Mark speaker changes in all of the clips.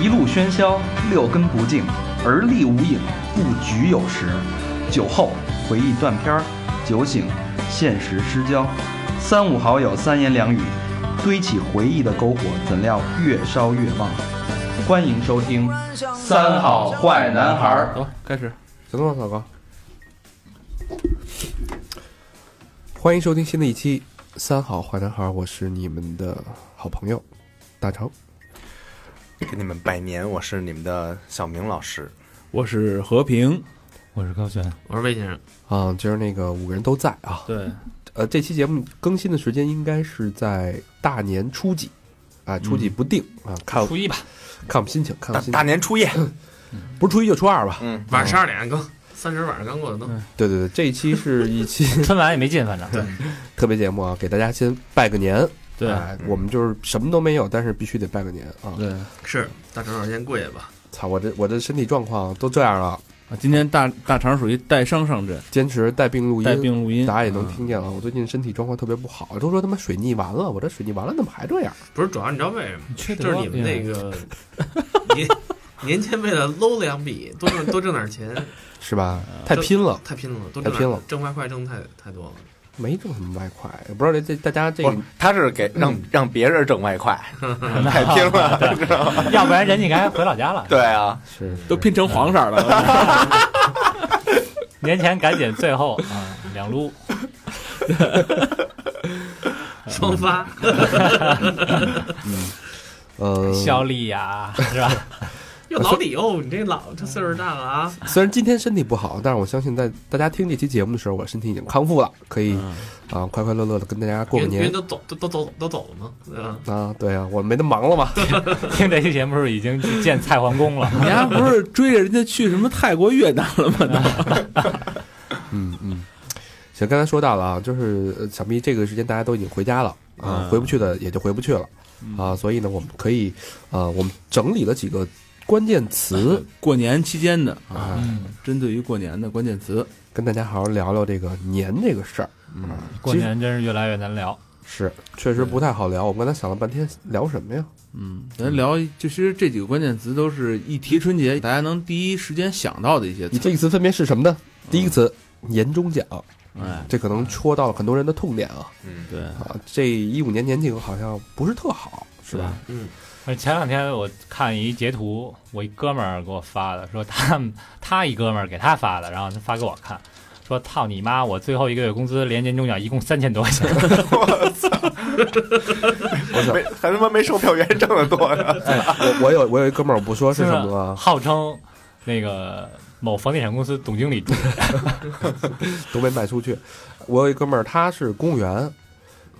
Speaker 1: 一路喧嚣，六根不净，而立无影，不局有时。酒后回忆断片儿，酒醒现实失焦。三五好友三言两语，堆起回忆的篝火，怎料越烧越旺。欢迎收听《三好坏男孩儿》。
Speaker 2: 走，开始。
Speaker 3: 行了吗，老高？欢迎收听新的一期《三好坏男孩》，我是你们的好朋友大成。
Speaker 4: 给你们拜年，我是你们的小明老师。
Speaker 2: 我是和平。
Speaker 5: 我是高璇，
Speaker 6: 我是魏先生，
Speaker 3: 啊、今儿那个五个人都在啊。
Speaker 2: 对，
Speaker 3: 呃，这期节目更新的时间应该是在大年初几啊，初几不定、啊，看
Speaker 2: 嗯初一吧。
Speaker 3: 看我们心情，看我
Speaker 4: 大
Speaker 3: 们心
Speaker 4: 大
Speaker 3: 情，
Speaker 4: 年初夜，
Speaker 3: 不是初一就初二吧？
Speaker 4: 嗯，
Speaker 6: 晚上十二点刚，三十晚上刚过的灯，
Speaker 3: 对对对，这一期是一期
Speaker 5: 春晚也没进，反正对，
Speaker 3: 特别节目啊，给大家先拜个年。
Speaker 2: 对嗯
Speaker 3: 哎我们就是什么都没有，但是必须得拜个年啊！
Speaker 2: 对，
Speaker 6: 是大成老师先跪下吧，
Speaker 3: 操，我这我这身体状况都这样了，
Speaker 2: 啊今天大大肠属于带伤上阵，
Speaker 3: 坚持带病录音，
Speaker 2: 带病录音，
Speaker 3: 大家也能听见啊了，我最近身体状况特别不好，都说他妈水逆完了，我这水逆完了怎么还这样？
Speaker 6: 不是主要你知道为什么？
Speaker 5: 缺德
Speaker 6: 就是你们那个 年年前为了搂两笔，多挣多挣点钱，
Speaker 3: 是吧？太拼了，
Speaker 6: 太拼了，多
Speaker 3: 太
Speaker 6: 挣
Speaker 3: 拼
Speaker 6: 点
Speaker 3: 了，
Speaker 6: 挣外快挣太太多了。
Speaker 3: 没挣什么外快，不知道这这大家这
Speaker 4: 不
Speaker 3: 个
Speaker 4: 是，他是给让
Speaker 2: 嗯
Speaker 4: 让别人挣外快， 太拼了，知道 吗？
Speaker 5: 嗯要不然人家该回老家了。
Speaker 4: 对啊，
Speaker 3: 是
Speaker 2: 都拼成黄色儿了。
Speaker 5: 年前赶紧最后啊两撸，
Speaker 6: 双发，
Speaker 3: 呃，
Speaker 2: 嗯
Speaker 5: 肖丽雅是吧？
Speaker 6: 哟老李哦，你这老这岁数大了啊，
Speaker 3: 虽然今天身体不好，但是我相信在大家听这期节目的时候，我身体已经康复了，可以啊快快乐乐的跟大家过个
Speaker 6: 别别
Speaker 3: 年
Speaker 6: 都走都都走都走了吗？对吧？
Speaker 3: 啊！对啊，我没那么忙了嘛，
Speaker 5: 听这期节目是不是已经去见蔡桓公了？
Speaker 2: 你丫不是追着人家去什么泰国、越南了吗？
Speaker 3: 嗯嗯。行，刚才说到了啊，就是呃想必这个时间大家都已经回家了啊，
Speaker 2: 嗯
Speaker 3: 回不去的也就回不去了啊，所以呢，我们可以啊，我们整理了几个关键词
Speaker 2: 过年期间的啊，
Speaker 3: 啊，
Speaker 5: 嗯，
Speaker 2: 针对于过年的关键词，
Speaker 3: 跟大家好好聊聊这个年这个事儿。嗯，
Speaker 2: 啊
Speaker 5: 过年真是越来越难聊。
Speaker 3: 是确实不太好聊。我们刚才想了半天，聊什么呀？
Speaker 2: 嗯，咱聊，就其实这几个关键词都是一提春节，大家能第一时间想到的一些词。
Speaker 3: 你这个词分别是什么呢？第一个词年终奖，
Speaker 2: 哎，
Speaker 3: 这可能戳到了很多人的痛点啊
Speaker 4: 嗯，
Speaker 2: 对，
Speaker 3: 啊！这一五年年景好像不是特好，是吧？
Speaker 6: 嗯，
Speaker 5: 而呃前两天我看一截图，我一哥们儿给我发的，说他们他一哥们儿给他发的，然后他发给我看，说操你妈，我最后一个月工资连年终奖一共三千多块钱，
Speaker 4: 没还他妈没售票员挣得多 呢。
Speaker 3: 哎我我有我有一哥们儿，我不说是什么了啊，
Speaker 5: 号称那个某房地产公司总经理住
Speaker 3: 都没卖出去。我有一哥们儿，他是公务员，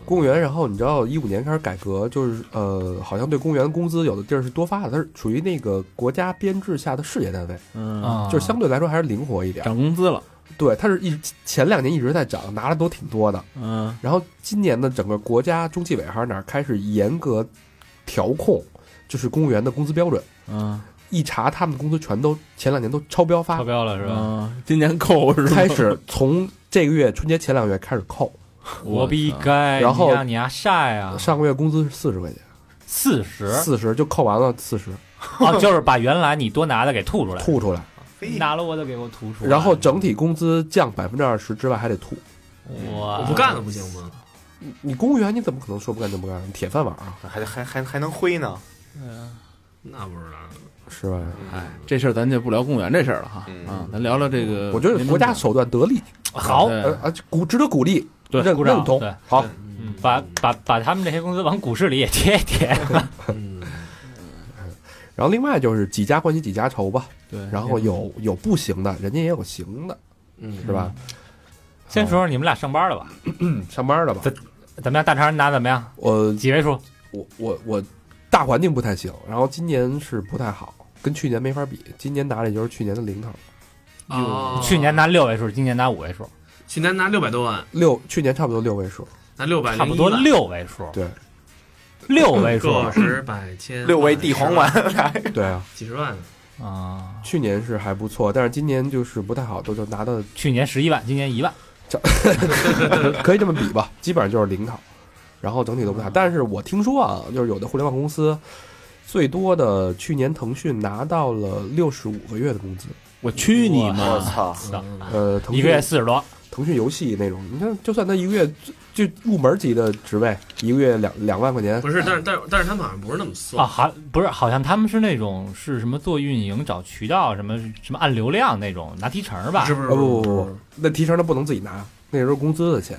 Speaker 3: 公务员。然后你知道，一五年开始改革，就是呃，好像对公务员工资有的地儿是多发的，它是属于那个国家编制下的事业单位，
Speaker 2: 嗯，
Speaker 5: 啊
Speaker 3: 就是相对来说还是灵活一点。
Speaker 2: 涨工资了，
Speaker 3: 对，它是一直前两年一直在涨，拿的都挺多的。
Speaker 2: 嗯，
Speaker 3: 然后今年呢，整个国家中纪委还是哪儿开始严格调控，就是公务员的工资标准。
Speaker 2: 嗯
Speaker 3: 一查他们的工资全都前两年都超标发
Speaker 5: 超，标了是吧？
Speaker 2: 嗯，今年扣是吧？
Speaker 3: 开始从这个月春节前两个月开始扣。
Speaker 5: 我逼
Speaker 2: 操
Speaker 5: 该，
Speaker 3: 嗯然后
Speaker 5: 你让你丫晒啊，
Speaker 3: 上个月工资是四十块钱，
Speaker 5: 四十
Speaker 3: 四十就扣完了四十，
Speaker 5: 哦，就是把原来你多拿的给吐出来，嗯
Speaker 3: 吐出来，
Speaker 5: 拿了我得给我吐出来，
Speaker 3: 然后整体工资降百分之二十之外还得吐。
Speaker 5: 我
Speaker 6: 我不干了不行吗？
Speaker 3: 嗯你公务员你怎么可能说不干就不干？铁饭碗啊，
Speaker 4: 还还还还能挥呢，
Speaker 6: 那不知道，
Speaker 3: 是吧？
Speaker 2: 哎，这事儿咱就不聊公务员这事儿了哈，
Speaker 4: 嗯
Speaker 2: 啊，咱聊聊这个。
Speaker 3: 我觉得国家手段得力，
Speaker 5: 好，
Speaker 2: 对
Speaker 3: 呃啊，鼓值得鼓励，
Speaker 5: 对，
Speaker 3: 认
Speaker 5: 鼓掌
Speaker 3: 认同
Speaker 5: 对，
Speaker 3: 好，
Speaker 5: 嗯把把把他们这些工资往股市里也贴一贴，
Speaker 3: 哦
Speaker 6: 嗯，
Speaker 3: 然后另外就是几家欢喜几家愁吧，
Speaker 2: 对，
Speaker 3: 然后有有不行的，人家也有行的，
Speaker 6: 嗯
Speaker 3: 是吧？
Speaker 5: 先说说你们俩上班了吧？
Speaker 3: 上班的吧，
Speaker 5: 怎么样，大肠拿怎么样？
Speaker 3: 我
Speaker 5: 几位数？
Speaker 3: 我我我大环境不太行，然后今年是不太好，跟去年没法比，今年拿的就是去年的零头，
Speaker 6: 哦
Speaker 5: 去年拿六位数，今年拿五位数，
Speaker 6: 去年拿六百多万，
Speaker 3: 六去年差不多六位数，
Speaker 6: 拿六百
Speaker 5: 差不多六位数，
Speaker 3: 对
Speaker 5: 六位数
Speaker 6: 个十百千
Speaker 4: 六味地黄丸，
Speaker 3: 对啊，
Speaker 6: 几十万，
Speaker 5: 啊。
Speaker 3: 去年是还不错，但是今年就是不太好，都就拿的
Speaker 5: 去年十一万，今年一万，
Speaker 3: 可以这么比吧，基本上就是零头。然后整体都不差。但是我听说啊，就是有的互联网公司最多的，去年腾讯拿到了六十五个月的工资，
Speaker 2: 我去你妈！
Speaker 4: 我操！
Speaker 6: 嗯
Speaker 3: 呃，腾
Speaker 5: 一
Speaker 3: 讯
Speaker 5: 个月四十多，
Speaker 3: 腾讯游戏那种，你看，就算他一个月就就入门级的职位，一个月两两万块钱，
Speaker 6: 不是，但是但是但是他们好像不是那么
Speaker 5: 啊，
Speaker 6: 算，
Speaker 5: 还不是，好像他们是那种是什么做运营、找渠道、什么什么按流量那种拿提成儿吧
Speaker 6: 是？不是？
Speaker 3: 哦不不不不，那提成他不能自己拿，那时候工资的钱。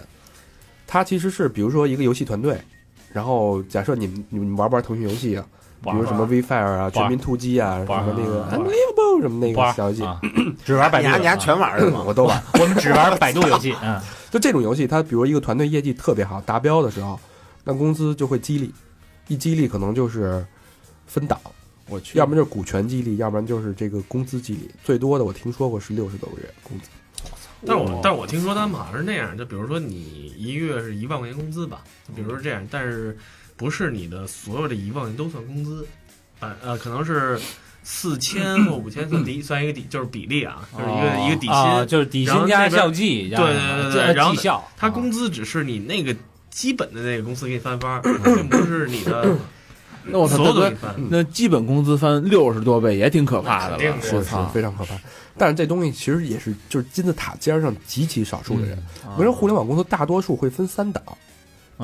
Speaker 3: 他其实是比如说一个游戏团队，然后假设你们你们玩不玩腾讯游戏啊？比
Speaker 5: 玩
Speaker 3: 如什么 V Fire 啊、全民突击啊、什
Speaker 5: 玩
Speaker 3: 么那个
Speaker 5: 玩
Speaker 3: Unbelievable 什么那
Speaker 5: 不玩
Speaker 3: 个小游戏，
Speaker 5: 啊，只玩百
Speaker 4: 你
Speaker 5: 度
Speaker 4: 丫你
Speaker 5: 游
Speaker 4: 丫
Speaker 5: 戏，
Speaker 4: 全玩了 吗？
Speaker 3: 我都玩。
Speaker 5: 我们只玩百度游戏。嗯，
Speaker 3: 就这种游戏，它比如一个团队业绩特别好达标的时候，那公司就会激励，一激励可能就是分档，
Speaker 2: 我去，
Speaker 3: 要不然就是股权激励，要不然就是这个工资激励。最多的我听说过是六十多个月工资。
Speaker 6: 但是我但是我听说他们好像是那样，就比如说你一个月是一万块钱工资吧，就比如说这
Speaker 2: 嗯
Speaker 6: 样，但是不是你的所有的一万块钱都算工资，百呃可能是 四千或五千算底算一个底就是比例啊，就是一个、
Speaker 2: 哦
Speaker 6: 一个底薪，
Speaker 5: 啊，就是底
Speaker 6: 然
Speaker 5: 薪
Speaker 6: 后
Speaker 5: 加
Speaker 6: 那边
Speaker 5: 校计，
Speaker 6: 对
Speaker 5: 加
Speaker 6: 对对对
Speaker 5: 加
Speaker 6: 然后
Speaker 5: 绩效。
Speaker 6: 他
Speaker 5: 啊
Speaker 6: 工资只是你那个基本的那个公司给你翻 番儿，并不是你的
Speaker 2: 那我操，
Speaker 6: 所
Speaker 2: 大
Speaker 6: 有都给
Speaker 2: 哥
Speaker 6: 你，翻。
Speaker 2: 那基本工资翻六十多倍也挺可怕的
Speaker 6: 那肯
Speaker 2: 吧？
Speaker 6: 定
Speaker 2: 我
Speaker 3: 是
Speaker 2: 操，
Speaker 3: 非常可怕。但是这东西其实也是就是金字塔尖上极其少数的人。
Speaker 2: 啊
Speaker 3: 我跟你说，互联网公司大多数会分三档，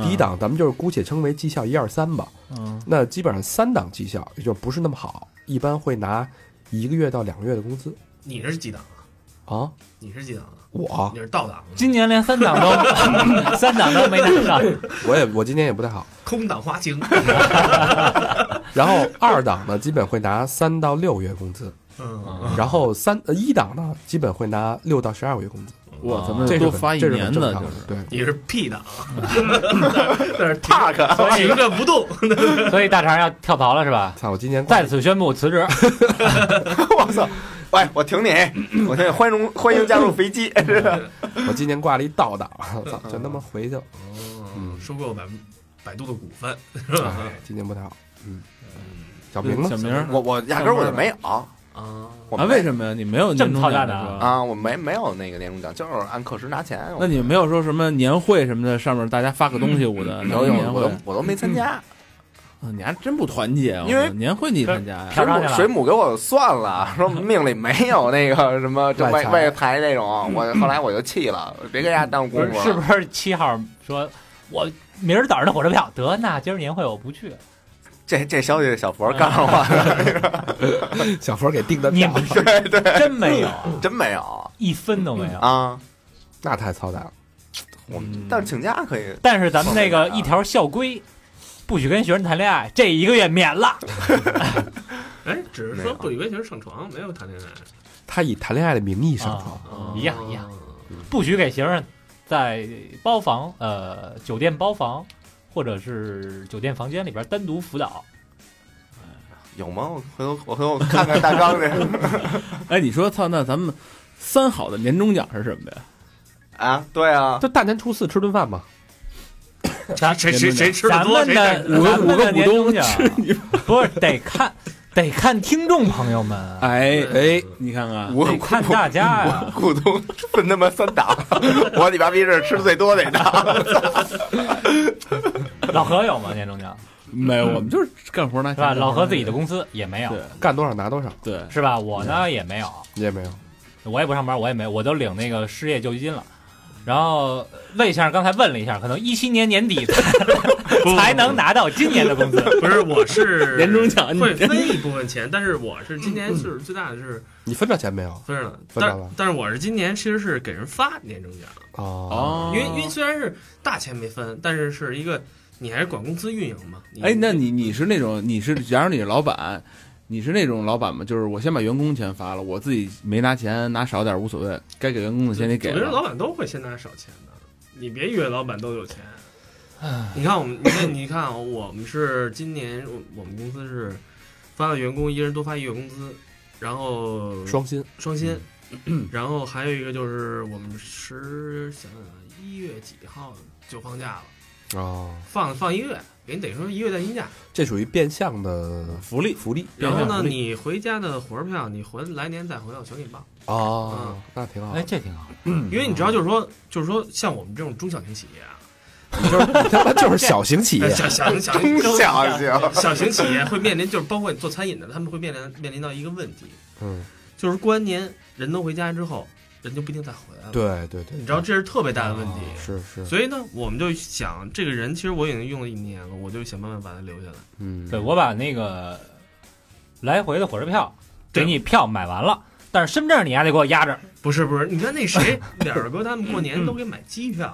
Speaker 3: 第一，档咱们就是姑且称为绩效一二三吧。
Speaker 2: 嗯
Speaker 3: 那基本上三档绩效也就不是那么好，一般会拿一个月到两个月的工资
Speaker 6: 你是几档啊？
Speaker 3: 啊。
Speaker 6: 你是几档啊？
Speaker 3: 我
Speaker 6: 你是倒档啊，
Speaker 5: 今年连三档 都三档都没拿上，
Speaker 3: 我也我今年也不太好。
Speaker 6: 空档 花情。
Speaker 3: 然后二档呢，基本会拿三到六个月工资，
Speaker 6: 嗯，
Speaker 3: 然后三呃一档呢，基本会拿六到十二个月工资。
Speaker 2: 我
Speaker 5: 啊
Speaker 2: 咱们
Speaker 3: 这是
Speaker 2: 嗯多
Speaker 3: 很
Speaker 2: 发一
Speaker 3: 这是
Speaker 2: 年
Speaker 3: 很
Speaker 2: 的就
Speaker 3: 正常
Speaker 2: 是
Speaker 3: 的，对。
Speaker 6: 你是 P 档，啊 但是 park 停着不动。
Speaker 5: 所以大肠要跳槽了是吧？
Speaker 3: 操！我今年过
Speaker 5: 在此宣布辞职。
Speaker 4: 我操！喂，我 挺你，我挺你欢迎欢迎加入肥鸡。
Speaker 3: 我今年挂了一倒 档，操！真他妈回去了，
Speaker 6: 嗯，收购百百度的股份，
Speaker 3: 哎今年不太好。嗯，小明呢
Speaker 2: 嗯小？明儿
Speaker 4: 我我压根儿我就没有，
Speaker 6: 啊，
Speaker 4: 我
Speaker 2: 啊，
Speaker 4: 没
Speaker 2: 为什么呀？你没有
Speaker 5: 这么
Speaker 2: 年终
Speaker 5: 操
Speaker 2: 奖
Speaker 5: 蛋的
Speaker 2: 是吧？
Speaker 4: 啊，我没没有那个年终奖，就是按课时拿钱。我
Speaker 2: 那你们没有说什么年会什么的，上面大家发个东西我
Speaker 7: 嗯
Speaker 2: 的
Speaker 4: 有有
Speaker 2: 年
Speaker 4: 我
Speaker 2: 会
Speaker 4: 都，我都没参加，
Speaker 2: 啊你还真不团结啊！
Speaker 4: 因为
Speaker 2: 我操年会你参加呀？
Speaker 4: 水
Speaker 5: 上去
Speaker 4: 母
Speaker 5: 了
Speaker 4: 水母给我算了， 说命里没有那个什么这
Speaker 3: 外
Speaker 4: 外
Speaker 3: 财
Speaker 4: 外财这种，我后来我就气了，别给人家耽误
Speaker 5: 不
Speaker 4: 功
Speaker 5: 是
Speaker 4: 夫了。
Speaker 5: 是不是七号说，我明儿早上的火车票得，那今儿年会我不去。
Speaker 4: 这这消息小佛告诉我
Speaker 3: 小佛给定的
Speaker 5: 你
Speaker 3: 票，
Speaker 5: 们是真没有，
Speaker 4: 的，真没有
Speaker 5: 一分都没有。
Speaker 4: 啊。
Speaker 3: 那太操蛋了。
Speaker 4: 我们但是请假可以，
Speaker 5: 但是咱们那个一条校规，不许跟学生谈恋爱，这一个月免了。
Speaker 6: 哎，只是说不以为学生上床，没有谈恋爱，
Speaker 3: 他以谈恋爱的名义上
Speaker 6: 啊
Speaker 3: 床，
Speaker 5: 一样一样，不许给学生在包房、呃酒店包房或者是酒店房间里边单独辅导。
Speaker 4: 有吗？我回头我回头看看大纲这
Speaker 2: 哎，你说操，那咱们三好的年终奖是什么呀？
Speaker 4: 啊，对啊，
Speaker 3: 就大年初四吃顿饭嘛。
Speaker 5: 咱
Speaker 6: 谁谁谁吃的
Speaker 5: 咱
Speaker 6: 多，
Speaker 5: 们
Speaker 6: 谁带
Speaker 5: 的
Speaker 6: 着
Speaker 2: 五个
Speaker 5: 咱们
Speaker 2: 五个
Speaker 5: 的
Speaker 2: 股
Speaker 5: 年
Speaker 2: 东
Speaker 5: 终奖不是得看得看听众朋友们啊，
Speaker 2: 哎
Speaker 6: 对
Speaker 2: 哎，你看看，
Speaker 4: 我
Speaker 5: 得看大家呀。
Speaker 4: 股东分他妈三档，我你妈逼是吃最多那档。
Speaker 5: 老何有吗？年终奖
Speaker 2: 没有，我们就是干活拿
Speaker 5: 嗯是
Speaker 2: 钱
Speaker 5: 吧？老何自己的公司也没有，
Speaker 2: 对
Speaker 3: 干多少拿多少，
Speaker 2: 对，
Speaker 5: 是吧？我呢也没有，
Speaker 3: 也没有。
Speaker 5: 我也不上班，我也没有，我都领那个失业救济金了。然后魏先生刚才问了一下，可能一七年年底 才才能拿到今年的工资。
Speaker 6: 不是，我 是
Speaker 2: 年终奖你
Speaker 6: 会分一部分钱，但是我是今年是最大的是
Speaker 3: 你分着钱没有啊
Speaker 6: 分
Speaker 2: 嗯
Speaker 6: 了，
Speaker 3: 分着
Speaker 6: 但
Speaker 3: 了
Speaker 6: 但是我是今年其实是给人发年终奖，？
Speaker 2: 哦，
Speaker 3: 啊
Speaker 6: 因为因为虽然是大钱没分，但是是一个你还是管公司运营嘛，
Speaker 2: 哎，那你你是那种你是，假如你是老板，你是那种老板吗？就是我先把员工钱发了，我自己没拿钱，拿少点儿无所谓，该给员工的钱得给
Speaker 6: 我觉得
Speaker 2: 了。
Speaker 6: 老板都会先拿少钱的，你别以为老板都有钱。你看我们，你看你看啊我们是今年我我们公司是发了员工一人多发一个月工资，然后
Speaker 3: 双薪
Speaker 6: 双薪，然后还有一个就是我们十想想啊，一月几号就放假了，
Speaker 3: 哦，
Speaker 6: 放放一个月，给你等于说一个月带薪假。
Speaker 3: 这属于变相的
Speaker 2: 福利
Speaker 3: 福利
Speaker 6: 然后
Speaker 2: 变相
Speaker 6: 呢，
Speaker 2: 福利
Speaker 6: 你回家的火车票，你回来年再回来我全给你报。
Speaker 3: 哦，那挺好
Speaker 5: 哎，。这挺好。
Speaker 6: 因为你知道，就是说，就是说，像我们这种中小型企业啊，
Speaker 3: 就是你他妈就是小型企业
Speaker 6: 呃，小小小
Speaker 4: 中小型，
Speaker 6: 小型企业会面临，就是包括你做餐饮的，他们会面临面临到一个问题，
Speaker 3: 嗯，
Speaker 6: 就是过完年人都回家之后，人就不一定再回来了。，
Speaker 3: 对啊对对，
Speaker 6: 你知道这是特别大的问题。
Speaker 3: 是是，
Speaker 6: 所以呢，我们就想，这个人其实我已经用了一年了，我就想办法把他留下来。
Speaker 3: 嗯，
Speaker 5: 对我把那个来回的火车票
Speaker 6: 对
Speaker 5: 给你票买完了，但是身份证你还得给我压着。
Speaker 6: 不是不是，你看 那谁脸儿哥他们过年都给买机票，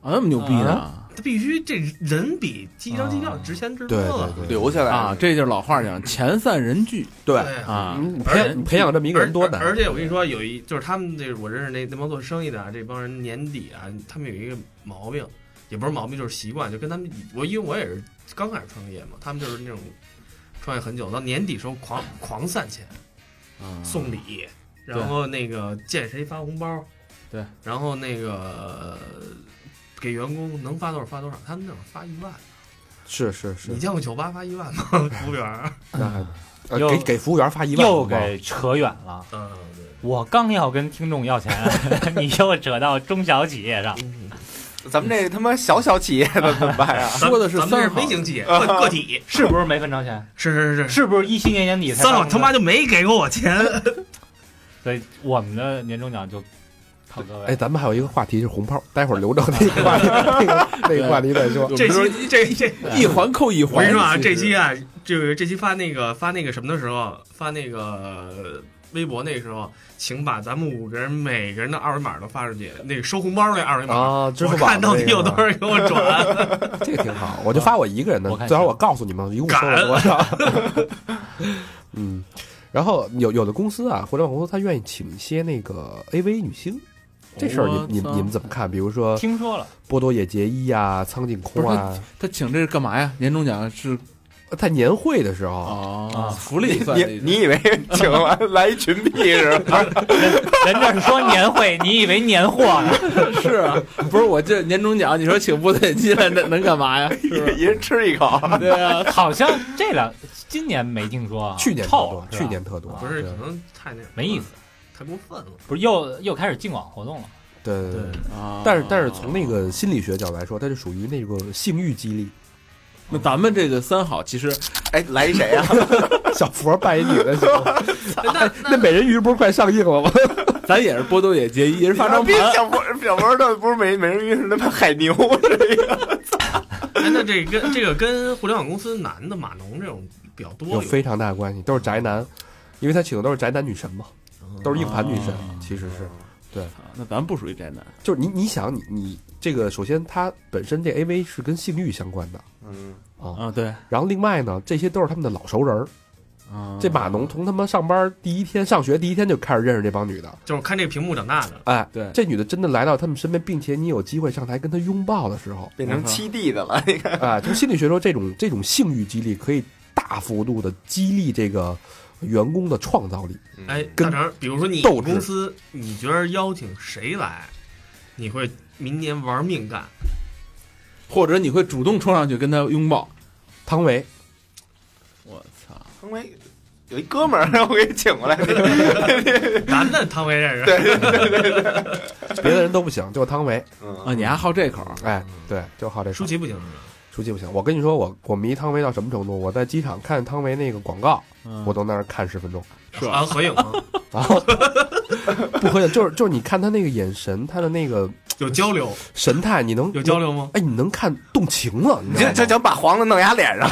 Speaker 2: 啊，那么牛逼呢？
Speaker 6: 他必须这人比机票机票值钱值多
Speaker 3: 对
Speaker 6: 了。
Speaker 3: 对对，
Speaker 4: 留下来
Speaker 2: 啊，这就是老话讲，钱散人聚
Speaker 3: 对
Speaker 6: 对啊
Speaker 2: 啊。
Speaker 3: 你培养你培养这么一个人多难
Speaker 6: 而而且我跟你说，有一就是他们这我认识那那帮做生意的啊，这帮人年底啊，他们有一个毛病，也不是毛病，就是习惯，就跟他们我因为我也是刚开始创业嘛，他们就是那种创业很久，到年底时候狂狂散钱，
Speaker 2: 啊
Speaker 6: 送礼，然后那个见谁发红包，
Speaker 2: 对，
Speaker 6: 然后那个。呃给员工能发多少发多少，他们那会儿发一万，
Speaker 3: 是是是
Speaker 6: 你，见过酒吧发一万吗？服务员儿，
Speaker 3: 那还呃
Speaker 5: 又
Speaker 3: 给给服务员发一万，
Speaker 5: 又
Speaker 3: 好不好
Speaker 5: 给扯远了。
Speaker 6: 嗯，对，
Speaker 5: 我刚要跟听众要钱， 你又扯到中小企业上。
Speaker 4: 咱们这他妈小小企业的怎么办啊呀？
Speaker 2: 说的是
Speaker 6: 咱们
Speaker 2: 三
Speaker 6: 是
Speaker 2: 好
Speaker 6: 微型企业，个个体，
Speaker 5: 是不是没分着钱？
Speaker 6: 是是是
Speaker 5: 是不是一七年年底才发
Speaker 6: 三老
Speaker 5: 工资
Speaker 6: 他妈就没给过我钱，
Speaker 5: 所以我们的年终奖就靠各位。
Speaker 3: 哎，咱们还有一个话题是红炮，待会儿留着那个话题，那个那个话题 再说。
Speaker 6: 这期这这，
Speaker 2: 一环扣一
Speaker 6: 我跟
Speaker 2: 环。
Speaker 6: 你说啊，
Speaker 2: 其
Speaker 6: 这
Speaker 2: 实
Speaker 6: 期啊，就是这期发那个发那个什么的时候，发那个微博那个时候，请把咱们五个人每个人的二维码都发出去，那个收红包那二维码，
Speaker 3: 啊，支
Speaker 6: 我
Speaker 3: 付宝
Speaker 6: 看到底
Speaker 3: 那个
Speaker 6: 有多少人给我 转。
Speaker 3: 这个挺好，我就发我一个人的
Speaker 5: 我，看一下
Speaker 3: 最好我告诉你们一共收了多少。嗯，然后有有的公司啊，互联网公司他愿意请一些那个 AV 女星，这事儿你
Speaker 2: 我
Speaker 3: 你们
Speaker 2: 操
Speaker 3: 你们怎么看？比如说
Speaker 5: 听说了，
Speaker 3: 波多野结衣啊、苍井空啊，
Speaker 2: 他请这是干嘛呀？年终奖是
Speaker 3: 在年会的时候，
Speaker 2: 哦
Speaker 5: 啊，
Speaker 2: 福利算
Speaker 4: 你
Speaker 2: 是一种
Speaker 4: 你以为请完来一群屁是吧？
Speaker 5: 人这是说年会，你以为年货 呢？
Speaker 2: 是啊， 不是我这年终奖，你说请部队进来能能干嘛呀？是吧
Speaker 4: 一人吃一口，
Speaker 2: 对啊，
Speaker 5: 好像这两今年没听说啊，
Speaker 3: 去年特
Speaker 5: 臭
Speaker 3: 多，
Speaker 5: 是吧
Speaker 3: 去年特多，
Speaker 6: 不是，
Speaker 3: 对
Speaker 6: 可能太那嗯
Speaker 5: 没意思，，
Speaker 6: 太过分了。
Speaker 5: 不是又又开始进网活动了？
Speaker 3: 对对
Speaker 6: 对
Speaker 3: 对。，
Speaker 2: 啊
Speaker 3: 但是但是从那个心理学角度来说，它是属于那个性欲激励。
Speaker 2: 那咱们这个三好其实
Speaker 4: 哎，来一 谁呀？
Speaker 3: 小佛扮一女的，
Speaker 6: 那
Speaker 3: 那美人鱼不是快上映了吗？
Speaker 2: 咱也是波多野结衣，人发张
Speaker 4: 别
Speaker 2: 盘，
Speaker 4: 小波小波的不是美美人鱼是他妈海牛是一个
Speaker 6: 哎那这跟这个跟互联网公司男的码农这种比较
Speaker 3: 有
Speaker 6: 多，
Speaker 3: 非常大的关系，都是宅男，因为他请的都是宅男女神嘛，
Speaker 6: 嗯
Speaker 3: 都是硬盘女神
Speaker 2: 哦，
Speaker 3: 其实是，
Speaker 2: 啊那咱不属于宅男，
Speaker 3: 就是你你想你你这个，首先它本身这 AV 是跟性欲相关的
Speaker 4: 嗯，
Speaker 3: 啊，
Speaker 2: 啊，对，
Speaker 3: 然后另外呢，这些都是他们的老熟人儿，
Speaker 5: 哦
Speaker 2: 啊
Speaker 3: 这码农从他妈上班第一天、上学第一天就开始认识这帮女的，
Speaker 6: 就是看这个屏幕长大的。
Speaker 3: 哎，
Speaker 2: 对
Speaker 3: 这女的真的来到他们身边，并且你有机会上台跟她拥抱的时 候，
Speaker 4: 变成七弟的了，你看
Speaker 3: 啊，从心理学说，这种这种性欲激励可以大幅度的激励这个员工的创造力。
Speaker 6: 哎，
Speaker 3: 嗯
Speaker 6: 大
Speaker 3: 跟
Speaker 6: 成，比如说你
Speaker 3: 斗志
Speaker 6: 公司，你觉得邀请谁来，你会明年玩命干？
Speaker 2: 或者你会主动冲上去跟他拥抱，
Speaker 3: 汤 唯，
Speaker 2: 我操，
Speaker 4: 因为有一哥们儿，我给你请过来，
Speaker 6: 男的汤唯认识，
Speaker 3: 别的人都不行，就汤唯。
Speaker 2: 啊，
Speaker 4: 嗯，
Speaker 2: 你还好这口儿，
Speaker 3: 哎，
Speaker 6: 嗯
Speaker 3: 对，就好这
Speaker 6: 舒
Speaker 3: 口。
Speaker 6: 淇不行是吧，
Speaker 3: 舒淇不行，我跟你说，我我迷汤唯到什么程度？我在机场看汤唯那个广告，
Speaker 2: 嗯
Speaker 3: 我都在那儿看十 分钟，
Speaker 2: 是吧
Speaker 6: 啊，合影 吗？
Speaker 3: 然后不合影，就是就是你看他那个眼神，他的那个
Speaker 6: 有交流，
Speaker 3: 神态，你能
Speaker 6: 有交。流吗？
Speaker 3: 哎，你能看动情了，你
Speaker 4: 你
Speaker 3: 知
Speaker 4: 这
Speaker 3: 道吗
Speaker 4: 这想把黄的弄牙脸上，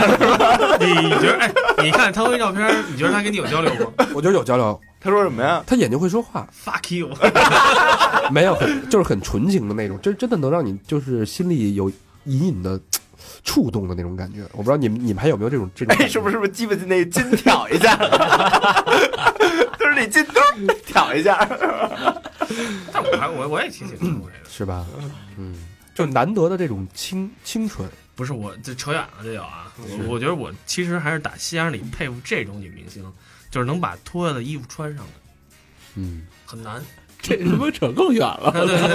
Speaker 6: 你觉得？哎，你看汤唯照片，你觉得他跟你有交流吗
Speaker 3: 我觉得有交流，
Speaker 4: 他说什么呀？
Speaker 3: 他眼睛会说话，
Speaker 6: ？Fuck you！
Speaker 3: 没有，很就是很纯情的那种，这真的能让你就是心里有隐隐的触动的那种感觉。我不知道你们你们还有没有这种这种感 觉、
Speaker 4: 哎，是不是是不是鸡巴那筋挑一下？ 就是那筋都挑一 下，
Speaker 6: 但我还我我也挺喜欢汤唯的，
Speaker 3: 是吧？嗯，就难得的这种清清纯，
Speaker 6: 不是我这扯远了这有啊。我我觉得我其实还是打心眼里佩服这种女明星，就是能把脱下的衣服穿上的，
Speaker 3: 嗯，
Speaker 6: 很难。
Speaker 2: 这他妈扯更远了，
Speaker 6: 对对对。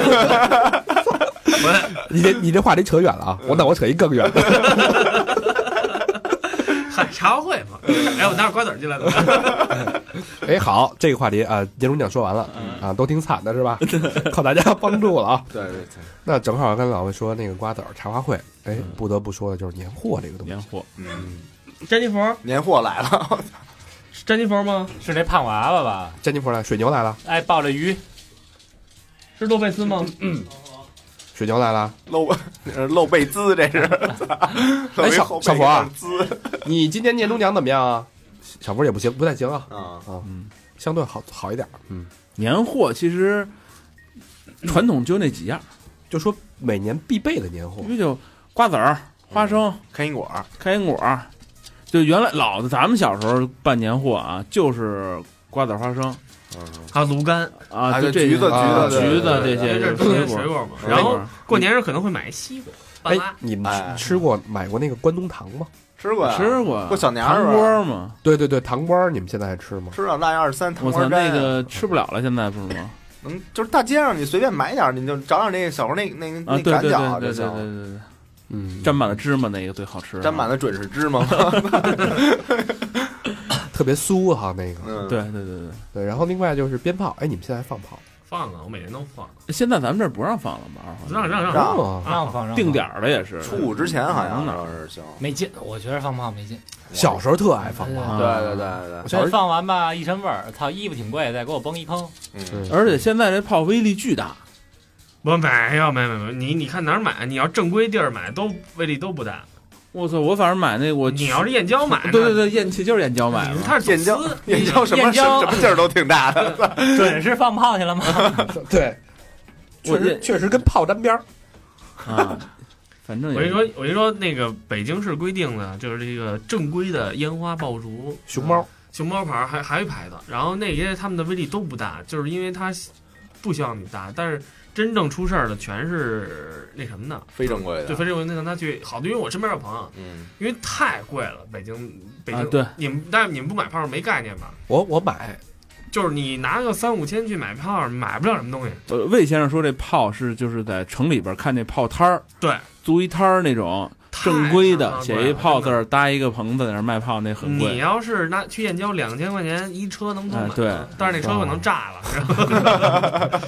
Speaker 6: 我
Speaker 3: 你这你这话题扯远了啊，我那我扯一更远的，
Speaker 6: 嗯嗨，茶话会嘛。哎，我拿着瓜子儿进来了。
Speaker 3: 哎，好，这个话题啊，年终奖说完了啊，都挺惨的是吧？靠大家帮助了啊。
Speaker 2: 对对对，
Speaker 3: 那正好跟老魏说那个瓜子儿茶话会，哎，不得不说的就是年货这个东 西。
Speaker 2: 年货，
Speaker 4: 嗯
Speaker 6: 詹妮弗，
Speaker 4: 年货来了，
Speaker 6: 是詹妮弗吗？
Speaker 5: 是那胖娃娃吧？
Speaker 3: 詹妮弗来，水牛来了，
Speaker 5: 哎，抱着鱼，
Speaker 6: 是洛贝斯吗？
Speaker 3: 水牛来了。
Speaker 4: 露呃露背姿，这是。露一
Speaker 3: 小
Speaker 4: 后背
Speaker 3: 小佛啊
Speaker 4: 姿
Speaker 3: 你今年年终奖怎么样啊？小波也不行，不太行啊，
Speaker 4: 啊，
Speaker 3: 相对好好一点儿。嗯，
Speaker 2: 年货其实传统就那几样，
Speaker 3: 就说每年必备的年货
Speaker 2: 不，就瓜子儿、花生、
Speaker 4: 开心果儿，
Speaker 2: 开心果儿。就原来老的咱们小时候办年货啊，就是瓜子儿、花生
Speaker 6: 还有芦柑，
Speaker 2: 啊，
Speaker 4: 还
Speaker 2: 就
Speaker 4: 有
Speaker 2: 这
Speaker 4: 橘子、
Speaker 3: 啊
Speaker 4: 橘子、
Speaker 2: 橘子这
Speaker 6: 因
Speaker 2: 些
Speaker 6: 为这
Speaker 2: 就
Speaker 6: 是冬
Speaker 2: 是
Speaker 6: 天
Speaker 2: 水
Speaker 6: 水
Speaker 2: 果。
Speaker 6: 果嘛。
Speaker 2: 水果
Speaker 6: 然后过年时候可能会买西瓜、
Speaker 3: 哎
Speaker 6: 半拉，，
Speaker 3: 你
Speaker 4: 哎
Speaker 3: 们吃吃过买过那个关东糖吗？
Speaker 4: 吃过呀，
Speaker 2: 吃过
Speaker 4: 过小年儿
Speaker 2: 糖
Speaker 4: 吧
Speaker 2: 瓜儿嘛，
Speaker 3: 对对对，糖瓜儿，你们现在还吃吗？
Speaker 4: 吃到腊月二十三
Speaker 2: 我
Speaker 4: 糖
Speaker 2: 操，
Speaker 4: 瓜粘
Speaker 2: 那
Speaker 4: 啊，
Speaker 2: 个吃不了了，现在不是吗？
Speaker 4: 能就是大街上你随便买点儿，你就找找那个小时候那那
Speaker 2: 啊，
Speaker 4: 那
Speaker 2: 对
Speaker 4: 擀
Speaker 2: 对对
Speaker 4: 饺
Speaker 2: 对
Speaker 4: 就
Speaker 2: 对对
Speaker 4: 行，
Speaker 2: 对对，
Speaker 3: 嗯，
Speaker 2: 沾满了芝麻那个最好吃，啊
Speaker 4: 沾满
Speaker 2: 了，
Speaker 4: 了准是芝麻。
Speaker 3: 特别酥哈、那个。
Speaker 4: 嗯，
Speaker 2: 对对对对。
Speaker 3: 对，然后另外就是鞭炮，哎，你们现在还放炮？
Speaker 6: 放啊，我每年都放，
Speaker 2: 现在咱们这儿不让放了吧？二环
Speaker 6: 让让
Speaker 4: 让
Speaker 6: 让让
Speaker 4: 啊
Speaker 3: 哦
Speaker 5: 让放让
Speaker 2: 定点儿的也是，
Speaker 4: 初五之前好像
Speaker 2: 哪
Speaker 4: 说是行。
Speaker 5: 没劲，我觉得放炮没劲。哎
Speaker 3: 小时候特爱放炮，
Speaker 2: 啊
Speaker 4: 对对对对，
Speaker 5: 这
Speaker 3: 小时候
Speaker 5: 放完吧，一身味儿，操，衣服挺贵，再给我崩一 坑。
Speaker 4: 嗯，
Speaker 2: 而且现在这炮威力巨大，
Speaker 6: 我没有没有没有，你你看哪儿买？你要正规地儿买，都威力都不大。
Speaker 2: 我操！我反正买那我
Speaker 6: 你要是燕郊 买，
Speaker 2: 对对对，燕其就是燕郊买
Speaker 6: 你
Speaker 2: 的
Speaker 6: 说，它是
Speaker 4: 燕郊
Speaker 6: 走私，
Speaker 4: 燕郊什么
Speaker 5: 燕
Speaker 4: 什
Speaker 5: 郊
Speaker 4: 么什么劲儿都挺大的，
Speaker 5: 准是放炮去 了吗？
Speaker 3: 对，
Speaker 2: 我
Speaker 3: 确实确实跟炮沾边儿。
Speaker 2: 啊，反正
Speaker 6: 我
Speaker 2: 也
Speaker 6: 跟你说，我跟你说，那个北京市规定的就是这个正规的烟花爆竹，
Speaker 3: 熊猫，
Speaker 6: 熊猫牌儿还还有一牌子，然后那些它们的威力都不大，就是因为它不需要你大，但是真正出事儿的全是那什么的，
Speaker 4: 非正规
Speaker 2: 啊
Speaker 6: 对，
Speaker 4: 的。
Speaker 6: 非正规那让他去好多，因为我身边有朋友，
Speaker 4: 嗯，
Speaker 6: 因为太贵了，北京北京、
Speaker 2: 啊对，
Speaker 6: 你们但是你们不买炮没概念吧？
Speaker 3: 我我买，
Speaker 6: 就是你拿个三五千去买炮，买不了什么东西，
Speaker 2: 呃魏先生说这炮是就是在城里边看那炮摊儿，
Speaker 6: 对，
Speaker 2: 租一摊儿那种
Speaker 6: 太
Speaker 2: 正规的，
Speaker 6: 他妈贵了
Speaker 2: 写一炮字。
Speaker 6: 真的
Speaker 2: 儿，搭一个棚子在那儿卖炮，那很
Speaker 6: 你
Speaker 2: 贵。
Speaker 6: 要是拿去燕郊两千块钱一车能都
Speaker 2: 哎
Speaker 6: 买，
Speaker 2: 对
Speaker 6: 但是那车可能炸了，然后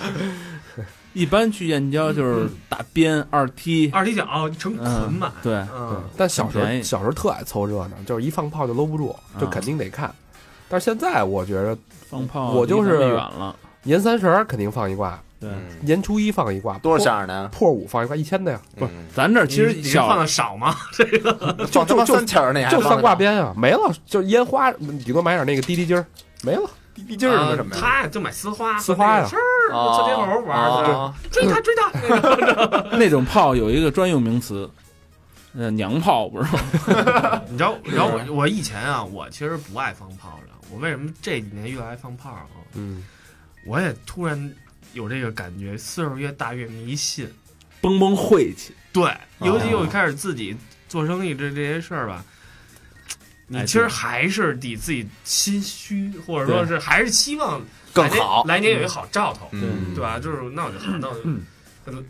Speaker 2: 一般去燕郊就是大鞭、二梯，
Speaker 6: 嗯二踢脚成捆买。
Speaker 2: 对，
Speaker 6: 嗯，
Speaker 3: 但小时候
Speaker 2: 很便宜
Speaker 3: 小时候特爱凑热闹，就是一放炮就搂不住，就
Speaker 2: 啊
Speaker 3: 肯定得看。但是现在我觉着
Speaker 2: 放炮
Speaker 3: 我就是
Speaker 2: 离咱们远了，
Speaker 3: 年三十儿肯定放一挂，
Speaker 2: 对。
Speaker 4: 嗯
Speaker 3: 年初一放一挂，
Speaker 4: 多少
Speaker 7: 啊
Speaker 3: 破
Speaker 4: 下儿呢？
Speaker 3: 破五放一挂，一千的呀，
Speaker 2: 不是
Speaker 4: 嗯
Speaker 2: 咱这儿其
Speaker 6: 你
Speaker 2: 实
Speaker 6: 你
Speaker 2: 小
Speaker 6: 放的少吗？
Speaker 4: 放他妈
Speaker 3: 就
Speaker 4: 三钱儿那还
Speaker 3: 就
Speaker 4: 放
Speaker 3: 放挂鞭啊，没了，就是烟花，顶多买点那个滴滴筋儿，没了。
Speaker 4: 一劲儿什么什么呀？
Speaker 6: 啊他就买丝花，
Speaker 3: 丝花呀
Speaker 6: 是
Speaker 7: 哦
Speaker 6: 我昨天晚上玩儿的
Speaker 4: 啊
Speaker 6: 追他追他，那个
Speaker 2: 那种炮有一个专用名词，呃，娘炮不是吗？
Speaker 6: 你知道，你知道我我以前啊，我其实不爱放炮仗。我为什么这几年越来越爱放炮啊？
Speaker 3: 嗯，
Speaker 6: 我也突然有这个感觉，岁数越大越迷信。
Speaker 2: 崩崩晦气，
Speaker 6: 对，尤其又开始自己做生意这这些事儿吧，你
Speaker 2: 哎
Speaker 6: 其实
Speaker 2: 对
Speaker 6: 还是得自己心虚，或者说
Speaker 2: 对
Speaker 6: 是还是希望
Speaker 4: 更
Speaker 6: 来年
Speaker 4: 好
Speaker 6: 来年有一个好兆头，
Speaker 4: 嗯
Speaker 6: 对吧？就是那我就好，那我就。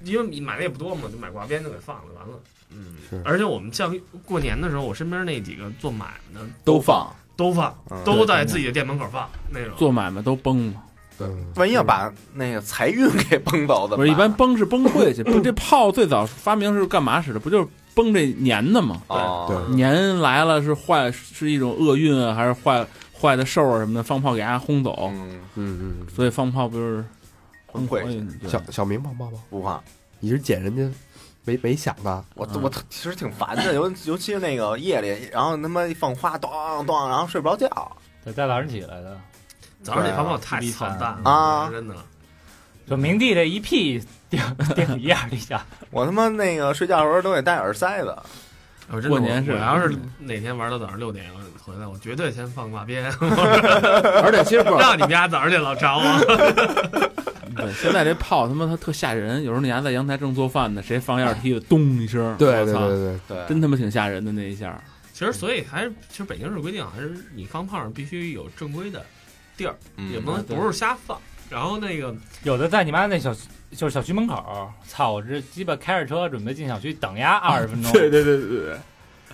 Speaker 6: 因为你买的也不多嘛，就买挂鞭就给放了，完了。
Speaker 4: 嗯，
Speaker 3: 是
Speaker 6: 而且我们像过年的时候，我身边那几个做买卖的
Speaker 4: 都放，
Speaker 6: 都放，
Speaker 4: 嗯
Speaker 6: 都在自己的店门口放那种。
Speaker 2: 做买卖都崩嘛，
Speaker 3: 对，
Speaker 4: 万一要把那个财运给崩走怎么
Speaker 2: 不
Speaker 4: 办？
Speaker 2: 是一般崩是崩晦气，不这炮最早发明是干嘛使的？不就是崩这年的吗？
Speaker 4: 哦，
Speaker 3: 对
Speaker 2: 年来了是坏，是一种厄运啊，还是坏坏的兽啊什么的，放炮给大家轰走，
Speaker 4: 嗯，
Speaker 3: 嗯嗯
Speaker 2: 所以放炮不就是
Speaker 4: 崩
Speaker 2: 晦
Speaker 4: 溃
Speaker 2: 气？
Speaker 3: 嗯，
Speaker 2: 对
Speaker 3: 小小明胖胖胖，
Speaker 4: 不怕。
Speaker 3: 你是捡人家没没响的，
Speaker 4: 我
Speaker 2: 嗯
Speaker 4: 我其实挺烦的，尤尤其是那个夜里，然后他妈一放花，咚咚，然后睡不着觉。
Speaker 5: 得在早上起来的，
Speaker 6: 早上起泡泡太操蛋了
Speaker 4: 啊
Speaker 6: 真的。
Speaker 5: 就明帝这一屁顶顶一下地下，
Speaker 4: 我他妈那个睡觉的时候都得戴耳塞子，
Speaker 6: 我啊真的
Speaker 2: 过年是
Speaker 6: 我我要是哪天玩到早上六点回来，我绝对先放挂 鞭，
Speaker 2: 而且其实不 是，
Speaker 6: 让你们家早上去老啊找我。
Speaker 2: 对，现在这炮他妈它特吓人，有时候你还在阳台正做饭呢，谁放一下梯子，咚一声，
Speaker 3: 对对
Speaker 2: 我操
Speaker 3: 对对
Speaker 4: 对，
Speaker 2: 真他妈挺吓人的那一下，
Speaker 6: 其实，所以还是其实北京市规定，还是你放炮仗必须有正规的，也不
Speaker 4: 嗯，
Speaker 6: 能
Speaker 5: 对
Speaker 6: 不是瞎放。然后那个
Speaker 5: 有的在你妈那小就是小区 门口，操，我这鸡巴开着车准备进小区等丫二十分钟，
Speaker 2: 对对对对，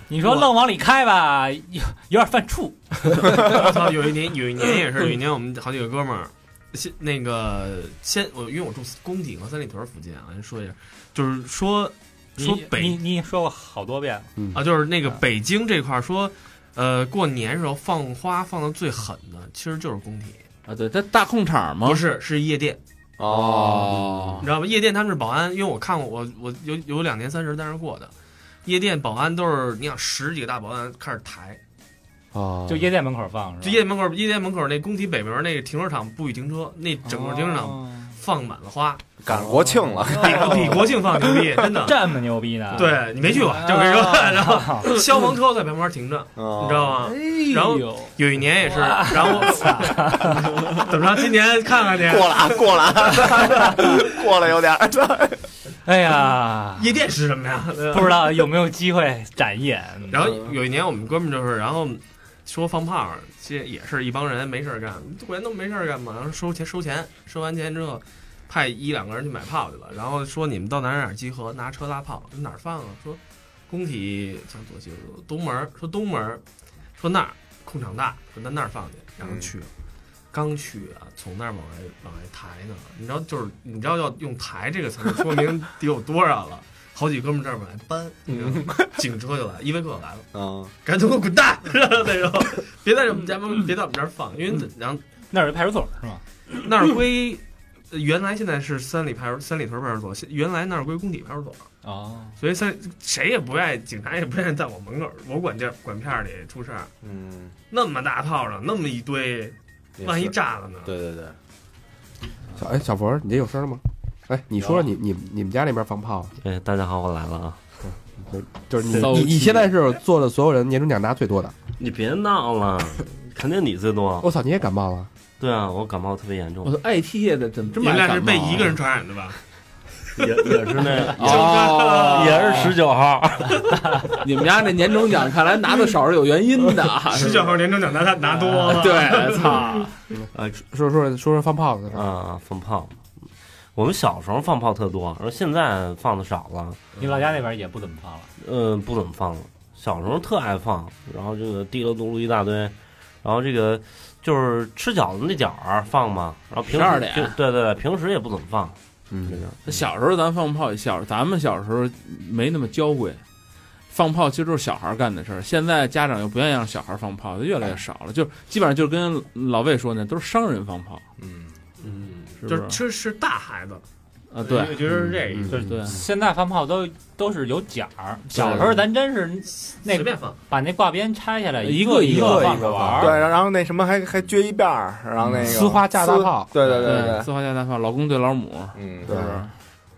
Speaker 5: 你说愣往里开吧， 有有点犯怵。
Speaker 6: 我操，有一年有一年 也是，有一年我们好几个哥们儿，先那个先我因为我住宫颈和三里屯附近啊，先说一下，就是说说
Speaker 5: 你
Speaker 6: 北
Speaker 5: 你你说过好多遍了，
Speaker 6: 啊，就是那个北京这块儿说，呃，过年时候放花放的最狠的，其实就是工体，
Speaker 2: 啊，对，它大空场嘛
Speaker 5: 啊
Speaker 6: 不，是哦是夜店，
Speaker 2: 哦
Speaker 6: 你，知道吗？夜店他们是保安，因为我看过，我我有有两年三十在那儿过的，夜店保安都是你想十几个大保安开始抬，
Speaker 3: 啊，
Speaker 5: 就夜店门口放是吧？
Speaker 6: 就夜店门口夜店门口那工体北门那个停车场不许停车，那整个停车场
Speaker 5: 哦
Speaker 6: 放满了花，
Speaker 4: 赶国庆了，
Speaker 6: 比比国庆放牛逼，真的。
Speaker 5: 这么牛逼呢？
Speaker 6: 对你没去过，
Speaker 5: 啊，
Speaker 6: 这我跟你说，然后
Speaker 5: 后
Speaker 6: 消防车在旁边停着，你
Speaker 4: 哦你
Speaker 6: 知
Speaker 5: 哎
Speaker 6: 道
Speaker 5: 哦
Speaker 6: 吗？然后有一年也是，然后 怎么着？今年看看去
Speaker 4: 过了啊，过了啊， 过了有点儿。
Speaker 5: 哎呀，
Speaker 6: 夜店是什么呀？对吧
Speaker 5: 不知道有没有机会展演。
Speaker 6: 然后有一年我们哥们就是，然后说放炮儿，这也是一帮人没事儿干，过年都没事儿干嘛，然后收钱收钱，收完钱之后派一两个人去买炮去了，然后说你们到哪儿哪儿集合，拿车拉炮，哪儿放啊？说工体向左西右东门儿，说东门儿，说那儿空场大，说那那儿放去，然后去了。刚去啊，从那儿往外往外抬呢，你知道，就是你知道要用“抬”这个词儿，说明得有多少了。好几哥们儿这儿往外搬，你知道吗警车就来，依维柯来了。
Speaker 4: 嗯，
Speaker 6: 赶紧给我滚蛋！那种，别在我们家门，别在我们这儿放，因为然后
Speaker 5: 那儿有派出所是吗？
Speaker 6: 那儿归呃原来现在是三里派出三里屯派出所，现原来那儿归工体派出所，
Speaker 5: 哦，
Speaker 6: 所以三谁也不愿意，警察也不愿意在我门口儿，我管这管片儿里出事儿，
Speaker 4: 嗯，
Speaker 6: 那么大炮仗，那么一堆，
Speaker 4: 也
Speaker 6: 万一
Speaker 4: 是
Speaker 6: 炸了呢？
Speaker 4: 对对对，
Speaker 3: 小哎，小佛，你这有声吗？哎，你说说你你你们家那边放炮，啊
Speaker 8: 哎，大家好，我来了啊！
Speaker 3: 就是你
Speaker 2: 骚
Speaker 3: 你
Speaker 2: 气
Speaker 3: 你现在是做的所有人年终奖拿最多的。
Speaker 8: 你别闹了，肯定你最多。
Speaker 3: 我操，你也感冒了？
Speaker 8: 对啊，我感冒特别严重
Speaker 2: 我，说 IT 业的怎么这
Speaker 6: 你
Speaker 2: 么
Speaker 6: 们
Speaker 2: 爱
Speaker 6: 俩是
Speaker 2: 感冒啊
Speaker 6: 被一个人传染的吧？
Speaker 8: 也也是那，
Speaker 6: 啊
Speaker 2: 哦，
Speaker 8: 也是十九号。
Speaker 2: 你们家这年终奖看来拿的少是有原因的，啊
Speaker 6: 十九号年终奖拿他拿多
Speaker 5: 啊
Speaker 6: 了，
Speaker 2: 对，操，
Speaker 3: 说说说说放炮的事儿。
Speaker 8: 啊，放炮。我们小时候放炮特多，然后现在放的少了，
Speaker 5: 你老家那边也不怎么放了。
Speaker 8: 嗯、不怎么放了。小时候特爱放，然后这个滴了嘟噜一大堆，然后这个就是吃饺子那点儿放嘛，然后平时
Speaker 2: 12点
Speaker 8: 平对对对，平时也不怎么放，这
Speaker 3: 嗯，
Speaker 8: 是
Speaker 2: 小时候咱放炮，小咱们小时候没那么娇贵，放炮其实都是小孩干的事儿。现在家长又不愿意让小孩放炮，就越来越少了，就基本上就跟老魏说呢，都是商人放炮，
Speaker 4: 嗯，
Speaker 2: 是不
Speaker 6: 就是
Speaker 2: 是？
Speaker 6: 吃是大孩子嗯
Speaker 2: 啊，对，
Speaker 6: 我觉得是这意思，
Speaker 5: 就是
Speaker 2: 对
Speaker 5: 现在放炮都都是有奖儿，小时候咱真是那
Speaker 6: 随便放，
Speaker 5: 把那挂鞭拆下来，
Speaker 2: 一
Speaker 5: 个
Speaker 2: 个
Speaker 5: 一
Speaker 2: 一个
Speaker 5: 放着玩
Speaker 4: 对，
Speaker 5: 儿。
Speaker 4: 然后那什么还还撅一半儿，然后那个
Speaker 3: 呲花架大炮
Speaker 4: 呲对对对对，
Speaker 2: 自花家大炮，老公对老母，
Speaker 4: 嗯，
Speaker 2: 是
Speaker 4: 对
Speaker 2: 不是？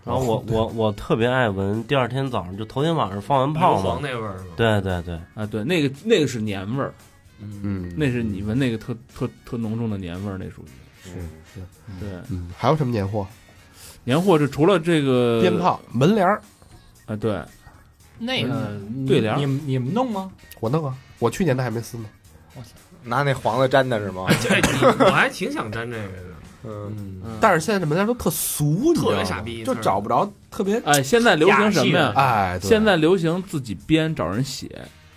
Speaker 8: 然后我我我特别爱闻，第二天早上就头天晚上放完炮
Speaker 6: 硫磺
Speaker 8: 嘛，
Speaker 6: 那味儿是吗？
Speaker 8: 对对对，
Speaker 2: 啊，对，那个那个是年味儿，
Speaker 3: 嗯，
Speaker 2: 那是你闻那个特特特浓重的年味儿，那属于对
Speaker 3: 嗯，还有什么年货？
Speaker 2: 年货。是除了这个
Speaker 3: 鞭炮、门帘儿，
Speaker 2: 啊，对，
Speaker 5: 那个你
Speaker 2: 对联儿
Speaker 5: 你们你们弄吗？
Speaker 3: 我弄啊，我去年的还没撕呢。
Speaker 4: 拿那黄的粘的是吗？
Speaker 6: 哎，你我还挺想沾这个的，
Speaker 4: 嗯，
Speaker 2: 嗯
Speaker 3: 但是现在这门帘儿都特俗，你知道
Speaker 6: 特
Speaker 3: 吗
Speaker 6: 别傻逼，
Speaker 4: 就找不着特别
Speaker 2: 哎，现在流行什么
Speaker 5: 雅
Speaker 2: 呀
Speaker 5: 气？
Speaker 3: 哎，对
Speaker 2: 现在流行自己编，找人写，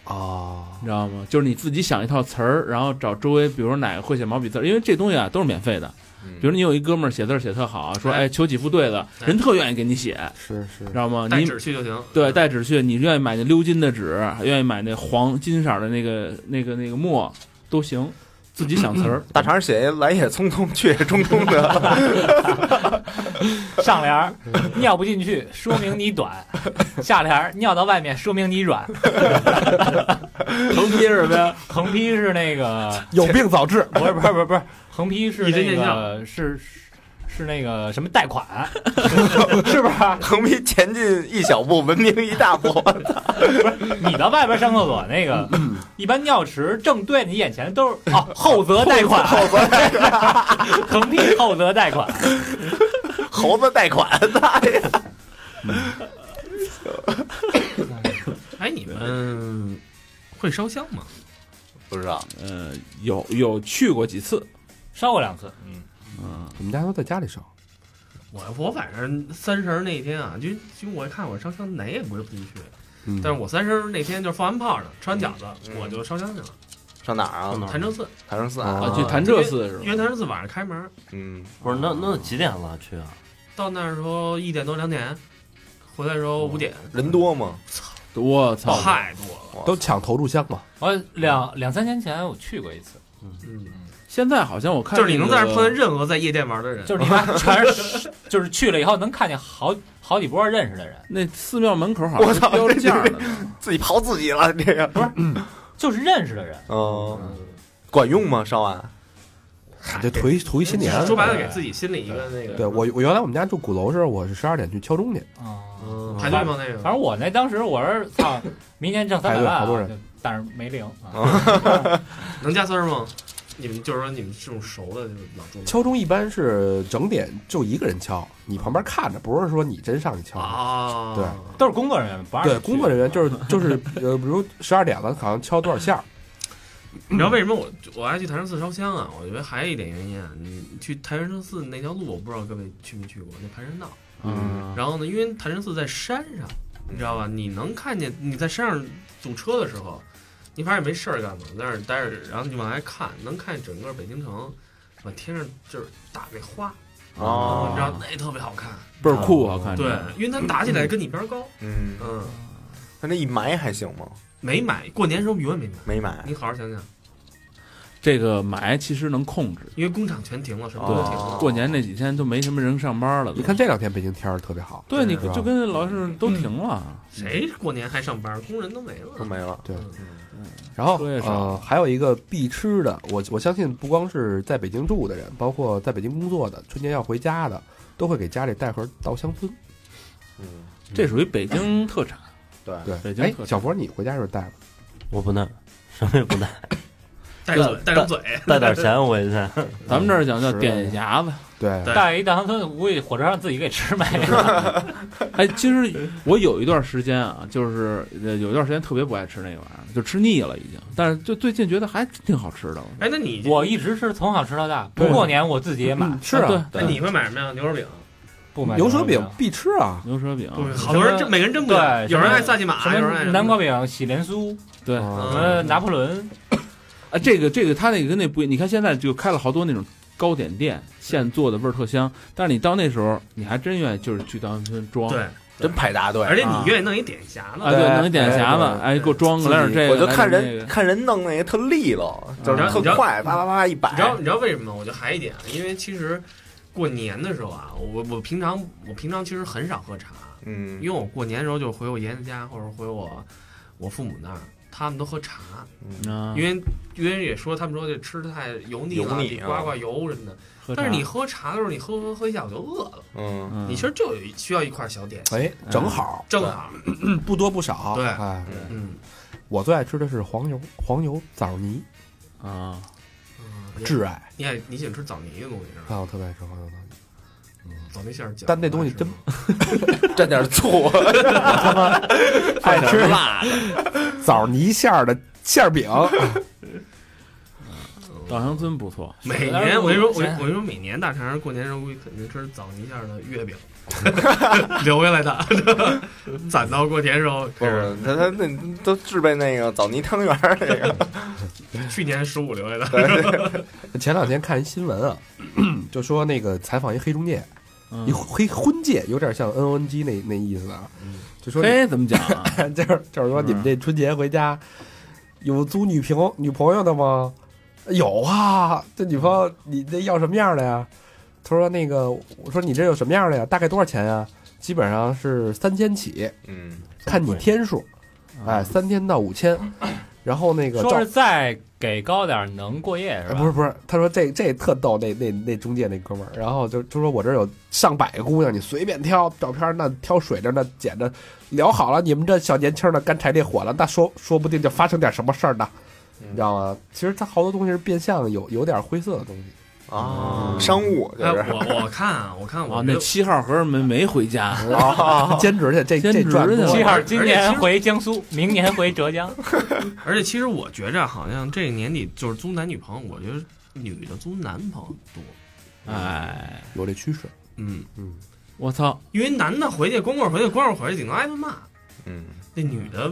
Speaker 3: 啊
Speaker 2: 你，知道吗？就是你自己想一套词儿，然后找周围，比如说哪个会写毛笔字儿，因为这东西啊都是免费的。
Speaker 4: 嗯
Speaker 2: 比如你有一哥们儿写字儿写特好，说
Speaker 6: 哎
Speaker 2: 哎求几副对子，
Speaker 6: 哎
Speaker 2: 人特愿意给你写，
Speaker 3: 是是
Speaker 2: 知，道吗？
Speaker 6: 带
Speaker 2: 你
Speaker 6: 纸去就行。
Speaker 2: 对带纸去，你愿意买那鎏金的纸，愿意买那黄金色儿的那个那个那个墨都行，自己想词儿。
Speaker 4: 大肠写一来也匆匆去也匆匆的，
Speaker 5: 上联儿尿不进去，说明你短；下联儿尿到外面，说明你软。横批是什么呀？横批是那个
Speaker 3: 有病早治。
Speaker 5: 不是不是不是不是，横批是
Speaker 6: 一针
Speaker 5: 那
Speaker 6: 见
Speaker 5: 个是是那个什么贷款， 是不是？
Speaker 4: 横批前进一小步，文明一大步。
Speaker 5: 你到外边上厕所那个，一般尿池正对你眼前都是哦，后则贷款，后则贷款，横批后则贷款。
Speaker 4: 猴子贷款， 大爷，
Speaker 6: 哎，你
Speaker 3: 嗯
Speaker 6: 们会烧香吗？
Speaker 4: 不知道
Speaker 2: 呃，有有去过几次，
Speaker 5: 烧过两次，嗯，
Speaker 2: 嗯，
Speaker 3: 我们家都在家里烧，
Speaker 6: 我我反正三十儿那天啊，就就我看我烧香哪也不会不去，
Speaker 3: 嗯
Speaker 6: 但是我三十那天就放完炮上，吃完饺子，
Speaker 4: 嗯
Speaker 6: 我就烧香去了，
Speaker 4: 上哪儿哦啊？
Speaker 3: 嗯
Speaker 6: 潭柘寺，
Speaker 4: 台上寺
Speaker 2: 啊
Speaker 3: 啊，
Speaker 2: 去潭柘寺是吧？
Speaker 6: 因为潭柘寺晚上开门，
Speaker 4: 嗯，
Speaker 8: 不是那那几点了去啊？
Speaker 6: 到那儿的时候一点多两点，回来的时
Speaker 3: 哦
Speaker 6: 候五点，
Speaker 4: 人多吗？
Speaker 2: 我操！
Speaker 6: 太多了。
Speaker 3: 都抢投炷香嘛，
Speaker 5: 我两两三年前我去过一次，
Speaker 6: 嗯，
Speaker 2: 现在好像我看
Speaker 6: 就是你能在
Speaker 2: 那
Speaker 6: 这
Speaker 2: 个
Speaker 6: 儿碰见任何在夜店玩的 人，
Speaker 5: 就是你妈全是，就是去了以后能看见好好几波认识的人，
Speaker 2: 那寺庙门口好像还标着价呢，
Speaker 4: 自己刨自己了，这个
Speaker 5: 就是认识的人。
Speaker 4: 嗯，管用吗？烧完
Speaker 2: 哎
Speaker 3: 你这图一图一新年。
Speaker 6: 说白了给自己心里一个那个，
Speaker 3: 啊对我，我原来我们家住鼓楼时候，我是十二点去敲钟去，
Speaker 2: 哦
Speaker 5: 嗯，
Speaker 6: 嗯，排队吗？那
Speaker 5: 反
Speaker 6: 个，
Speaker 5: 正我那当时我是操，明年挣三百万
Speaker 3: 排队好多
Speaker 5: 啊，
Speaker 3: 人
Speaker 5: 就但是没零啊。
Speaker 6: 能加丝儿吗？你们就是说你们这种熟的，就是老住
Speaker 3: 敲钟一般是整点就一个人敲，你旁边看着，不是说你真上去敲。
Speaker 6: 啊，
Speaker 3: 对
Speaker 5: 都是工作人员，不让
Speaker 3: 对，
Speaker 5: 你去啊
Speaker 3: 工作人员就是就是呃，比如十二点了，好像敲多少下，
Speaker 6: 你知道为什么我我爱去潭柘寺烧香啊？我觉得还有一点原因啊，你去潭柘寺那条路，我不知道各位去没去过，那盘山道。
Speaker 2: 嗯，
Speaker 6: 然后呢，因为潭柘寺在山上，你知道吧？你能看见你在山上堵车的时候，你反正也没事儿干嘛，在那儿待着，然后你往外看，能看见整个北京城，往天上就是打那花，
Speaker 4: 哦
Speaker 6: 你知道那特别好看。
Speaker 2: 倍儿酷啊，看着
Speaker 6: 啊对，因为它打起来跟你边儿高，
Speaker 4: 嗯，
Speaker 6: 嗯，
Speaker 4: 他那一埋还行吗？
Speaker 6: 没买过年时候永远没买。
Speaker 4: 没埋
Speaker 6: 你好好想想，
Speaker 2: 这个霾其实能控制。
Speaker 6: 因为工厂全停了，什么都停
Speaker 4: 哦
Speaker 6: 了。
Speaker 2: 过年那几天都没什么人上班了，
Speaker 3: 你看这两天北京天儿特别好，
Speaker 2: 对，你
Speaker 3: 是吧
Speaker 2: 就跟老是
Speaker 5: 嗯
Speaker 2: 都停了，
Speaker 6: 谁过年还上班？工人都没了
Speaker 4: 都。没了。
Speaker 3: 然后
Speaker 2: 说也
Speaker 3: 呃，还有一个必吃的，我我相信不光是在北京住的人，包括在北京工作的，春节要回家的，都会给家里带盒稻香村。
Speaker 4: 嗯，
Speaker 2: 这属于北京特产。
Speaker 4: 对
Speaker 3: 对，
Speaker 2: 北京
Speaker 3: 哎
Speaker 2: 特，产
Speaker 3: 小博，你回家时候带吗？
Speaker 8: 我不带，什么也不带，
Speaker 6: 带嘴，带张嘴，
Speaker 8: 带点钱我也带。
Speaker 2: 咱们这儿讲叫
Speaker 3: 是
Speaker 2: 点匣子。
Speaker 3: 对
Speaker 6: 对
Speaker 5: 带一大长村，估计火车上自己给吃没了。
Speaker 2: 哎，其实我有一段时间啊，就是呃有一段时间特别不爱吃那个玩意儿，就吃腻了已经。但是就最近觉得还挺好吃的。
Speaker 6: 哎，那你
Speaker 5: 我一直是从小吃到大，不
Speaker 3: 对
Speaker 5: 过年我自己也买，
Speaker 3: 是
Speaker 2: 啊对
Speaker 3: 啊，
Speaker 6: 那哎你会买什么呀？牛肉饼。
Speaker 5: 不买
Speaker 3: 牛舌饼必吃啊，
Speaker 2: 牛舌饼，
Speaker 6: 对，好多人真每个人真不一样，
Speaker 5: 对
Speaker 6: 有人爱萨琪玛，
Speaker 5: 什
Speaker 6: 有人爱
Speaker 5: 么南瓜饼、喜莲酥，
Speaker 2: 对啊，
Speaker 5: 什
Speaker 3: 啊
Speaker 5: 么拿破仑，
Speaker 2: 这个这个它那个跟那不一，你看现在就开了好多那种糕点店，现做的味儿特香。但是你到那时候，你还真愿意就是去稻香村装，
Speaker 6: 对，
Speaker 4: 真排大队。
Speaker 6: 而且
Speaker 2: 啊
Speaker 6: 你愿意弄一点匣
Speaker 2: 啊，
Speaker 6: 子，
Speaker 2: 对，
Speaker 4: 对
Speaker 2: 弄一点匣
Speaker 4: 对
Speaker 2: 子
Speaker 4: 对，
Speaker 2: 哎，给我装个，来点这个，
Speaker 4: 我就看
Speaker 2: 来点
Speaker 4: 人
Speaker 2: 那个
Speaker 4: 看人弄那个嗯特利落，就是
Speaker 6: 你知道
Speaker 4: 特
Speaker 6: 你知道
Speaker 4: 快，啪啪啪啪一摆
Speaker 6: 你知。道你知道为什么吗？我觉得还一点啊，因为其实过年的时候啊，我我平常我平常其实很少喝茶，因
Speaker 4: 嗯
Speaker 6: 为我过年的时候就回我爷爷家或者回我我父母那儿，他们都喝茶，
Speaker 2: 啊
Speaker 6: 因为因为也说他们说这吃的太油腻了，
Speaker 4: 油腻
Speaker 6: 得
Speaker 4: 啊
Speaker 6: 刮刮油什么的。
Speaker 2: 喝
Speaker 6: 但是
Speaker 2: 茶
Speaker 6: 你喝茶的时候，你喝喝喝一下午就饿了，
Speaker 4: 嗯
Speaker 2: 嗯
Speaker 6: 你其实就有一需要一块小点心，
Speaker 3: 哎，正好
Speaker 6: 正好，
Speaker 2: 嗯
Speaker 3: 不多不少。
Speaker 6: 对
Speaker 3: 哎，
Speaker 6: 嗯，
Speaker 3: 我最爱吃的是黄油黄油枣泥，
Speaker 2: 啊，
Speaker 6: 嗯
Speaker 3: 挚爱
Speaker 6: 你爱你喜欢吃枣泥的东西是吧？
Speaker 3: 啊，我特别爱吃黄油枣泥。
Speaker 6: 枣泥馅儿饺子，
Speaker 3: 但那东西真
Speaker 6: 是吗
Speaker 4: 蘸点 醋，哎
Speaker 3: 爱吃辣的枣泥馅儿的馅儿饼，
Speaker 2: 稻香村不错，
Speaker 6: 每年我跟你说，我跟我跟你说，每年大肠过年时候估计肯定吃枣泥馅儿的月饼， 留下来的， 攒到过年时候
Speaker 4: 不
Speaker 6: 开始。
Speaker 4: 是他他那都制备那个枣泥汤圆儿那个。
Speaker 6: 去年十五留下的，
Speaker 3: 前两天看一新闻啊， 就说那个采访一黑中介，
Speaker 2: 嗯
Speaker 3: 一黑婚介有点像 N O N G 那那意思啊，
Speaker 2: 嗯
Speaker 3: 就说
Speaker 2: 嘿，怎么讲啊？
Speaker 3: 你就是就是说你们这春节回家有租女朋友女朋友的吗？有啊，这女朋友你这要什么样的呀？他说那个我说你这有什么样的呀？大概多少钱呀？基本上是三千起，
Speaker 4: 嗯，
Speaker 3: 看你天数，哎，三千到五千，然后那个照
Speaker 5: 说是再给高点儿能过夜是
Speaker 3: 哎，
Speaker 5: 吧？
Speaker 3: 不是不是，他说这这特逗，那那那中介那哥们儿，然后就就说我这儿有上百个姑娘，你随便挑，照片儿那挑水着那捡着，聊好了，你们这小年轻的干柴烈火了，那说说不定就发生点什么事儿呢，
Speaker 2: 嗯
Speaker 3: 你知道吗？其实他好多东西是变相有有点灰色的东西，
Speaker 4: 啊，商务就
Speaker 6: 哎，
Speaker 4: 是
Speaker 6: 我我看啊，我看
Speaker 2: 啊
Speaker 6: 我，
Speaker 2: 那
Speaker 6: 觉得
Speaker 2: 七号盒没没回 家，
Speaker 4: 啊，
Speaker 3: 兼职去，这
Speaker 2: 哦兼
Speaker 3: 这
Speaker 2: 职
Speaker 3: 赚
Speaker 2: 去
Speaker 3: 多
Speaker 5: 七
Speaker 3: 了
Speaker 5: 号今年回江苏，明年回浙江，
Speaker 6: 而且其实我觉着好像这个年底就是租男女朋友，我觉得女的租男朋友多，
Speaker 2: 哎，
Speaker 3: 有这趋势，
Speaker 6: 嗯，
Speaker 3: 嗯，
Speaker 2: 我操，
Speaker 6: 因为男的回去光棍儿回去光棍儿回去，顶多挨顿骂。
Speaker 4: 嗯，
Speaker 6: 那女的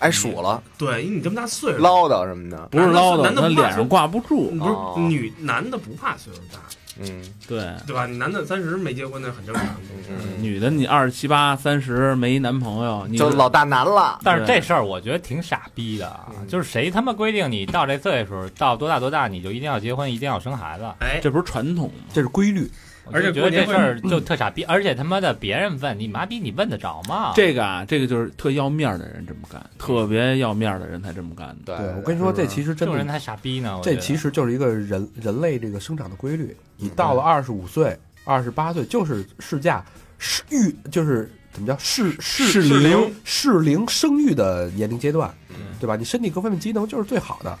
Speaker 4: 挨哎数了，
Speaker 6: 对，因为你这么大岁数，
Speaker 4: 唠叨什么的，
Speaker 2: 不是唠叨，
Speaker 6: 男的
Speaker 2: 他
Speaker 6: 不怕嗯
Speaker 2: 脸上挂不住。
Speaker 6: 不
Speaker 4: 哦
Speaker 6: 是女男的不怕岁数大，
Speaker 4: 嗯
Speaker 2: 对，
Speaker 6: 对吧？你男的三十没结婚那很正常，
Speaker 4: 嗯，
Speaker 2: 女的你二十七八、三十没男朋友，你
Speaker 4: 就老大难了，
Speaker 5: 但是这事儿我觉得挺傻逼的啊，
Speaker 4: 嗯
Speaker 5: 就是谁他妈规定你到这岁数，到多大多大你就一定要结婚，一定要生孩子？
Speaker 6: 哎，
Speaker 2: 这不是传统吗？
Speaker 3: 这是规律。
Speaker 5: 我就
Speaker 6: 而且
Speaker 5: 觉得
Speaker 6: 过年
Speaker 5: 这事儿就特傻逼，而且他妈的别人问你妈逼，你问得着吗？
Speaker 2: 这个啊，这个就是特要面儿的人这么干，
Speaker 6: 嗯
Speaker 2: 特别要面儿的人才这么干的。
Speaker 4: 对
Speaker 3: 对，我跟你说，这其实
Speaker 5: 这
Speaker 3: 真
Speaker 5: 种人
Speaker 3: 的，
Speaker 5: 才傻逼呢！我觉
Speaker 3: 这
Speaker 5: 得
Speaker 3: 其实就是一个人人类这个生长的规律。你到了二十五岁、二十八岁，就是试驾适育，就是怎么叫适适
Speaker 2: 适龄
Speaker 3: 适龄生育的年龄阶段
Speaker 4: 嗯，
Speaker 3: 对吧？你身体各方面机能就是最好的。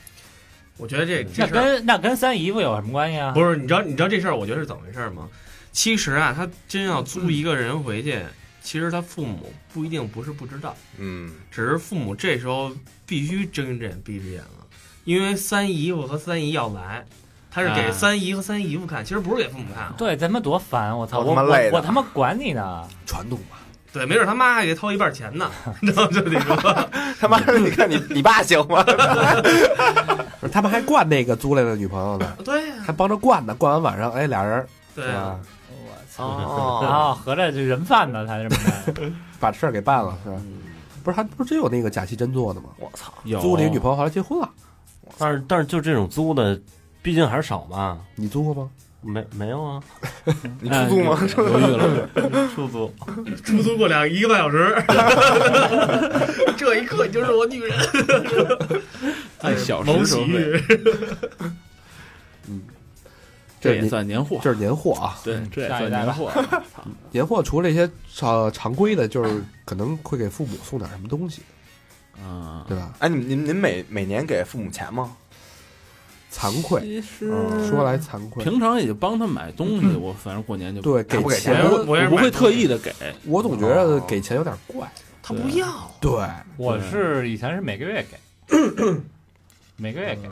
Speaker 6: 我觉得这
Speaker 5: 那
Speaker 6: 这事儿啊
Speaker 5: 跟那跟三姨夫有什么关系啊？
Speaker 6: 不是，你知道你知道这事儿我觉得是怎么回事吗？其实啊，他真要租一个人回去，其实他父母不一定不是不知道，
Speaker 4: 嗯
Speaker 6: 只是父母这时候必须睁一只眼闭一只眼了，因为三姨夫和三姨要来，他是
Speaker 2: 哎
Speaker 6: 给三姨和三姨夫看，其实不是给父母看。啊
Speaker 5: 对，他妈多烦！我操，
Speaker 4: 我
Speaker 5: 我
Speaker 4: 他妈累
Speaker 5: 我
Speaker 4: 的
Speaker 5: 我他妈管你呢！
Speaker 3: 传统嘛，
Speaker 6: 对，没准他妈还给掏一半钱 呢，然后就得说，
Speaker 4: 他妈的，你看你你爸行吗？
Speaker 3: 他们还惯那个租来的女朋友呢，
Speaker 6: 对啊呀，
Speaker 3: 还帮着惯呢。惯完晚上，哎，俩人
Speaker 6: 对啊
Speaker 3: 是吧
Speaker 6: 呀，
Speaker 5: 我操，
Speaker 7: 啊
Speaker 5: 然
Speaker 4: 哦，
Speaker 5: 后合着就人贩子才这么干。
Speaker 3: 把事儿给办了，是吧？不是，他不是真有那个假戏真做的吗？
Speaker 4: 我操，
Speaker 2: 有
Speaker 3: 租了一个女朋友，后来结婚了，
Speaker 8: 但是但是就这种租的，毕竟还是少吧？
Speaker 3: 你租过吗？
Speaker 8: 没没有啊？
Speaker 4: 你
Speaker 2: 哎
Speaker 4: 出租吗？
Speaker 2: 友，犹豫了，
Speaker 8: 出租
Speaker 6: 出租过两一个半小时， 这一刻你就是我女人。
Speaker 2: 按小时
Speaker 6: 某
Speaker 2: 收
Speaker 6: 洗
Speaker 2: 费，
Speaker 6: 浴，
Speaker 2: 这
Speaker 3: 是
Speaker 2: 也
Speaker 3: 年
Speaker 2: 算年货。
Speaker 3: 这是年货啊！
Speaker 2: 对，这也
Speaker 5: 下
Speaker 2: 算
Speaker 5: 一代
Speaker 2: 年
Speaker 5: 吧
Speaker 2: 货。
Speaker 3: 年货除了一些常常规的，就是可能会给父母送点什么东西，
Speaker 2: 嗯，
Speaker 3: 对吧？
Speaker 4: 哎，你们您您每每年给父母钱吗？
Speaker 3: 惭愧，
Speaker 2: 其实
Speaker 4: 嗯
Speaker 3: 说来惭愧，
Speaker 2: 平常也就帮他买东西，我反正过年就
Speaker 3: 对
Speaker 4: 他
Speaker 3: 给
Speaker 4: 不给
Speaker 3: 钱
Speaker 4: 钱，
Speaker 5: 啊
Speaker 2: 我
Speaker 6: 我也
Speaker 2: 我
Speaker 6: 是
Speaker 2: 不会
Speaker 6: 买东西
Speaker 2: 特意的给，
Speaker 3: 我总觉得给钱有点怪。
Speaker 6: 他不要。
Speaker 3: 对，
Speaker 5: 我是以前是每个月给，每个月给，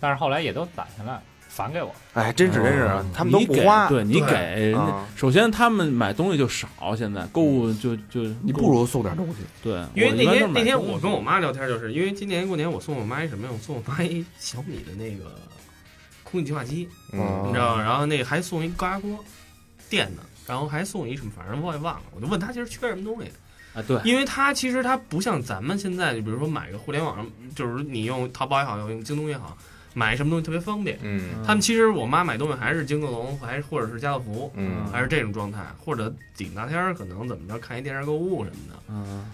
Speaker 5: 但是后来也都攒下来了，返给我。
Speaker 4: 哎，真是真是
Speaker 2: 嗯，
Speaker 4: 他们都
Speaker 2: 你
Speaker 4: 不
Speaker 2: 给
Speaker 4: 花，
Speaker 2: 对你
Speaker 6: 对
Speaker 2: 给，
Speaker 4: 嗯
Speaker 2: 首先他们买东西就少，现在购物就就
Speaker 3: 你不如送点东西。
Speaker 2: 对，
Speaker 6: 因为
Speaker 2: 我一
Speaker 6: 那
Speaker 2: 般都
Speaker 6: 天
Speaker 2: 是买
Speaker 6: 那天
Speaker 2: 东西
Speaker 6: 我跟我妈聊天，就是因为今年过年我送我妈一什么呀？我送我妈一小米的那个 空气净化机，
Speaker 4: 嗯
Speaker 6: 你知
Speaker 2: 哦
Speaker 6: 道吗？然后那个还送一高压锅，电的，然后还送一什么，反正我也忘了。我就问她其实缺什么东西，
Speaker 2: 啊，对，
Speaker 6: 因为她其实她不像咱们现在，就比如说买个互联网上，就是你用淘宝也好，用京东也好，买什么东西特别方便。
Speaker 4: 嗯
Speaker 6: 他们其实我妈买东西还是京客隆，还是或者是家乐福，
Speaker 4: 嗯
Speaker 6: 还是这种状态，或者顶大天儿可能怎么着看一电视购物什么的。
Speaker 2: 嗯，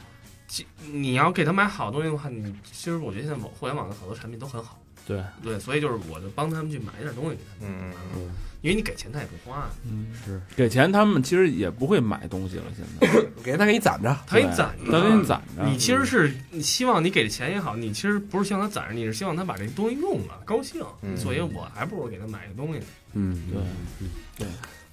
Speaker 6: 其你要给他买好东西的话，你其实我觉得现在网互联网的好多产品都很好，
Speaker 2: 对，
Speaker 6: 对，所以就是我就帮他们去买点东西给他们，啊
Speaker 4: 嗯
Speaker 6: 因为你给钱他也不花，
Speaker 2: 嗯，是给钱，他们其实也不会买东西了，现在
Speaker 3: 给他给你攒着，
Speaker 6: 他给你攒着，
Speaker 2: 他给你。攒着，
Speaker 6: 你其实
Speaker 8: 嗯
Speaker 6: 是你希望你给的钱也好，你其实不是希望他攒着，你是希望他把这东西用了，高兴。
Speaker 4: 嗯
Speaker 6: 所以我还不如给他买个东西呢。
Speaker 3: 嗯
Speaker 2: 对，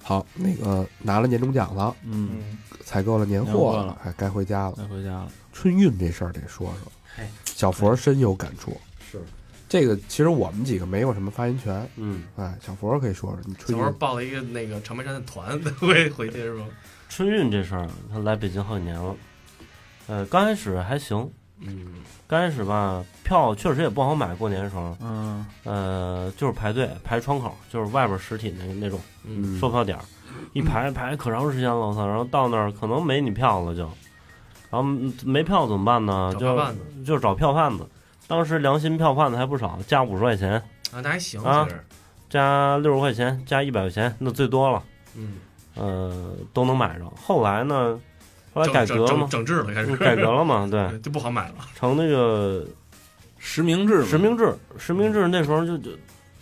Speaker 3: 好，那个拿了年终奖了，
Speaker 2: 嗯，
Speaker 4: 嗯，
Speaker 3: 采购了年
Speaker 2: 年
Speaker 3: 货
Speaker 2: 货了
Speaker 3: 哎，该回家了。
Speaker 2: 该回家了，
Speaker 3: 春运这事儿得说说
Speaker 8: 哎，
Speaker 3: 小佛深有感触。
Speaker 8: 是
Speaker 3: 这个，其实我们几个没有什么发言权。
Speaker 8: 嗯，
Speaker 3: 哎，小佛可以说说你
Speaker 6: 小
Speaker 3: 春
Speaker 6: 时候
Speaker 3: 运。
Speaker 6: 报了一个那个长白山的团， 回回去是吧？
Speaker 8: 春运这事儿，他来北京好几年了。呃，刚开始还行，
Speaker 6: 嗯，
Speaker 8: 刚开始吧，票确实也不好买，过年的时候，
Speaker 2: 嗯，
Speaker 8: 呃，就是排队排窗口，就是外边实体那那种
Speaker 6: 嗯
Speaker 8: 售票点儿，一排排可长时间了，我操！然后到那儿可能没你票了就，然后没票怎么办呢？
Speaker 6: 找
Speaker 8: 啊就
Speaker 6: 票贩子
Speaker 8: 就找票贩子，当时良心票贩子还不少，加五十块钱，
Speaker 6: 啊，那还行，
Speaker 8: 啊
Speaker 6: 其实，
Speaker 8: 加六十块钱，加一百块钱，那最多了，
Speaker 6: 嗯，
Speaker 8: 呃，都能买着。后来呢，后来
Speaker 6: 整
Speaker 8: 改
Speaker 6: 整
Speaker 8: 革
Speaker 6: 整
Speaker 8: 嘛，
Speaker 6: 整治了开始，
Speaker 8: 改革了嘛，对，
Speaker 6: 对 就不好买了。
Speaker 8: 成那个
Speaker 2: 实名制嘛，
Speaker 8: 实名制，实名制那时候就就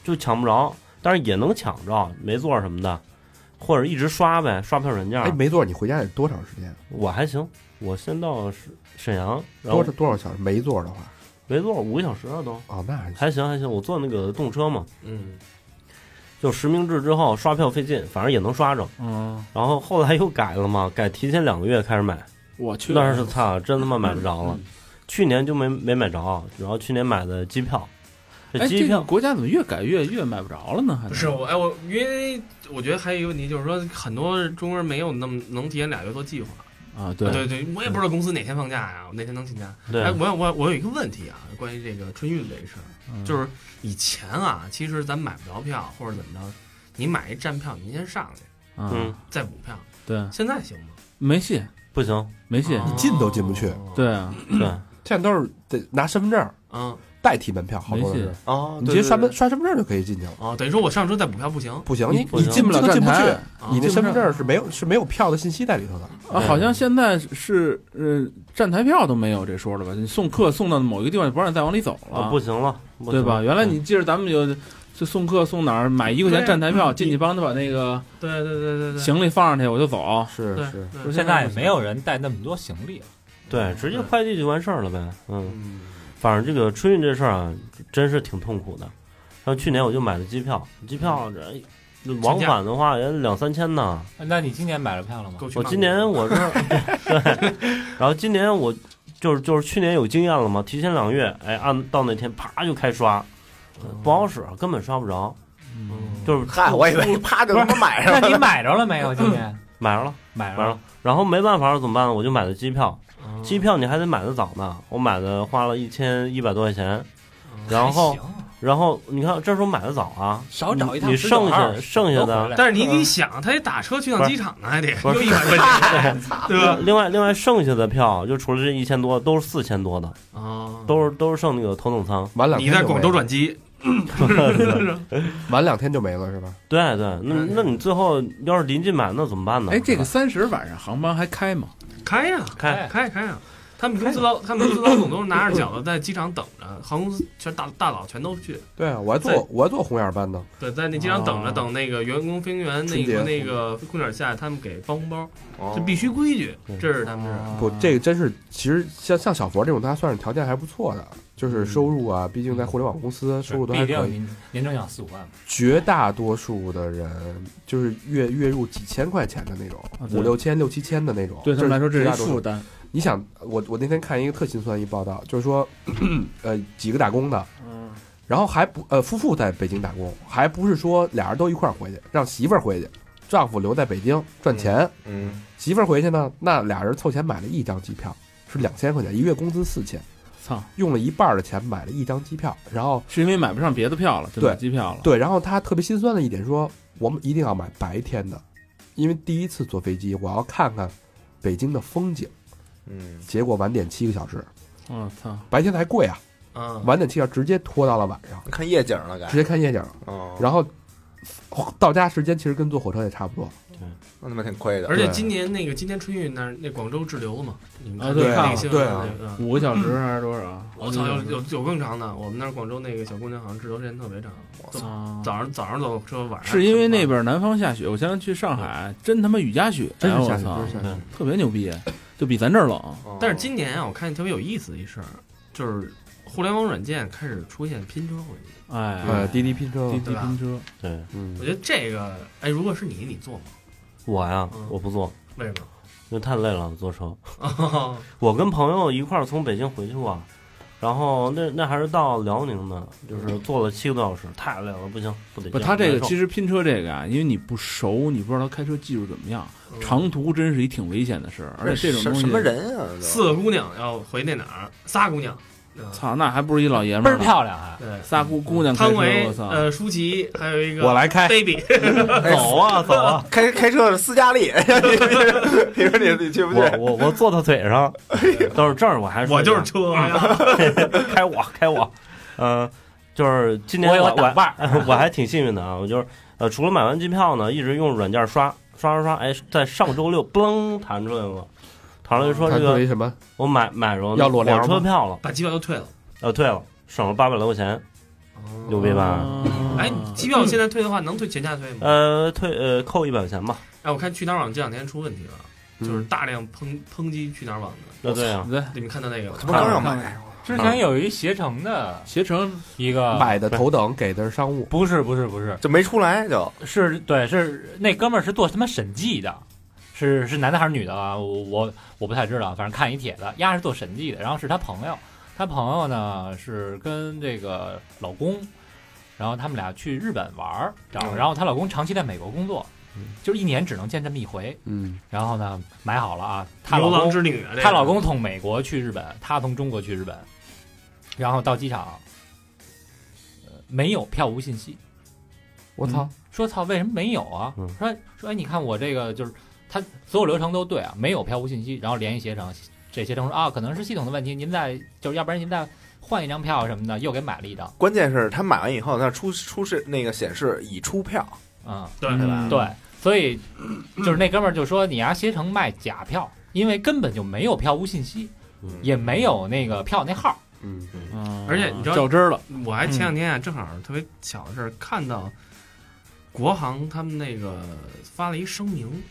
Speaker 8: 就抢不着，但是也能抢着，没座什么的，或者一直刷呗，刷票软件儿。
Speaker 3: 哎，没座，你回家得多长时间？
Speaker 8: 我还行，我先到沈沈阳，然
Speaker 3: 多
Speaker 8: 后
Speaker 3: 少多少小时？没座的话，
Speaker 8: 没座五个小时啊了都，
Speaker 3: 哦，那还行。
Speaker 8: 还行还行。我坐那个动车嘛，
Speaker 6: 嗯，
Speaker 8: 就实名制之后刷票费劲，反正也能刷着。
Speaker 2: 嗯，
Speaker 8: 然后后来又改了嘛，改提前两个月开始买，
Speaker 2: 我去，
Speaker 8: 那是操，真他妈买不着
Speaker 2: 嗯
Speaker 8: 了。去年就没没买着，然后去年买的机票，
Speaker 2: 哎，
Speaker 8: 机
Speaker 2: 这个
Speaker 8: 票
Speaker 2: 国家怎么越改越越买不着了呢？还
Speaker 6: 不是我，哎，我因为我觉得还有一个问题，就是说很多中国人没有那么能提前俩月做计划，
Speaker 2: 啊，
Speaker 6: 对
Speaker 2: 对，
Speaker 6: 对，我也不知道公司哪天放假呀，我哪天能请假。
Speaker 8: 对
Speaker 6: 哎，我有我有我有一个问题啊，关于这个春运这个事儿，就是以前啊，其实咱买不着票或者怎么着，你买一站票，你先上去
Speaker 2: 嗯
Speaker 8: 嗯，
Speaker 6: 再补票，
Speaker 2: 对，
Speaker 6: 现在行吗？
Speaker 2: 没戏，
Speaker 8: 不行，
Speaker 2: 没戏，
Speaker 6: 哦
Speaker 3: 进都进不去。
Speaker 2: 对啊，
Speaker 8: 对，
Speaker 3: 现在都是得拿身份证
Speaker 6: 嗯，
Speaker 3: 代替门票，好多
Speaker 2: 没
Speaker 3: 都
Speaker 2: 戏
Speaker 3: 是，
Speaker 4: 哦，
Speaker 3: 你直接刷
Speaker 4: 对
Speaker 3: 门刷身份证就可以进去了。
Speaker 6: 哦，等于说我上车再补票不行。
Speaker 3: 不行，你
Speaker 8: 不
Speaker 3: 你
Speaker 8: 行
Speaker 3: 进
Speaker 2: 不
Speaker 3: 不
Speaker 2: 了
Speaker 3: 了
Speaker 2: 站
Speaker 3: 进不去
Speaker 2: 台，
Speaker 6: 啊
Speaker 3: 你那身份
Speaker 2: 进不
Speaker 3: 证是没有是没有票的信息在里头的。
Speaker 2: 啊，好像现在是呃站台票都没有这说了吧？你送客送到某一个地方，就不让你再往里走
Speaker 8: 啊
Speaker 2: 了，
Speaker 8: 不行了，不
Speaker 2: 对
Speaker 8: 行嗯
Speaker 2: 吧？
Speaker 8: 了
Speaker 2: 原来你记着咱们有就送客送哪儿买一块钱
Speaker 6: 对
Speaker 2: 站台票，进去帮他把那个
Speaker 6: 对对对对对，
Speaker 2: 行李放上去，我就走。
Speaker 3: 是
Speaker 6: 对
Speaker 3: 是，
Speaker 6: 对
Speaker 2: 不是
Speaker 5: 现在也没有人带那么多行李了。
Speaker 8: 对，直接快递就完事儿了呗。嗯，
Speaker 6: 嗯
Speaker 8: 反正这个春运这事儿啊，真是挺痛苦的。然后去年我就买了机票，机票这哎往返的话也两三千呢。
Speaker 5: 那你今年买了票了吗？
Speaker 6: 够去
Speaker 8: 我
Speaker 6: 曼谷
Speaker 8: 哦今年 我是对，然后今年我就是就是去年有经验了嘛，提前两个月，哎，按到那天啪就开刷，呃不好使，啊根本刷不着。
Speaker 6: 嗯
Speaker 8: 就是
Speaker 4: 嗨，我以为啪就他妈买上
Speaker 5: 那
Speaker 4: 了，
Speaker 5: 你买着了没有？今年
Speaker 8: 买着了，
Speaker 5: 买
Speaker 8: 买
Speaker 5: 着
Speaker 8: 着了。然后没办法了怎么办呢？我就买的机票，
Speaker 6: 嗯
Speaker 8: 机票你还得买的早呢，我买的花了一千一百多块钱，
Speaker 6: 嗯
Speaker 8: 然后
Speaker 5: 还行
Speaker 8: 然后你看，这时候买的早啊，
Speaker 5: 少找一趟
Speaker 8: 你你
Speaker 5: 十九
Speaker 8: 剩下
Speaker 5: 二
Speaker 8: 剩下
Speaker 5: 都回
Speaker 8: 的，
Speaker 5: 来
Speaker 6: 但是你得想，他得打车去趟机场呢，还得
Speaker 8: 不是
Speaker 6: 又一百块钱，对啊吧？
Speaker 8: 另外另外剩下的票，就除了这一千多，都是四千多的，
Speaker 6: 啊，
Speaker 8: 都是都是剩那个头等舱。
Speaker 3: 晚两
Speaker 6: 你
Speaker 3: 天
Speaker 6: 在
Speaker 3: 就
Speaker 6: 广
Speaker 3: 没
Speaker 6: 州
Speaker 3: 了
Speaker 6: 转机，
Speaker 3: 晚两天就没了是吧？
Speaker 8: 对对，那那你最后要是临近买，那怎么办
Speaker 2: 嗯
Speaker 8: 呢？
Speaker 2: 哎，这个三十晚上航班还开吗？
Speaker 6: 开呀
Speaker 5: 哎
Speaker 8: 开
Speaker 6: 开开呀！他们公司老他们公司老总都是拿着饺子在机场等着，航空公司全大大佬全都去，
Speaker 3: 对啊，我还
Speaker 6: 对
Speaker 3: 坐我还坐红眼班呢。
Speaker 6: 对，在那机场等着，等那个员工飞行员那
Speaker 3: 春节
Speaker 6: 个那个空姐下来，他们给发红包，
Speaker 4: 哦
Speaker 6: 这必须规矩，
Speaker 8: 对
Speaker 6: 这是他们这
Speaker 3: 不，这个真是，其实像像小佛这种，他算是条件还不错的，就是收入啊，毕竟在互联网公司收入都
Speaker 5: 必
Speaker 3: 还
Speaker 5: 定
Speaker 3: 可以。
Speaker 5: 年年终奖四五万嘛。
Speaker 3: 绝大多数的人就是月月入几千块钱的那种
Speaker 2: 啊，对
Speaker 3: 五六千、六七千的那种。
Speaker 2: 对他们来说这
Speaker 3: 绝
Speaker 2: 是一
Speaker 3: 大多数
Speaker 2: 负担。
Speaker 3: 你想，我我那天看一个特心酸一报道，就是说， 呃，几个打工的，
Speaker 2: 嗯，
Speaker 3: 然后还不呃夫妇在北京打工，还不是说俩人都一块儿回去，让媳妇儿回去，丈夫留在北京赚钱，
Speaker 4: 嗯，
Speaker 3: 媳妇儿回去呢，那俩人凑钱买了一张机票，是两千块钱，一月工资四千，
Speaker 2: 操，
Speaker 3: 用了一半儿的钱买了一张机票，然后
Speaker 2: 是因为买不上别的票了，就买
Speaker 3: 对
Speaker 2: 机票了。
Speaker 3: 对，然后他特别心酸的一点说，我们一定要买白天的，因为第一次坐飞机，我要看看北京的风景。
Speaker 4: 嗯，
Speaker 3: 结果晚点七个小时，
Speaker 2: 我操，
Speaker 3: 白天的还贵啊，
Speaker 6: 个啊，
Speaker 3: 晚点七个小时直接拖到了晚上，
Speaker 4: 看夜景了，该
Speaker 3: 直接看夜景了，
Speaker 4: 哦，
Speaker 3: 然后到家时间其实跟坐火车也差不多。
Speaker 4: 那他妈挺亏的，
Speaker 6: 而且今年那个今年春运那儿那广州滞留了嘛，你们
Speaker 2: 啊
Speaker 6: 看
Speaker 2: 对
Speaker 6: 那
Speaker 2: 看
Speaker 6: 个
Speaker 2: 了
Speaker 6: 新
Speaker 3: 对
Speaker 6: 闻
Speaker 3: 啊
Speaker 6: 那个
Speaker 2: 五个小时还是多少？
Speaker 6: 嗯我操，有有有更长的，我们那儿广州那个小姑娘好像滞留时间特别长，
Speaker 2: 啊
Speaker 6: 早上早上走车，晚上
Speaker 2: 是因为那
Speaker 6: 上
Speaker 2: 边南方下雪，我前两天去上海，真他妈雨夹雪，
Speaker 3: 真
Speaker 2: 哎
Speaker 3: 是
Speaker 2: 我
Speaker 3: 下雪，
Speaker 2: 操
Speaker 3: 真是下雪。
Speaker 2: 特别牛逼，就比咱这儿冷。
Speaker 4: 哦，
Speaker 6: 班。但是今年啊，我看特别有意思的一事儿，就是互联网软件开始出现拼车环节。
Speaker 2: 哎，
Speaker 3: 呃，滴滴拼车，
Speaker 2: 滴滴
Speaker 6: 对吧
Speaker 2: 拼车，
Speaker 8: 对
Speaker 3: 嗯
Speaker 6: 我，觉得这个，哎，如果是你，你做吗？
Speaker 8: 我呀
Speaker 6: 嗯，
Speaker 8: 我不坐，
Speaker 6: 为什么？
Speaker 8: 因为太累了，坐车。
Speaker 6: 哦，
Speaker 8: 我跟朋友一块儿从北京回去过，然后那那还是到辽宁呢，就是坐了七个多小时，太累了，不行，不得
Speaker 2: 嗯
Speaker 8: 劲。
Speaker 2: 不，他这个其
Speaker 8: 实
Speaker 2: 实拼车这个啊，因为你不熟，你不知道他开车技术怎么样，
Speaker 6: 嗯
Speaker 2: 长途真是一挺危险的事儿，而且这种
Speaker 4: 什
Speaker 2: 东西
Speaker 4: 什么，人啊？
Speaker 6: 四个姑娘要回那哪儿，仨姑娘，对吧
Speaker 2: 操，那还不是一老爷们
Speaker 5: 倍
Speaker 2: 儿
Speaker 5: 儿
Speaker 2: 呢，
Speaker 5: 漂亮还。
Speaker 6: 对，
Speaker 2: 仨姑姑娘开
Speaker 6: 汤
Speaker 2: 车，
Speaker 6: 唯
Speaker 2: 我、操，
Speaker 6: 呃，舒淇，还有一个
Speaker 3: 我来开，
Speaker 6: baby，
Speaker 8: 走啊 走啊，
Speaker 4: 开开车是斯嘉丽， 你说你你去不去？
Speaker 8: 我我我坐他腿上，
Speaker 2: 哎
Speaker 8: 到是这儿我还
Speaker 6: 我就是车，
Speaker 8: 说
Speaker 6: 哎
Speaker 8: 开我开我，呃，就是今年
Speaker 5: 我有
Speaker 8: 我
Speaker 5: 打
Speaker 8: 我我还挺幸运的啊，我就是呃，除了买完机票呢，一直用软件刷刷刷刷，哎，在上周六嘣弹出来了，弹出来说
Speaker 3: 他
Speaker 8: 这
Speaker 3: 作
Speaker 8: 个
Speaker 3: 为什么？
Speaker 8: 我买买着
Speaker 3: 啊要裸聊
Speaker 8: 火车
Speaker 3: 吗
Speaker 8: 票了，
Speaker 6: 把机票都退了。
Speaker 8: 呃，退了，省了八百来块钱，牛逼吧？
Speaker 2: 啊
Speaker 6: 哎，你机票现在退的话，能退全价退吗？
Speaker 8: 呃，退呃扣一百块钱吧，
Speaker 6: 嗯
Speaker 8: 嗯
Speaker 6: 哎，我看去哪儿网这两天出问题了，就是大量抨抨击去哪儿网的，
Speaker 8: 那对啊，
Speaker 2: 对，
Speaker 6: 你们看到那个吗？
Speaker 4: 不刚要买
Speaker 5: 之前有一携程的
Speaker 2: 携程
Speaker 5: 一个，
Speaker 3: 买的头等，给的是商务。
Speaker 5: 不是不是不是，
Speaker 4: 就没出来就是
Speaker 5: 对是那哥们儿是做他妈审计的，是是男的还是女的啊？我我我不太知道，反正看一帖子，丫是做审计的，然后是他朋友，他朋友呢是跟这个老公，然后他们俩去日本玩儿，然后然后她老公长期在美国工作，就是一年只能见这么一回。
Speaker 3: 嗯，
Speaker 5: 然后呢，买好了啊，她老
Speaker 6: 牛郎
Speaker 5: 公
Speaker 6: 织女啊，这
Speaker 5: 她
Speaker 6: 个
Speaker 5: 老公从美国去日本，她从中国去日本，然后到机场，呃，没有票务信息。嗯
Speaker 3: 我操，
Speaker 5: 说操，为什么没有啊？
Speaker 8: 嗯
Speaker 5: 说说，哎，你看我这个就是他所有流程都对啊，没有票务信息，然后联系携程，这携程说啊，可能是系统的问题，您再就是要不然您再换一张票什么的，又给买了一张，
Speaker 4: 关键是他买完以后，那出出示那个显示已出票，
Speaker 5: 嗯，
Speaker 6: 对
Speaker 4: 对吧？
Speaker 5: 对，所以就是那哥们儿就说你啊，携程卖假票，因为根本就没有票务信息，也没有那个票那号，
Speaker 3: 嗯，
Speaker 2: 嗯
Speaker 6: 而且你知道
Speaker 2: 较真儿了，
Speaker 6: 我还前两天啊，正好特别巧的事儿，看到国航他们那个发了一声明，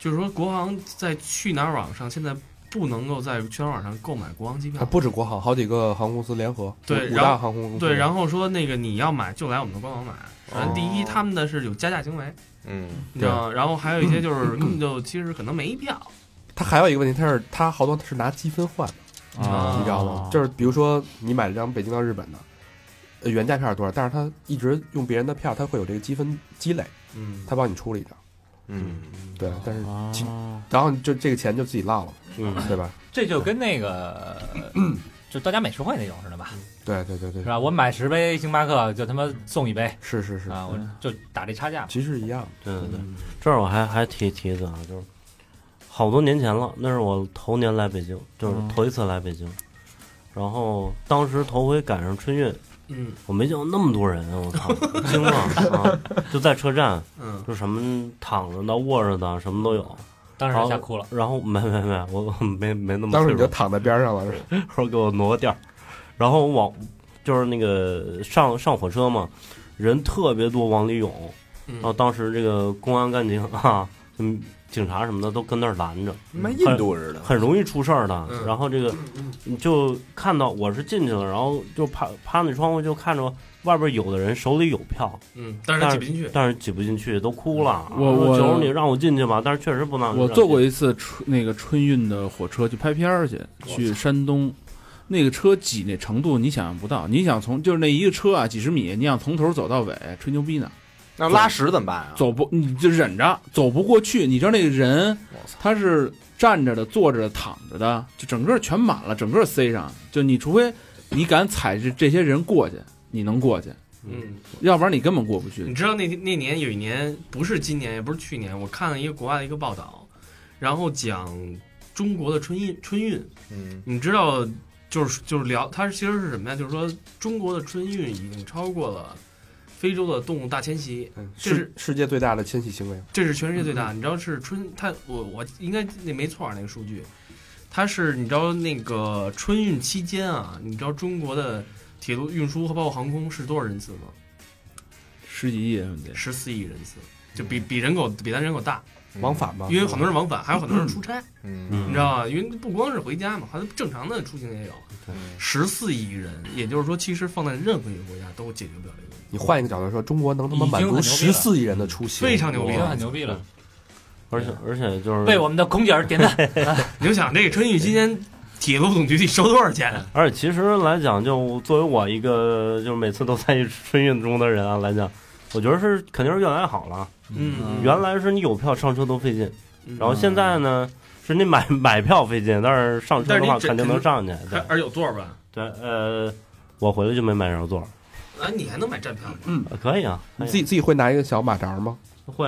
Speaker 6: 就是说国航在去哪儿网上现在不能够在去哪儿网上购买国航机票
Speaker 3: 啊，，不止国航，好几个航空公司联合，
Speaker 6: 对
Speaker 3: 五
Speaker 6: 然后
Speaker 3: 大航空公司，
Speaker 6: 对，然
Speaker 3: 后
Speaker 6: 后说那个你要买就来我们的官网买。反正第一，他们的是有加价行为，
Speaker 4: 嗯，
Speaker 6: 你知道吗？然后还有一些就是根本就其实可能没必要，
Speaker 3: 他还有一个问题，他是他好多是拿积分换的，
Speaker 6: 啊
Speaker 3: 你知道吗？就是比如说你买了张北京到日本的。呃原价票是多少？但是他一直用别人的票，他会有这个积分积累，
Speaker 6: 嗯，
Speaker 3: 他帮你出了一张，
Speaker 4: 嗯，
Speaker 3: 对，但是
Speaker 2: 啊
Speaker 3: 其然后就这个钱就自己落了，
Speaker 8: 嗯，
Speaker 3: 对吧？
Speaker 5: 这就跟那个就大家美食会那种似的吧，
Speaker 3: 对对对对
Speaker 5: 是，吧？我买十杯星巴克就他妈送一杯。
Speaker 3: 是是是，
Speaker 5: 啊，我就打这差价嘛。
Speaker 3: 其实一样，
Speaker 8: 对对对，
Speaker 3: 嗯
Speaker 8: 这儿我还还提提一嘴啊，就是好多年前了，那是我头年来北京，就是
Speaker 2: 嗯
Speaker 8: 头一次来北京，然后当时头回赶上春运，
Speaker 6: 嗯
Speaker 8: 我没见过那么多人，我操，惊了啊！就在车站，
Speaker 6: 嗯，
Speaker 8: 就什么躺着的、卧着的，什么都有。
Speaker 5: 当时
Speaker 8: 然后
Speaker 5: 吓哭了。，
Speaker 8: 然后没没没，我我没没那么
Speaker 3: 当时
Speaker 8: 脆
Speaker 3: 你就
Speaker 8: 弱，
Speaker 3: 躺在边上了，是吧？
Speaker 8: 说给我挪个地儿，然后往就是那个上上火车嘛，人特别多往里涌，
Speaker 6: 嗯
Speaker 8: 然后当时这个公安干警啊，嗯，警察什么的都跟那儿拦着，
Speaker 4: 跟印度似的，
Speaker 8: 很容易出事儿的。
Speaker 6: 嗯
Speaker 8: 然后这个
Speaker 2: 嗯
Speaker 8: 你就看到我是进去了，然后就趴趴那窗户就看着外边有的人手里有票，
Speaker 6: 嗯，但是挤不进去，
Speaker 8: 但是挤不进去，都哭了。
Speaker 2: 嗯
Speaker 8: 啊
Speaker 2: 我
Speaker 8: 说
Speaker 2: 我
Speaker 8: 求求你让我进去吧，但是确实不能。
Speaker 2: 我坐过一次春那个春运的火车去拍片儿去，去山东，那个车挤那程度你想象不到。你想从就是那一个车啊，几十米，你想从头走到尾，吹牛逼呢，
Speaker 4: 那拉屎怎么办啊？
Speaker 2: 走不你就忍着，走不过去。你知道那个人
Speaker 4: 我操，
Speaker 2: 他是站着的、坐着的、躺着的，就整个全满了，整个塞上。就你除非你敢踩着这些人过去，你能过去，
Speaker 6: 嗯，
Speaker 2: 要不然你根本过不去
Speaker 6: 你。知道那那年有一年不是今年也不是去年，我看了一个国外的一个报道，然后讲中国的春运春运，
Speaker 4: 嗯
Speaker 6: 你知道就是就是聊它其实是什么呀？就是说中国的春运已经超过了非洲的动物大迁徙，
Speaker 3: 嗯，
Speaker 6: 这
Speaker 3: 世
Speaker 6: 是嗯
Speaker 3: 世界最大的迁徙行为，
Speaker 6: 这是全世界最大。你知道是春它我我应该那没错啊那个数据，它是你知道那个春运期间啊，你知道中国的铁路运输和包括航空是多少人次吗？
Speaker 2: 十几亿啊人得
Speaker 6: 十四亿人次，就比比人口比咱人口大。
Speaker 3: 往返嘛，
Speaker 6: 因为很多人往返，还有很多人出差，
Speaker 4: 嗯
Speaker 6: 你知道吧？因为不光是回家嘛，还有正常的出行也有。
Speaker 4: 嗯
Speaker 6: 十四亿人，也就是说，其实放在任何一个国家都解决不了这个问题。
Speaker 3: 你换一个角度说，中国能他妈
Speaker 5: 已经
Speaker 3: 满足
Speaker 5: 很牛逼了
Speaker 3: 十四亿人的出行，
Speaker 6: 非常牛
Speaker 5: 已
Speaker 6: 逼
Speaker 5: 经
Speaker 6: 了
Speaker 5: 很牛逼了，
Speaker 8: 而且而且就是
Speaker 5: 为我们的空姐儿点赞。
Speaker 6: 你就想这个春运期间，铁路总局得收多少钱？啊
Speaker 8: 而且其实来讲，就作为我一个就是每次都参与春运中的人啊来讲，我觉得是肯定是越来越好了。
Speaker 6: 嗯
Speaker 8: 原来是你有票上车都费劲，
Speaker 6: 嗯
Speaker 8: 然后现在呢是你买 买票费劲，但是上车的话
Speaker 6: 但是
Speaker 8: 肯
Speaker 6: 你这
Speaker 8: 定能上去。
Speaker 6: 还
Speaker 8: 对
Speaker 6: 而有座儿吧？
Speaker 8: 对，呃，我回来就没买着座，
Speaker 6: 啊，你还能买站票呢？
Speaker 8: 呃可以啊，
Speaker 3: 你自
Speaker 8: 己
Speaker 3: 己自己会拿一个小马扎吗
Speaker 8: 会。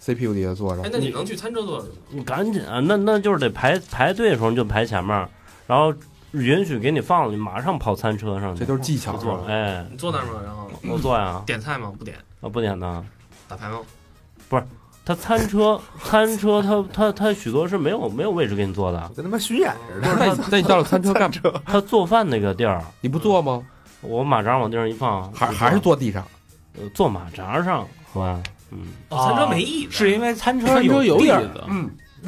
Speaker 3: ？CPU 底下坐
Speaker 6: 哎，
Speaker 3: 着，
Speaker 6: 那你能去餐车座儿吗？
Speaker 8: 你赶紧啊，那那就是得排排队的时候你就排前面，然后允许给你放了，你马上跑餐车上去
Speaker 3: 这都是技巧
Speaker 8: 不
Speaker 3: 是
Speaker 8: 坐。
Speaker 3: 吧？
Speaker 8: 哎，
Speaker 6: 你坐那儿吗？然后
Speaker 8: 我坐呀，
Speaker 6: 点菜吗？不点，
Speaker 8: 啊不点呢。
Speaker 6: 打牌吗？
Speaker 8: 他餐车，餐车他他他许多是没有没有位置给你坐 的，
Speaker 4: 跟他妈巡演似的。
Speaker 3: 那你那你到了 餐车干嘛？
Speaker 8: 他做饭那个地儿，
Speaker 3: 你不坐吗？
Speaker 8: 我马扎往地上一放，
Speaker 3: 还还是
Speaker 8: 坐
Speaker 3: 坐地上？
Speaker 8: 坐马扎上，好吧？嗯，
Speaker 6: 哦，餐车没意义，
Speaker 5: 是因为餐车
Speaker 2: 餐车有椅
Speaker 5: 地儿，
Speaker 2: 子，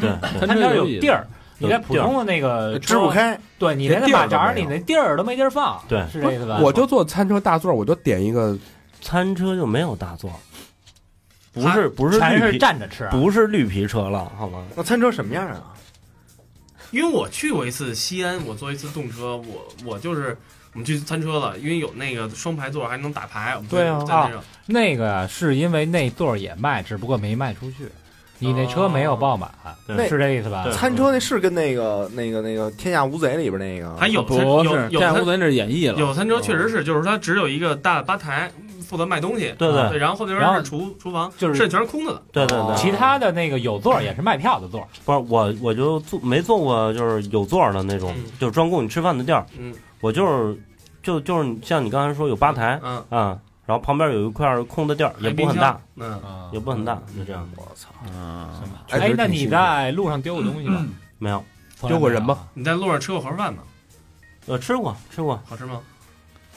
Speaker 8: 对，
Speaker 5: 餐
Speaker 2: 车
Speaker 5: 车
Speaker 2: 有
Speaker 5: 有地儿。你在
Speaker 8: 有
Speaker 5: 普
Speaker 8: 地儿
Speaker 5: 通的那个
Speaker 4: 支不
Speaker 5: 车，
Speaker 4: 开，
Speaker 5: 对你连那
Speaker 3: 连地儿
Speaker 5: 马
Speaker 3: 都
Speaker 5: 扎儿，
Speaker 3: 没
Speaker 5: 你
Speaker 3: 有
Speaker 5: 那地儿都没地儿放，
Speaker 8: 对
Speaker 5: 是这意思吧？
Speaker 3: 我就坐餐车大座，我就点一个，
Speaker 8: 餐车就没有大座，不是不是
Speaker 5: 全
Speaker 8: 绿
Speaker 5: 是
Speaker 8: 皮，
Speaker 5: 站着吃啊，
Speaker 8: 不是绿皮车了，好吗？
Speaker 4: 那餐车什么样啊？
Speaker 6: 因为我去过一次西安，我坐一次动车，我我就是我们去餐车了，因为有那个双排座还能打牌，我们
Speaker 3: 对啊
Speaker 6: 在那上
Speaker 5: 那个是因为那座儿也卖，只不过没卖出去，你那车没有爆满，
Speaker 7: 对
Speaker 5: 是这意思吧？
Speaker 7: 餐车那是跟那个那个那个《天下无贼》里边那个
Speaker 6: 还有
Speaker 2: 啊不
Speaker 6: 餐有
Speaker 2: 是，
Speaker 6: 有
Speaker 2: 这屋
Speaker 6: 餐
Speaker 2: 子那是演绎了，
Speaker 6: 有餐车确实是，就是它只有一个大吧台负责卖东西，
Speaker 8: 哦
Speaker 6: 啊
Speaker 8: 对对
Speaker 6: 对，然后后边
Speaker 5: 然后
Speaker 6: 是厨厨房，
Speaker 5: 就是
Speaker 6: 剩全是空的了。
Speaker 8: 对对对，
Speaker 5: 其他的那个有座儿也是卖票的座儿，
Speaker 8: 不是我我就坐没坐过就是有座儿的那种，
Speaker 6: 嗯
Speaker 8: 就是专供你吃饭的地儿，
Speaker 6: 嗯
Speaker 8: 我就是就就是像你刚才说有吧台
Speaker 6: 嗯，
Speaker 8: 啊、然后旁边有一块空的地儿，也不很大，
Speaker 6: 嗯，
Speaker 8: 也不很大，就这样。
Speaker 7: 我操，
Speaker 2: 嗯，
Speaker 3: 哎
Speaker 5: 哎，
Speaker 3: 这
Speaker 5: 那
Speaker 3: 挺
Speaker 5: 你
Speaker 3: 新
Speaker 5: 在路上丢过东西吗？
Speaker 8: 没有，
Speaker 5: 从来
Speaker 3: 丢过
Speaker 5: 没有
Speaker 3: 人吗？
Speaker 6: 你在路上吃过盒饭吗？
Speaker 8: 呃，吃过吃过，
Speaker 6: 好吃吗？哎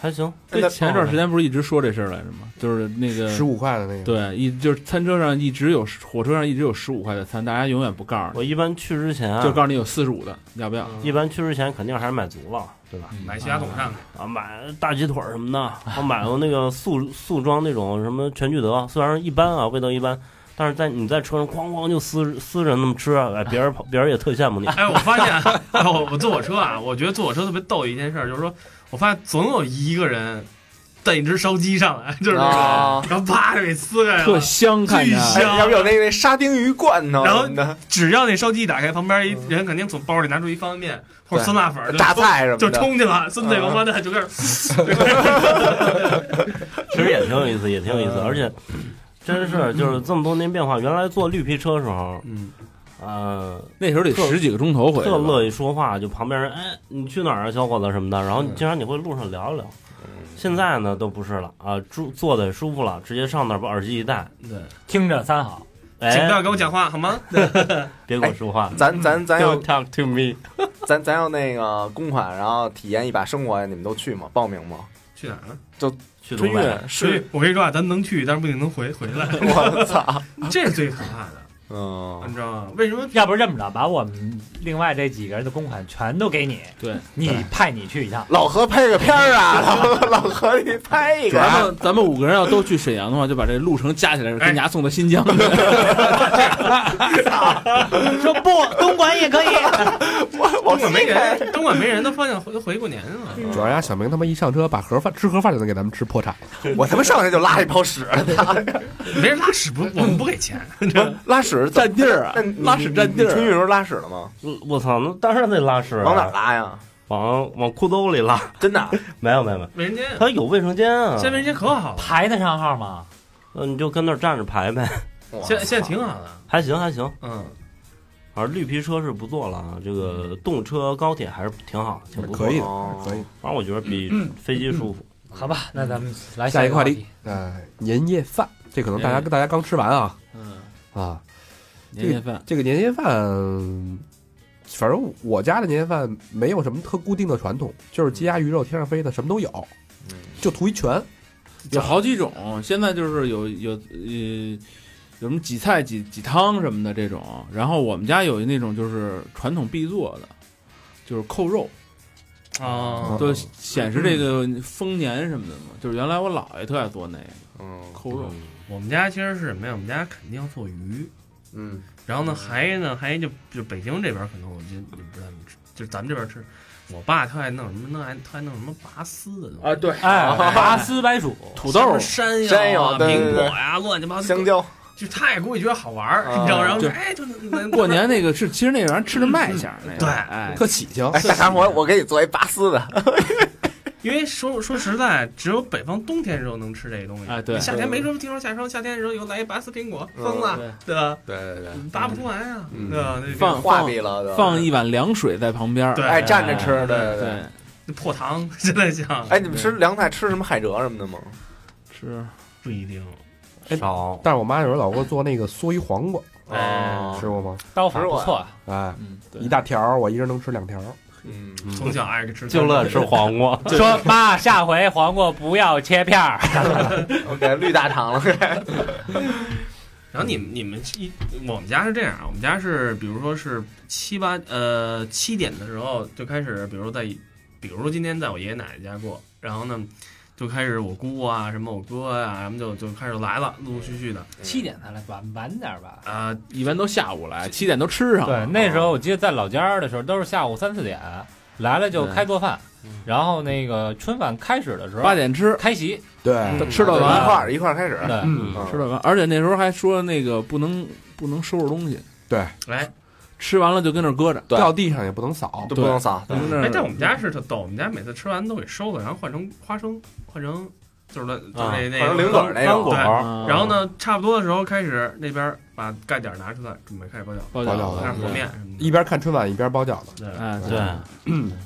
Speaker 8: 还行。
Speaker 2: 对，前一段时间不是一直说这事儿来着吗？就是那个
Speaker 3: 十五块的那个，
Speaker 2: 对，一就是餐车上一直有，火车上一直有十五块的餐，大家永远不告诉
Speaker 8: 我一般去之前
Speaker 2: 你，
Speaker 8: 啊，
Speaker 2: 就告诉你有四十五的，要不要？
Speaker 6: 嗯
Speaker 8: 一般去之前肯定还是买足了，对吧？
Speaker 6: 买其他桶上，
Speaker 8: 啊，买大鸡腿儿什么的，我买过那个速速装那种什么全聚德，虽然一般啊，味道一般，但是在你在车上哐哐就撕撕着那么吃，哎，别人跑别人也特羡慕你。
Speaker 6: 哎，我发 现啊，哎我我坐火车啊，我觉得坐火车特别逗的一件事，就是说我发现总有一个人带一只烧鸡上来，就是那种
Speaker 7: 啊
Speaker 6: 然后啪就给撕开
Speaker 2: 特
Speaker 6: 了，
Speaker 2: 香，看起
Speaker 6: 哎
Speaker 7: 哎
Speaker 6: 巨
Speaker 2: 来
Speaker 6: 香
Speaker 7: 要不有那个沙丁鱼罐头
Speaker 6: 然后
Speaker 7: 什么的，
Speaker 6: 只要那烧鸡打开，旁边一人肯定从包里拿出一方便面或者酸辣粉儿，就
Speaker 7: 榨
Speaker 6: 冲
Speaker 7: 菜什么
Speaker 6: 就
Speaker 7: 的，
Speaker 6: 冲去
Speaker 8: 嗯
Speaker 6: 了，酸菜王八蛋就开始
Speaker 8: 其实也挺有意思，也挺有意
Speaker 6: 嗯
Speaker 8: 思， 而且真是就是这么多年变化。原来坐绿皮车的时候，
Speaker 6: 嗯，
Speaker 8: 呃，
Speaker 2: 那时候得
Speaker 8: 特
Speaker 2: 十几个钟头回来吧，
Speaker 8: 特乐意说话，就旁边人，哎，你去哪儿啊，小伙子什么的。然后你经常你会路上聊一聊。现在呢都不是了啊，住坐的也舒服了，直接上那儿把耳机一戴，
Speaker 5: 听着三好，
Speaker 6: 请不
Speaker 8: 哎，
Speaker 6: 要跟我讲话好吗？
Speaker 8: 别跟我说话。
Speaker 7: 咱咱咱要
Speaker 8: Don't talk to me。
Speaker 7: 咱咱要那个公款，然后体验一把生活，你们都去吗？报名吗？
Speaker 6: 去哪儿啊？
Speaker 8: 去
Speaker 7: 春
Speaker 8: 东 北，
Speaker 7: 运是，
Speaker 6: 去，我跟你说啊，咱能去，但是不一定能回回来，
Speaker 7: 我操，
Speaker 6: 这是最可怕的，
Speaker 7: 嗯，
Speaker 6: 你知道吗？为什么？
Speaker 5: 要不这么着，把我们另外这几个人的公款全都给你，
Speaker 2: 对，
Speaker 5: 你派你去一趟，
Speaker 7: 老何拍个片儿啊，老老何你拍一个
Speaker 2: 咱
Speaker 7: 啊，
Speaker 2: 们咱们五个人要都去沈阳的话，就把这路程加起来，跟牙送到新疆去。
Speaker 5: 说不，东莞也可以。
Speaker 7: 哦
Speaker 6: 东莞没人，东莞没人，都放假回回过年了。
Speaker 3: 主要人家小明他妈一上车，把盒饭吃盒饭就能给咱们吃破产，
Speaker 7: 我他妈上去就拉一泡屎，
Speaker 6: 没人拉屎不，我们不给 钱。
Speaker 7: 拉屎
Speaker 2: 占地儿啊
Speaker 7: 那你
Speaker 2: 拉屎占地儿
Speaker 7: 你春运时候拉屎了吗？
Speaker 8: 嗯我操，那当然得拉屎啊，
Speaker 7: 往哪儿拉呀？
Speaker 8: 往往裤兜里拉。
Speaker 7: 真的啊，
Speaker 8: 没有没有没有，
Speaker 6: 卫生间，
Speaker 7: 哦
Speaker 8: 他有卫生间啊，
Speaker 6: 现在卫生间可好了，
Speaker 5: 排得上号吗？
Speaker 8: 呃你就跟那儿站着排呗，
Speaker 7: 哇
Speaker 6: 现在现在挺好的。
Speaker 8: 还行还行。
Speaker 6: 嗯，
Speaker 8: 而绿皮车是不坐了啊，这个动车、高铁还是挺好，挺不错。
Speaker 3: 可以的
Speaker 7: 哦，
Speaker 3: 可以。
Speaker 8: 反正我觉得比飞机舒服。
Speaker 5: 好吧，那咱们来
Speaker 3: 下一
Speaker 5: 一
Speaker 3: 个
Speaker 5: 个
Speaker 3: 话
Speaker 5: 话
Speaker 3: 题，哎，年夜饭，这可能大家大家刚吃完啊
Speaker 2: 嗯，
Speaker 3: 啊，
Speaker 2: 年夜饭
Speaker 3: 这个年夜饭。反正我家的年夜饭没有什么特固定的传统，就是鸡鸭鱼肉天上飞的什么都有，
Speaker 7: 嗯
Speaker 3: 就图一全。
Speaker 2: 有好几种，现在就是有有呃。有什么几菜几几汤什么的这种，然后我们家有那种就是传统必做的，就是扣肉，
Speaker 7: 嗯
Speaker 6: 哦，
Speaker 2: 就显示这个丰年什么的嘛。就是原来我姥爷特爱做那个
Speaker 7: 嗯
Speaker 2: 扣肉，
Speaker 6: 我们家其实是什么呀？我们家肯定要做鱼，
Speaker 7: 嗯，
Speaker 6: 然后呢，还呢，还就就北京这边可能我就就不太吃，就是咱们这边吃。我爸特爱弄什么，弄爱特爱弄什么拔丝的东西
Speaker 2: 啊对
Speaker 5: 哎，拔丝白薯，
Speaker 2: 土豆
Speaker 6: 什么山
Speaker 7: 山
Speaker 6: 药啊、
Speaker 7: 药对
Speaker 6: 苹
Speaker 7: 对
Speaker 6: 果
Speaker 7: 对
Speaker 6: 呀、乱七八糟，
Speaker 7: 香蕉
Speaker 6: 就他也估计觉得好玩儿，
Speaker 7: 啊
Speaker 6: 你知道吗？然后
Speaker 2: 就
Speaker 6: 哎，就能
Speaker 2: 过年那个是，其实那玩意儿吃着卖相那个，
Speaker 6: 对
Speaker 2: 哎，
Speaker 3: 特喜庆，
Speaker 7: 哎，大长我我给你做一拔丝的，
Speaker 6: 因为说说实在，只有北方冬天时候能吃这个东西。
Speaker 2: 哎对
Speaker 6: 你夏天没什么听说夏天，夏天的时候有来一拔丝苹果，
Speaker 7: 嗯
Speaker 6: 疯了，对吧？
Speaker 7: 对对对，
Speaker 6: 拔不出来啊，
Speaker 7: 嗯
Speaker 6: 对吧？那
Speaker 2: 放
Speaker 7: 画壁了都
Speaker 2: 放一碗凉水在旁边儿，
Speaker 6: 对
Speaker 7: 哎蘸着吃，对对对。
Speaker 2: 对，
Speaker 6: 那破糖，现在想，
Speaker 7: 哎，你们吃凉菜吃什么海蜇什么的吗？
Speaker 2: 吃
Speaker 6: 不一定。
Speaker 8: 少
Speaker 3: 但是我妈有时候老给我做那个嗦一黄瓜，
Speaker 7: 哦，
Speaker 3: 吃过吗？
Speaker 5: 刀法不错，
Speaker 3: 哎，
Speaker 2: 嗯，对
Speaker 3: 一大条儿，我一人能吃两条儿。
Speaker 7: 嗯，
Speaker 6: 从小爱吃，
Speaker 8: 就乐吃黄瓜，
Speaker 5: 说妈，下回黄瓜不要切片儿。
Speaker 7: 我给绿大肠了，
Speaker 6: 然后你们你们一我们家是这样，我们家是比如说是七八呃七点的时候就开始，比如在比如说今天在我爷爷奶奶家过，然后呢就开始我姑啊什么我哥呀、什么就就开始来了，陆陆续续的
Speaker 5: 七点才来，晚晚点吧。
Speaker 6: 啊、
Speaker 2: 一般都下午来，七点都吃上啊
Speaker 5: 对
Speaker 2: 了。，
Speaker 5: 那时候我记得在老家儿的时候，都是下午三四点来了就开做饭，然后那个春晚开始的时候
Speaker 2: 八点吃，
Speaker 5: 开席，
Speaker 3: 对，
Speaker 2: 吃到
Speaker 7: 一块
Speaker 2: 完，
Speaker 7: 儿一块儿开始，
Speaker 5: 对，
Speaker 3: 嗯，
Speaker 7: 嗯
Speaker 2: 吃到完。而且那时候还说那个不能不能收拾东西，
Speaker 6: 来，
Speaker 2: 吃完了就跟那儿搁着，
Speaker 7: 对
Speaker 3: 掉地上也不能扫，
Speaker 7: 都不能扫，
Speaker 2: 就跟那儿。
Speaker 6: 哎，但我们家是特逗，我们家每次吃完都给收了，然后换成花生，换成就是那就是那那
Speaker 7: 换成零嘴儿那
Speaker 8: 干
Speaker 7: 种
Speaker 8: 果
Speaker 6: 对
Speaker 8: 儿，
Speaker 2: 啊
Speaker 6: 然后呢，差不多的时候开始那边把盖点儿拿出来，准备开始包饺子，
Speaker 2: 包
Speaker 3: 包饺
Speaker 2: 饺
Speaker 3: 子
Speaker 6: 开始
Speaker 2: 子
Speaker 6: 和，面什么的。
Speaker 3: 一边看春晚一边包饺子。
Speaker 6: 嗯对，
Speaker 2: 哎，
Speaker 8: 对，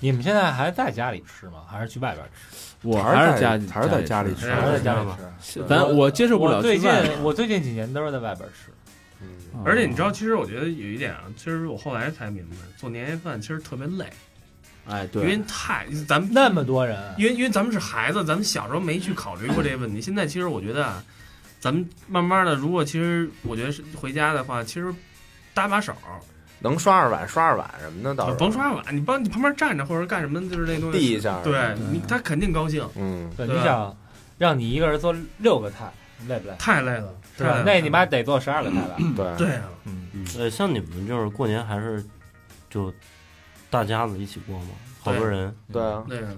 Speaker 5: 你们现在还在家里吃吗？还是去外边吃？
Speaker 2: 我
Speaker 3: 还
Speaker 2: 是家
Speaker 3: 在还是在家里
Speaker 2: 吃
Speaker 3: 吃，
Speaker 6: 还是在
Speaker 5: 家里
Speaker 2: 是咱我接受不了
Speaker 5: 我最
Speaker 2: 去
Speaker 5: 近
Speaker 2: 外面
Speaker 5: 我最近几年都是在外边吃，
Speaker 7: 嗯，
Speaker 2: 啊
Speaker 6: 而且你知道，其实我觉得有一点啊，其实我后来才明白，做年夜饭其实特别累，
Speaker 2: 哎，
Speaker 6: 因
Speaker 2: 对，
Speaker 6: 为太咱们
Speaker 5: 那么多人，
Speaker 6: 因为因为咱们是孩子，咱们小时候没去考虑过这些问题。现在其实我觉得啊，咱们慢慢的，如果其实我觉得是回家的话，其实搭把手，
Speaker 7: 能刷刷碗刷刷碗什么的，倒是
Speaker 6: 啊甭刷碗，你帮你旁边站着或者干什么，就是那东
Speaker 7: 递
Speaker 6: 西，
Speaker 7: 一下，
Speaker 6: 对你他肯定高兴，
Speaker 7: 嗯，
Speaker 5: 对，
Speaker 6: 对
Speaker 5: 你想让你一个人做六个菜，累不累？
Speaker 6: 太累了，
Speaker 5: 是
Speaker 6: 太
Speaker 5: 吧
Speaker 2: 啊
Speaker 6: 累了？
Speaker 5: 那你妈得做十二个菜吧？
Speaker 7: 对，
Speaker 6: 对啊，
Speaker 8: 呃，像你们就是过年还是就大家子一起过吗？好多人，
Speaker 7: 对啊，
Speaker 6: 对啊，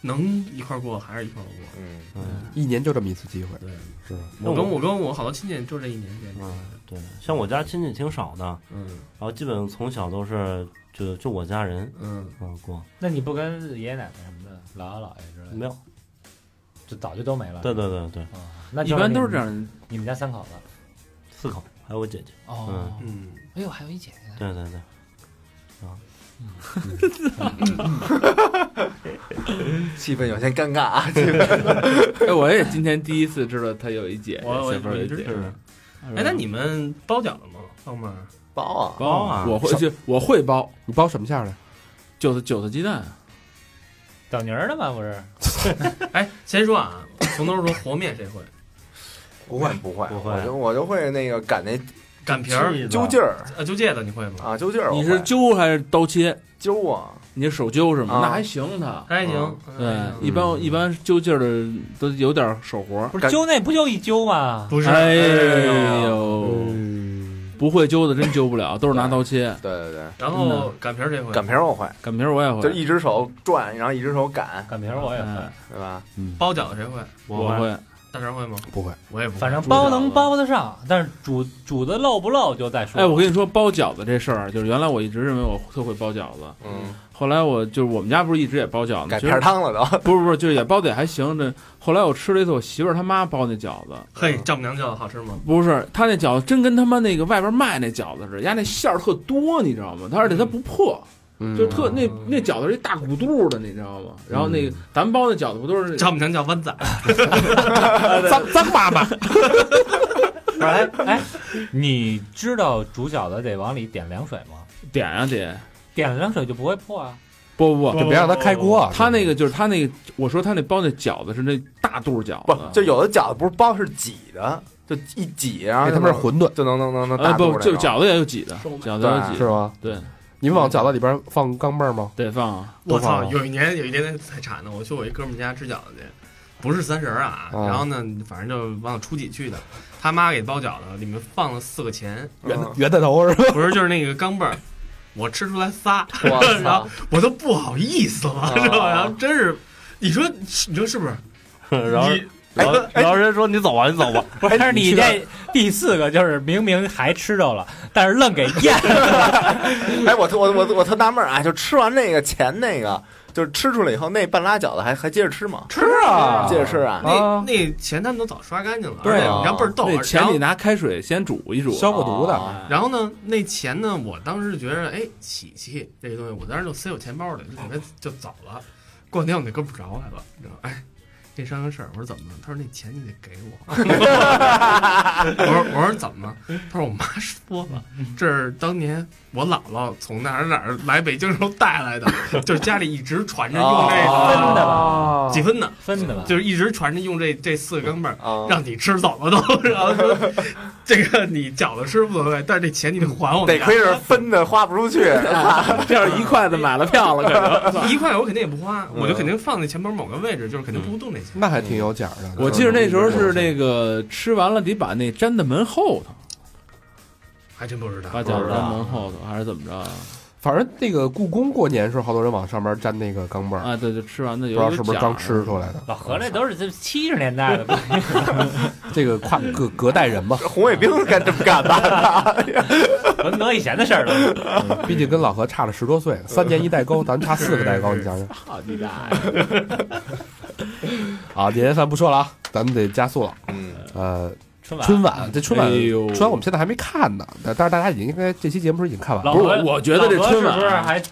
Speaker 6: 能一块儿过还是一块儿过。
Speaker 7: 嗯，
Speaker 8: 嗯
Speaker 3: 一年就这么一次机会，
Speaker 6: 对，
Speaker 3: 是吧
Speaker 8: 那
Speaker 6: 我跟
Speaker 8: 我
Speaker 6: 我跟我好多亲戚就这一年见，
Speaker 8: 嗯，对，像我家亲戚挺少的，
Speaker 6: 嗯
Speaker 8: 然后基本从小都是就就我家人
Speaker 6: 嗯，
Speaker 8: 嗯过，
Speaker 5: 那你不跟爷爷奶奶什么的、姥姥姥爷之类
Speaker 2: 嗯
Speaker 8: 没
Speaker 5: 的，
Speaker 8: 有，
Speaker 5: 就早就都没了。
Speaker 8: 对对对对，
Speaker 5: 啊，那
Speaker 2: 一
Speaker 5: 就
Speaker 2: 般
Speaker 5: 你
Speaker 2: 都是这。样。
Speaker 5: 你们家三口子？
Speaker 8: 四口还有我姐姐，
Speaker 5: 哦，
Speaker 6: 嗯，
Speaker 5: 哎呦，还有一姐姐呢。
Speaker 8: 对对对，
Speaker 7: 气氛有些尴尬啊，这
Speaker 2: 哎，我也今天第一次知道他有一姐姐，
Speaker 6: 嗯我我
Speaker 2: 小妹儿有一姐姐。
Speaker 6: 是
Speaker 2: 哎
Speaker 6: 哎，那你们包饺子吗？帮忙？
Speaker 7: 包啊，
Speaker 8: 包啊
Speaker 2: 我会就我会包
Speaker 3: 你包什么馅儿的？
Speaker 2: 韭菜韭菜鸡蛋，
Speaker 5: 小妮儿的吗？不是，
Speaker 6: 哎，先说啊，从头说和面谁会？
Speaker 7: 不会不会
Speaker 8: 不会
Speaker 7: 我就我就会那个擀那
Speaker 6: 擀皮儿、
Speaker 7: 揪劲儿
Speaker 6: 呃，揪芥子你会吗？
Speaker 7: 啊，揪劲儿
Speaker 2: 你
Speaker 7: 我会，
Speaker 2: 是揪还是刀切？
Speaker 7: 揪啊，
Speaker 2: 你是手揪是吗？
Speaker 7: 啊
Speaker 2: 那还行，他
Speaker 6: 还行，
Speaker 2: 对
Speaker 6: 嗯，
Speaker 2: 一般一般揪劲儿的都有点手活儿。
Speaker 5: 不是
Speaker 7: 感
Speaker 5: 揪那不就一揪吗？
Speaker 6: 不是，
Speaker 2: 哎
Speaker 6: 呦，
Speaker 2: 呦，不会揪的真揪不了，都是拿刀切。
Speaker 7: 对对对，
Speaker 6: 然后擀皮儿这回，
Speaker 7: 擀皮儿我会，
Speaker 2: 擀皮儿我也
Speaker 7: 就
Speaker 2: 会，
Speaker 7: 一只手转，然后一只手擀，
Speaker 5: 擀皮儿我也会
Speaker 2: 哎，
Speaker 7: 对吧？
Speaker 6: 包饺子谁会？
Speaker 2: 我会。
Speaker 6: 大肠会吗？
Speaker 3: 不会，
Speaker 6: 我也不会，
Speaker 5: 反正
Speaker 2: 煮饺
Speaker 5: 包
Speaker 2: 子
Speaker 5: 能包得上，但是煮煮的漏不漏就再说。
Speaker 2: 哎，我跟你说，包饺子这事儿，就是原来我一直认为我特会包饺子，
Speaker 7: 嗯，
Speaker 2: 后来我就是我们家不是一直也包饺子吗，
Speaker 7: 改
Speaker 2: 其
Speaker 7: 片
Speaker 2: 实
Speaker 7: 儿汤了都，
Speaker 2: 不是不是，就是也包的也还行。这后来我吃了一次我媳妇儿她妈包那饺子，
Speaker 6: 嘿，丈母娘饺子好吃吗？
Speaker 2: 不是她那饺子真跟他妈那个外边卖那饺子似的，人家那馅儿特多，你知道吗？它而且它不破，
Speaker 3: 嗯
Speaker 2: 就特那那饺子是一大鼓肚的，你知道吗？然后那个咱们包那饺子不都 是
Speaker 6: 丈母娘叫湾仔，
Speaker 2: 脏脏巴巴？
Speaker 5: 哎哎， 你知道煮饺子得往里点凉水吗？
Speaker 2: 点啊点，
Speaker 5: 点了凉水就不会破啊。
Speaker 2: 不不不，
Speaker 3: 就别让它开锅啊。
Speaker 2: 他那个就是他那个，我说他那包那饺子是那大肚饺
Speaker 7: 不
Speaker 2: 子，
Speaker 7: 就有的饺子不是包是挤的，就一挤，然后
Speaker 3: 啊那
Speaker 7: 就
Speaker 3: 他们是馄饨
Speaker 7: 就能能能能
Speaker 2: 啊
Speaker 7: 打
Speaker 2: 不
Speaker 7: 肚
Speaker 2: 就
Speaker 7: 那种
Speaker 2: 饺子也有挤的，饺子也有挤
Speaker 3: 是
Speaker 2: 的，
Speaker 3: 吗？
Speaker 2: 对，
Speaker 3: 你们往饺子里边放钢镚儿吗？
Speaker 2: 得放啊
Speaker 3: 多
Speaker 6: 我
Speaker 3: 棒
Speaker 6: 操！
Speaker 3: 啊
Speaker 6: 有一年有一年太惨了，我去我一哥们家吃饺子去，不是三十儿啊，
Speaker 3: 啊
Speaker 6: 然后呢，反正就往初几去的，他妈给包饺子，里面放了四个钱，
Speaker 3: 圆
Speaker 7: 嗯
Speaker 3: 圆的头是吧？
Speaker 6: 不是就是那个钢镚儿，我吃出来仨，
Speaker 7: 我
Speaker 6: 然后
Speaker 7: 操，
Speaker 6: 我都不好意思了， 知道吧？然后真是，你说你说是不是？
Speaker 8: 然后
Speaker 6: 你
Speaker 8: 然后然后人家说你走吧，你走吧，
Speaker 5: 不是，但是你这第四个就是明明还吃着了，但是愣 给咽了。
Speaker 7: 哎，我特我我我特纳闷儿啊，就吃完那个前那个，就是吃出来以后那半拉饺子还还接着吃吗？
Speaker 6: 吃啊
Speaker 7: 接着吃啊，
Speaker 6: 那那钱他们都早刷干净了，
Speaker 7: 对啊
Speaker 6: 而且我们家倍儿哎逗。
Speaker 2: 那
Speaker 6: 然
Speaker 2: 钱
Speaker 6: 后
Speaker 2: 得拿开水先煮一煮，
Speaker 3: 消过毒的，
Speaker 7: 哦
Speaker 6: 然后呢，那钱呢，我当时觉着，哎，喜气这个东西，我当时就塞我钱包里，就准备就走了。过两天我那哥们儿找我来了，你知道吗，哎，这商量事儿，我说怎么了？他说那钱你得给我。我说我说怎么了？他说我妈说了，这是当年我姥姥从哪儿哪儿来北京时候带来的，就是家里一直传着用这
Speaker 5: 分
Speaker 6: 个
Speaker 7: 哦
Speaker 5: 的吧，
Speaker 3: 啊
Speaker 6: 几分的，
Speaker 5: 分的吧。
Speaker 6: 就是一直传着用这这四个钢镚儿。
Speaker 7: 啊，
Speaker 6: 让你吃走了都， 然后说这个你饺子吃无所谓，但是这钱你得还我们
Speaker 7: 得
Speaker 6: 呀。
Speaker 7: 亏是分的花不出去，
Speaker 2: 这要是一筷子买了票了，可能
Speaker 7: 嗯
Speaker 6: 一块我肯定也不花，我就肯定放在钱包某个位置，就是肯定不动那去。
Speaker 3: 那还挺有奖的。
Speaker 2: 我记得那时候是那个吃完了得把那粘在门后头，
Speaker 6: 还真不知道
Speaker 7: 啊
Speaker 2: 把。脚粘门后头还是怎么着啊？
Speaker 3: 反正那个故宫过年时候，好多人往上面粘那个钢镚儿，
Speaker 2: 啊，对，就吃完的
Speaker 3: 不
Speaker 2: 有
Speaker 3: 知道
Speaker 2: 有
Speaker 3: 是不是
Speaker 2: 奖
Speaker 3: 刚吃出来的。
Speaker 5: 老何这都是这七十年代的，
Speaker 3: 这个 跨隔隔代人嘛，
Speaker 7: 红卫兵该这么干吧？
Speaker 5: 文革以前的事儿了。
Speaker 3: 毕竟跟老何差了十多岁，三年一代沟，咱们差四个代沟，你想想。
Speaker 5: 好你 大
Speaker 3: 啊，年夜饭不说了啊，咱们得加速了。
Speaker 7: 嗯，
Speaker 3: 呃，
Speaker 5: 春晚，
Speaker 3: 春晚这春晚，
Speaker 2: 哎呦
Speaker 3: 春晚我们现在还没看呢，但但是大家已经应该这期节目时候已经看完了
Speaker 5: 老。
Speaker 2: 不是
Speaker 5: 何
Speaker 2: 我我觉得这
Speaker 5: 老何
Speaker 2: 春晚啊
Speaker 5: 是不是还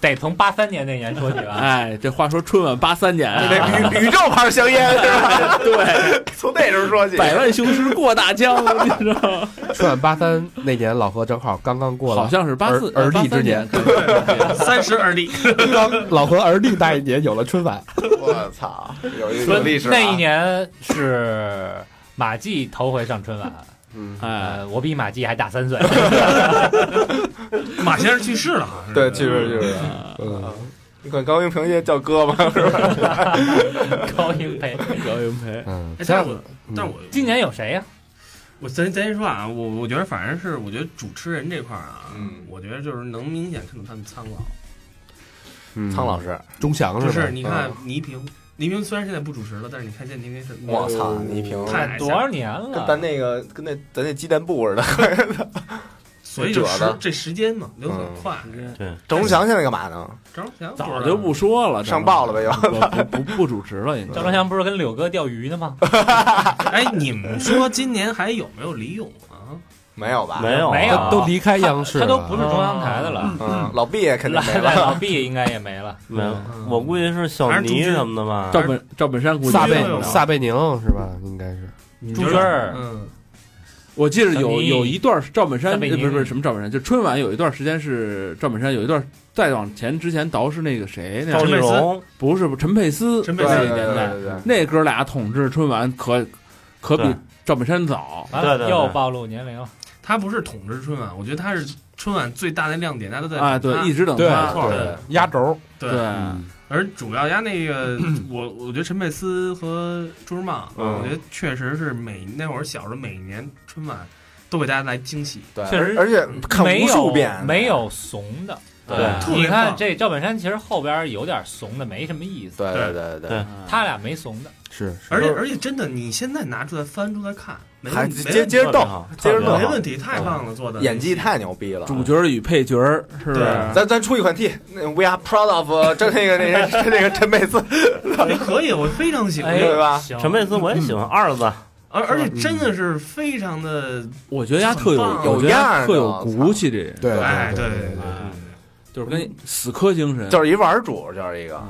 Speaker 5: 得从八三年那年说起啊吧？
Speaker 2: 哎，这话说春晚八三年啊，
Speaker 7: 那 宇宇宙牌香烟是吧？对，从那时候说起。
Speaker 2: 百万雄师过大江，你知道吗？
Speaker 3: 春晚八三那年，老何正好刚刚过了，
Speaker 2: 好像是八四
Speaker 3: 而而立之年
Speaker 2: 年，对
Speaker 6: 三十而立，
Speaker 3: 刚老何而立那一年有了春晚。
Speaker 7: 我操，有一
Speaker 5: 说
Speaker 7: 有历史啊。
Speaker 5: 那一年是马季头回上春晚，
Speaker 2: 哎，
Speaker 5: 呃，我比马季还大 三岁。
Speaker 6: 马先生去世了，好像是。
Speaker 7: 对，
Speaker 6: 哎
Speaker 7: 去世去世。
Speaker 3: 嗯，
Speaker 7: 你管高英平也叫哥吗？是吧？
Speaker 5: 高英培，
Speaker 2: 高云培，
Speaker 3: 嗯
Speaker 6: 哎。但
Speaker 3: 像
Speaker 6: 是我，但是我
Speaker 5: 今年有谁呀？
Speaker 6: 我咱咱先说啊，我我觉得反正是我觉得主持人这块儿啊，
Speaker 7: 嗯
Speaker 6: 我觉得就是能明显看到他们苍老，
Speaker 7: 苍老师，
Speaker 3: 钟祥
Speaker 6: 就是
Speaker 3: 吧
Speaker 6: 是你
Speaker 7: 嗯
Speaker 6: 看倪萍，倪萍虽然现在不主持了，但是你看现在倪萍是，嗯
Speaker 7: 我操，倪萍
Speaker 6: 太
Speaker 5: 多少年了
Speaker 7: 跟？咱那个跟那咱那鸡蛋布似的。
Speaker 6: 所以就
Speaker 7: 褶
Speaker 6: 时
Speaker 7: 子
Speaker 6: 这时间嘛流得
Speaker 7: 嗯
Speaker 6: 很快，
Speaker 7: 郑荣祥现在干嘛呢？
Speaker 6: 张翔
Speaker 2: 早就不说了，
Speaker 7: 上报了呗又
Speaker 2: 又不不不主持了，应 该
Speaker 5: 赵忠祥不是跟柳哥钓鱼呢吗？
Speaker 6: 哎，你们说今年还有没有李咏啊？
Speaker 7: 没有吧？
Speaker 8: 没有
Speaker 5: 没有
Speaker 3: 他
Speaker 8: 啊
Speaker 3: 都离开央视
Speaker 5: 他
Speaker 3: 了，
Speaker 5: 都不是中央台的了，
Speaker 7: 嗯，老毕也肯定
Speaker 5: 老
Speaker 7: 没
Speaker 5: 老
Speaker 7: 了。
Speaker 5: 毕应该也没了。
Speaker 8: 没有，我估计是小尼什么的吧。
Speaker 2: 赵本赵本山估计
Speaker 3: 撒
Speaker 6: 没有
Speaker 3: 贝啊撒贝宁是吧？应该是
Speaker 5: 朱军儿
Speaker 6: 嗯，
Speaker 2: 我记得
Speaker 5: 小
Speaker 2: 有
Speaker 5: 尼
Speaker 2: 有一段是赵本山，
Speaker 5: 撒
Speaker 2: 呃不
Speaker 5: 贝
Speaker 2: 是
Speaker 5: 宁
Speaker 2: 不是什么赵本山，就春晚有一段时间是赵本山，有一段再往前之前倒是那个谁那
Speaker 8: 赵
Speaker 2: 样
Speaker 8: 丽蓉，
Speaker 2: 不是不是陈佩斯，
Speaker 6: 陈佩
Speaker 7: 对
Speaker 6: 斯
Speaker 2: 那
Speaker 7: 对
Speaker 2: 个年
Speaker 7: 对
Speaker 2: 代，
Speaker 7: 对对，
Speaker 2: 那哥俩统治春晚可可比
Speaker 8: 对
Speaker 2: 赵本山早，
Speaker 5: 完了
Speaker 8: 对对对
Speaker 5: 又暴露年龄了。
Speaker 6: 他不是统治春晚，我觉得他是春晚最大的亮点，大家都在
Speaker 2: 啊，
Speaker 6: 捧
Speaker 2: 对，
Speaker 6: 他
Speaker 2: 一直等
Speaker 3: 对
Speaker 2: 他，
Speaker 6: 对
Speaker 3: 压轴，
Speaker 6: 对
Speaker 2: 对
Speaker 6: 而主要压那个，我我觉得陈佩斯和朱时茂，
Speaker 7: 嗯
Speaker 6: 我觉得确实是每那会儿小时候每年春晚都给大家来惊喜，
Speaker 7: 对
Speaker 5: 确实
Speaker 7: 而而且看
Speaker 5: 没
Speaker 7: 无
Speaker 5: 有
Speaker 7: 数遍，
Speaker 5: 没有怂的。
Speaker 8: 对
Speaker 6: 特
Speaker 5: 你
Speaker 6: 别
Speaker 5: 看
Speaker 6: 棒。
Speaker 5: 这赵本山其实后边有点怂的，没什么意思。
Speaker 7: 对对对对对，
Speaker 5: 他俩没怂的，
Speaker 3: 是是
Speaker 6: 而
Speaker 2: 嗯
Speaker 6: 且而且真的，你现在拿出来翻出来看，没
Speaker 7: 还
Speaker 6: 问题，
Speaker 7: 接接着
Speaker 8: 特别
Speaker 7: 逗
Speaker 8: 好，
Speaker 7: 接着
Speaker 6: 没
Speaker 7: 逗，
Speaker 6: 问题，太棒了，做的
Speaker 7: 演技太牛逼了。
Speaker 2: 主角与配角儿是不是？
Speaker 6: 对
Speaker 7: 咱咱出一款 T，那 We are proud of 这那个那个 那个陈佩斯，
Speaker 6: 还可以，我非常喜欢
Speaker 5: 哎，
Speaker 6: 这个，
Speaker 7: 对吧
Speaker 5: 行
Speaker 8: 陈佩斯我也喜欢，二子
Speaker 6: 而而且真的是非常的，
Speaker 2: 我觉得他特有，
Speaker 6: 很棒
Speaker 2: 我觉得他特有
Speaker 7: 有样儿
Speaker 2: 骨气，这人
Speaker 3: 对
Speaker 6: 哎，
Speaker 3: 对
Speaker 6: 对对对，
Speaker 2: 就是跟死磕精神，
Speaker 7: 就是一玩主，就是一个，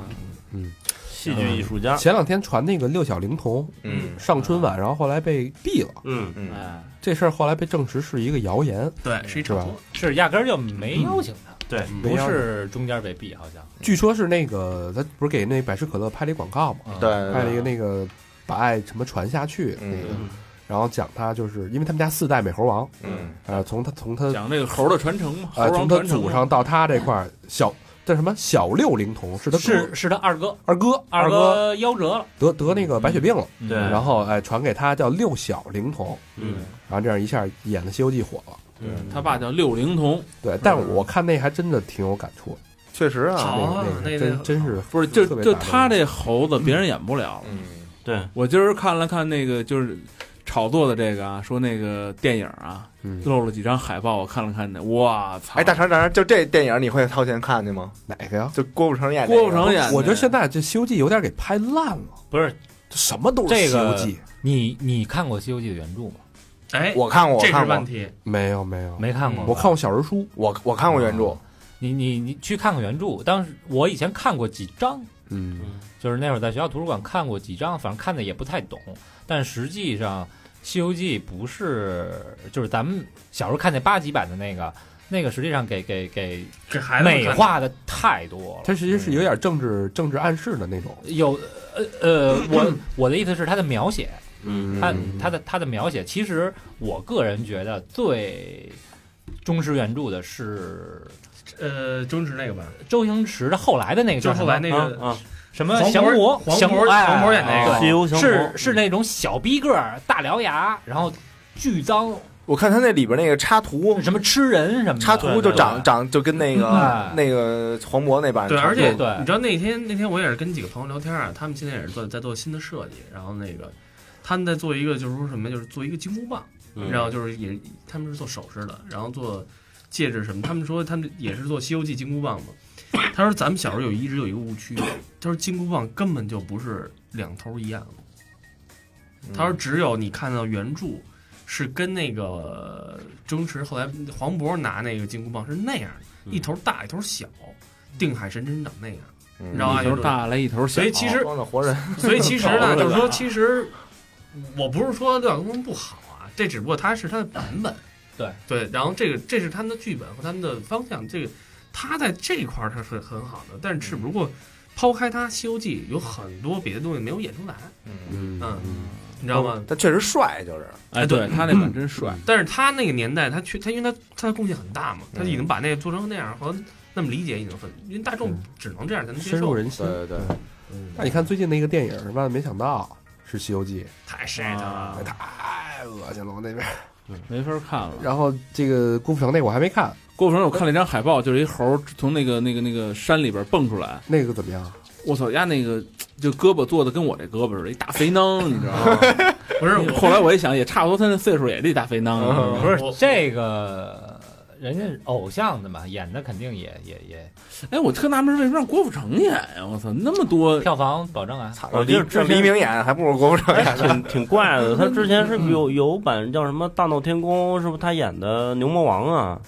Speaker 8: 戏剧艺术家，
Speaker 3: 前两天传那个六小龄童
Speaker 7: 嗯
Speaker 3: 上春晚，然后后来被毙了，
Speaker 8: 嗯，
Speaker 7: 嗯，
Speaker 2: 哎，
Speaker 3: 这事儿后来被证实是一个谣言。
Speaker 6: 对，是一场
Speaker 3: 是吧
Speaker 6: 作
Speaker 5: 是压根儿就没邀请他，
Speaker 8: 对，
Speaker 5: 不是中间被毙，好像
Speaker 3: 据说是那个他不是给那百事可乐拍了一广告嘛，
Speaker 5: 嗯
Speaker 7: 对，
Speaker 3: 拍了一个那个把爱什么传下去那个，
Speaker 7: 嗯
Speaker 3: 然后讲他就是因为他们家四代美猴王，
Speaker 7: 嗯，
Speaker 3: 呃，从他从他
Speaker 2: 讲那个猴的传承嘛，猴
Speaker 3: 呃从
Speaker 2: 王
Speaker 3: 他
Speaker 2: 传承
Speaker 3: 祖
Speaker 2: 嘛
Speaker 3: 上到他这块儿小叫什么小六龄童是他哥
Speaker 5: 是是他二哥，
Speaker 3: 二哥
Speaker 5: 二
Speaker 3: 哥
Speaker 5: 哥夭折了，
Speaker 3: 得得那个白血病了，
Speaker 5: 嗯
Speaker 8: 对
Speaker 3: 然后哎传给他叫六小龄童，
Speaker 8: 嗯，
Speaker 3: 然后这样一下演的《西游记》火了。
Speaker 2: 他爸叫六龄童，
Speaker 3: 对，但
Speaker 2: 嗯
Speaker 3: 我看那还真的挺有感触，
Speaker 7: 确实啊，
Speaker 6: 好
Speaker 3: 那
Speaker 6: 啊
Speaker 3: 个那个
Speaker 6: 那个
Speaker 3: 真真是
Speaker 2: 哦不是就
Speaker 3: 特别
Speaker 2: 就
Speaker 3: 打动
Speaker 2: 他
Speaker 3: 人
Speaker 2: 这猴子，别人演不了了。
Speaker 7: 嗯，
Speaker 8: 对，
Speaker 2: 我今儿看了看那个就是炒作的这个啊，说那个电影啊
Speaker 3: 嗯
Speaker 2: 露了几张海报，我看了看那，我操！
Speaker 7: 哎，大肠大肠，就这电影你会掏钱看去吗？
Speaker 3: 哪个呀？
Speaker 7: 就郭富城演那个，
Speaker 2: 郭富城演的，
Speaker 3: 我觉得现在这《西游记》有点给拍烂了，
Speaker 5: 不是
Speaker 3: 这什么都是《
Speaker 5: 这
Speaker 3: 西游
Speaker 5: 个
Speaker 3: 记》
Speaker 5: 你你看过《西游记》的原著吗？
Speaker 6: 哎，
Speaker 7: 我看过，我
Speaker 6: 这是
Speaker 7: 看
Speaker 6: 问
Speaker 7: 过，
Speaker 6: 题，
Speaker 3: 没有没有，
Speaker 5: 没看过吧，
Speaker 3: 我看过小人书，
Speaker 7: 我我看过原著，
Speaker 5: 你你你去看看原著，当时我以前看过几章，
Speaker 3: 嗯
Speaker 5: 就是那会儿在学校图书馆看过几章，反正看的也不太懂，但实际上《西游记》不是就是咱们小时候看那八集版的那个，那个实际上给给给
Speaker 6: 给孩子们
Speaker 5: 美
Speaker 6: 看
Speaker 5: 化的太多了。
Speaker 3: 它其实是有点政治政治暗示的那种，
Speaker 5: 有呃呃， 我我的意思是它的描写，
Speaker 8: 嗯
Speaker 5: 它它的它的描写，其实我个人觉得最忠实原著的是
Speaker 6: 呃，周星驰那个吧，
Speaker 5: 周星驰的后来的那个
Speaker 6: 就
Speaker 5: 叫
Speaker 6: 是
Speaker 5: 什
Speaker 6: 后来
Speaker 5: 么？
Speaker 6: 那
Speaker 8: 啊
Speaker 6: 个
Speaker 8: 啊，
Speaker 5: 什么
Speaker 6: 黄渤
Speaker 5: 降魔，
Speaker 6: 黄渤
Speaker 5: 降魔，哎
Speaker 6: 黄渤演那个
Speaker 8: 西游降魔
Speaker 5: 是是那种小逼个儿、大獠牙，然后巨脏，
Speaker 7: 我看他那里边那个插图，
Speaker 5: 什么吃人什么的
Speaker 7: 插图就长长就跟那个
Speaker 5: 嗯
Speaker 7: 那个黄渤那版
Speaker 6: 对，
Speaker 7: 差不
Speaker 6: 而
Speaker 7: 多
Speaker 6: 且
Speaker 5: 对
Speaker 6: 你知道那天那天我也是跟几个朋友聊天啊，他们现在也是做在做新的设计，然后那个他们在做一个就是说什么，就是做一个金箍棒，然后就是也他们是做首饰的，然后做戒指什么，他们说他们也是做《西游记》金箍棒嘛。他说咱们小时候有一直有一个误区，他说金箍棒根本就不是两头一样的，
Speaker 7: 嗯
Speaker 6: 他说只有你看到原著。是跟那个周星驰后来黄渤拿那个金箍棒是那样的，一头大一头小，定海神针长那样，你知道吗？
Speaker 2: 一头
Speaker 6: 就是，
Speaker 2: 大了一头小，
Speaker 6: 所以其实，
Speaker 7: 装的活人，
Speaker 6: 所以其实
Speaker 8: 搞
Speaker 6: 呢，
Speaker 8: 不
Speaker 6: 就是
Speaker 8: 了
Speaker 6: 说，其实我不是说六小龄童不好啊，这只不过它是它的版本，
Speaker 5: 对
Speaker 6: 对，然后这个这是他们的剧本和他们的方向，这个他在这一块儿他是很好的，但是
Speaker 3: 嗯
Speaker 6: 只不过抛开它，《西游记》有很多别的东西没有演出来，
Speaker 7: 嗯，
Speaker 6: 嗯，你知道吗？
Speaker 7: 但确实帅，就是
Speaker 2: 哎，对他那版真帅，
Speaker 6: 但是他那个年代，他去他因为他他的贡献很大嘛，他
Speaker 3: 嗯
Speaker 6: 已经把那个做成那样和那么理解已经很，因为大众只能这样才能接
Speaker 3: 深入
Speaker 6: 受，
Speaker 3: 人心。
Speaker 7: 对对
Speaker 3: 那你看最近那个电影，万万没想到是《西游记哎
Speaker 6: 太晒他
Speaker 3: 啊
Speaker 6: 了。》，
Speaker 3: 太恶心了，我那边。
Speaker 2: 没法看了。
Speaker 3: 然后这个郭富城那个我还没看，
Speaker 2: 郭富城，我看了一张海报，就是一猴儿从那个那个那个山里边蹦出来，
Speaker 3: 那个怎么样？
Speaker 2: 我操，丫那个就胳膊做的跟我这胳膊似的，一大肥囊，你知道吗？
Speaker 6: 不是我
Speaker 2: 后来我一想，也差不多，他那岁数也得一大肥囊 啊。
Speaker 5: 不是
Speaker 6: 我
Speaker 5: 这个，人家偶像的嘛，演的肯定也也也
Speaker 2: 哎，我特纳闷，为什么让郭富城演呀？我操，那么多
Speaker 5: 票房保证啊。
Speaker 7: 操
Speaker 8: 我记得哎
Speaker 7: 让
Speaker 8: 之前
Speaker 7: 让黎明演还不如郭富 城演。
Speaker 8: 挺挺怪的。他之前是不是有有版叫什么《大闹天宫》，是不是他演的牛魔王啊？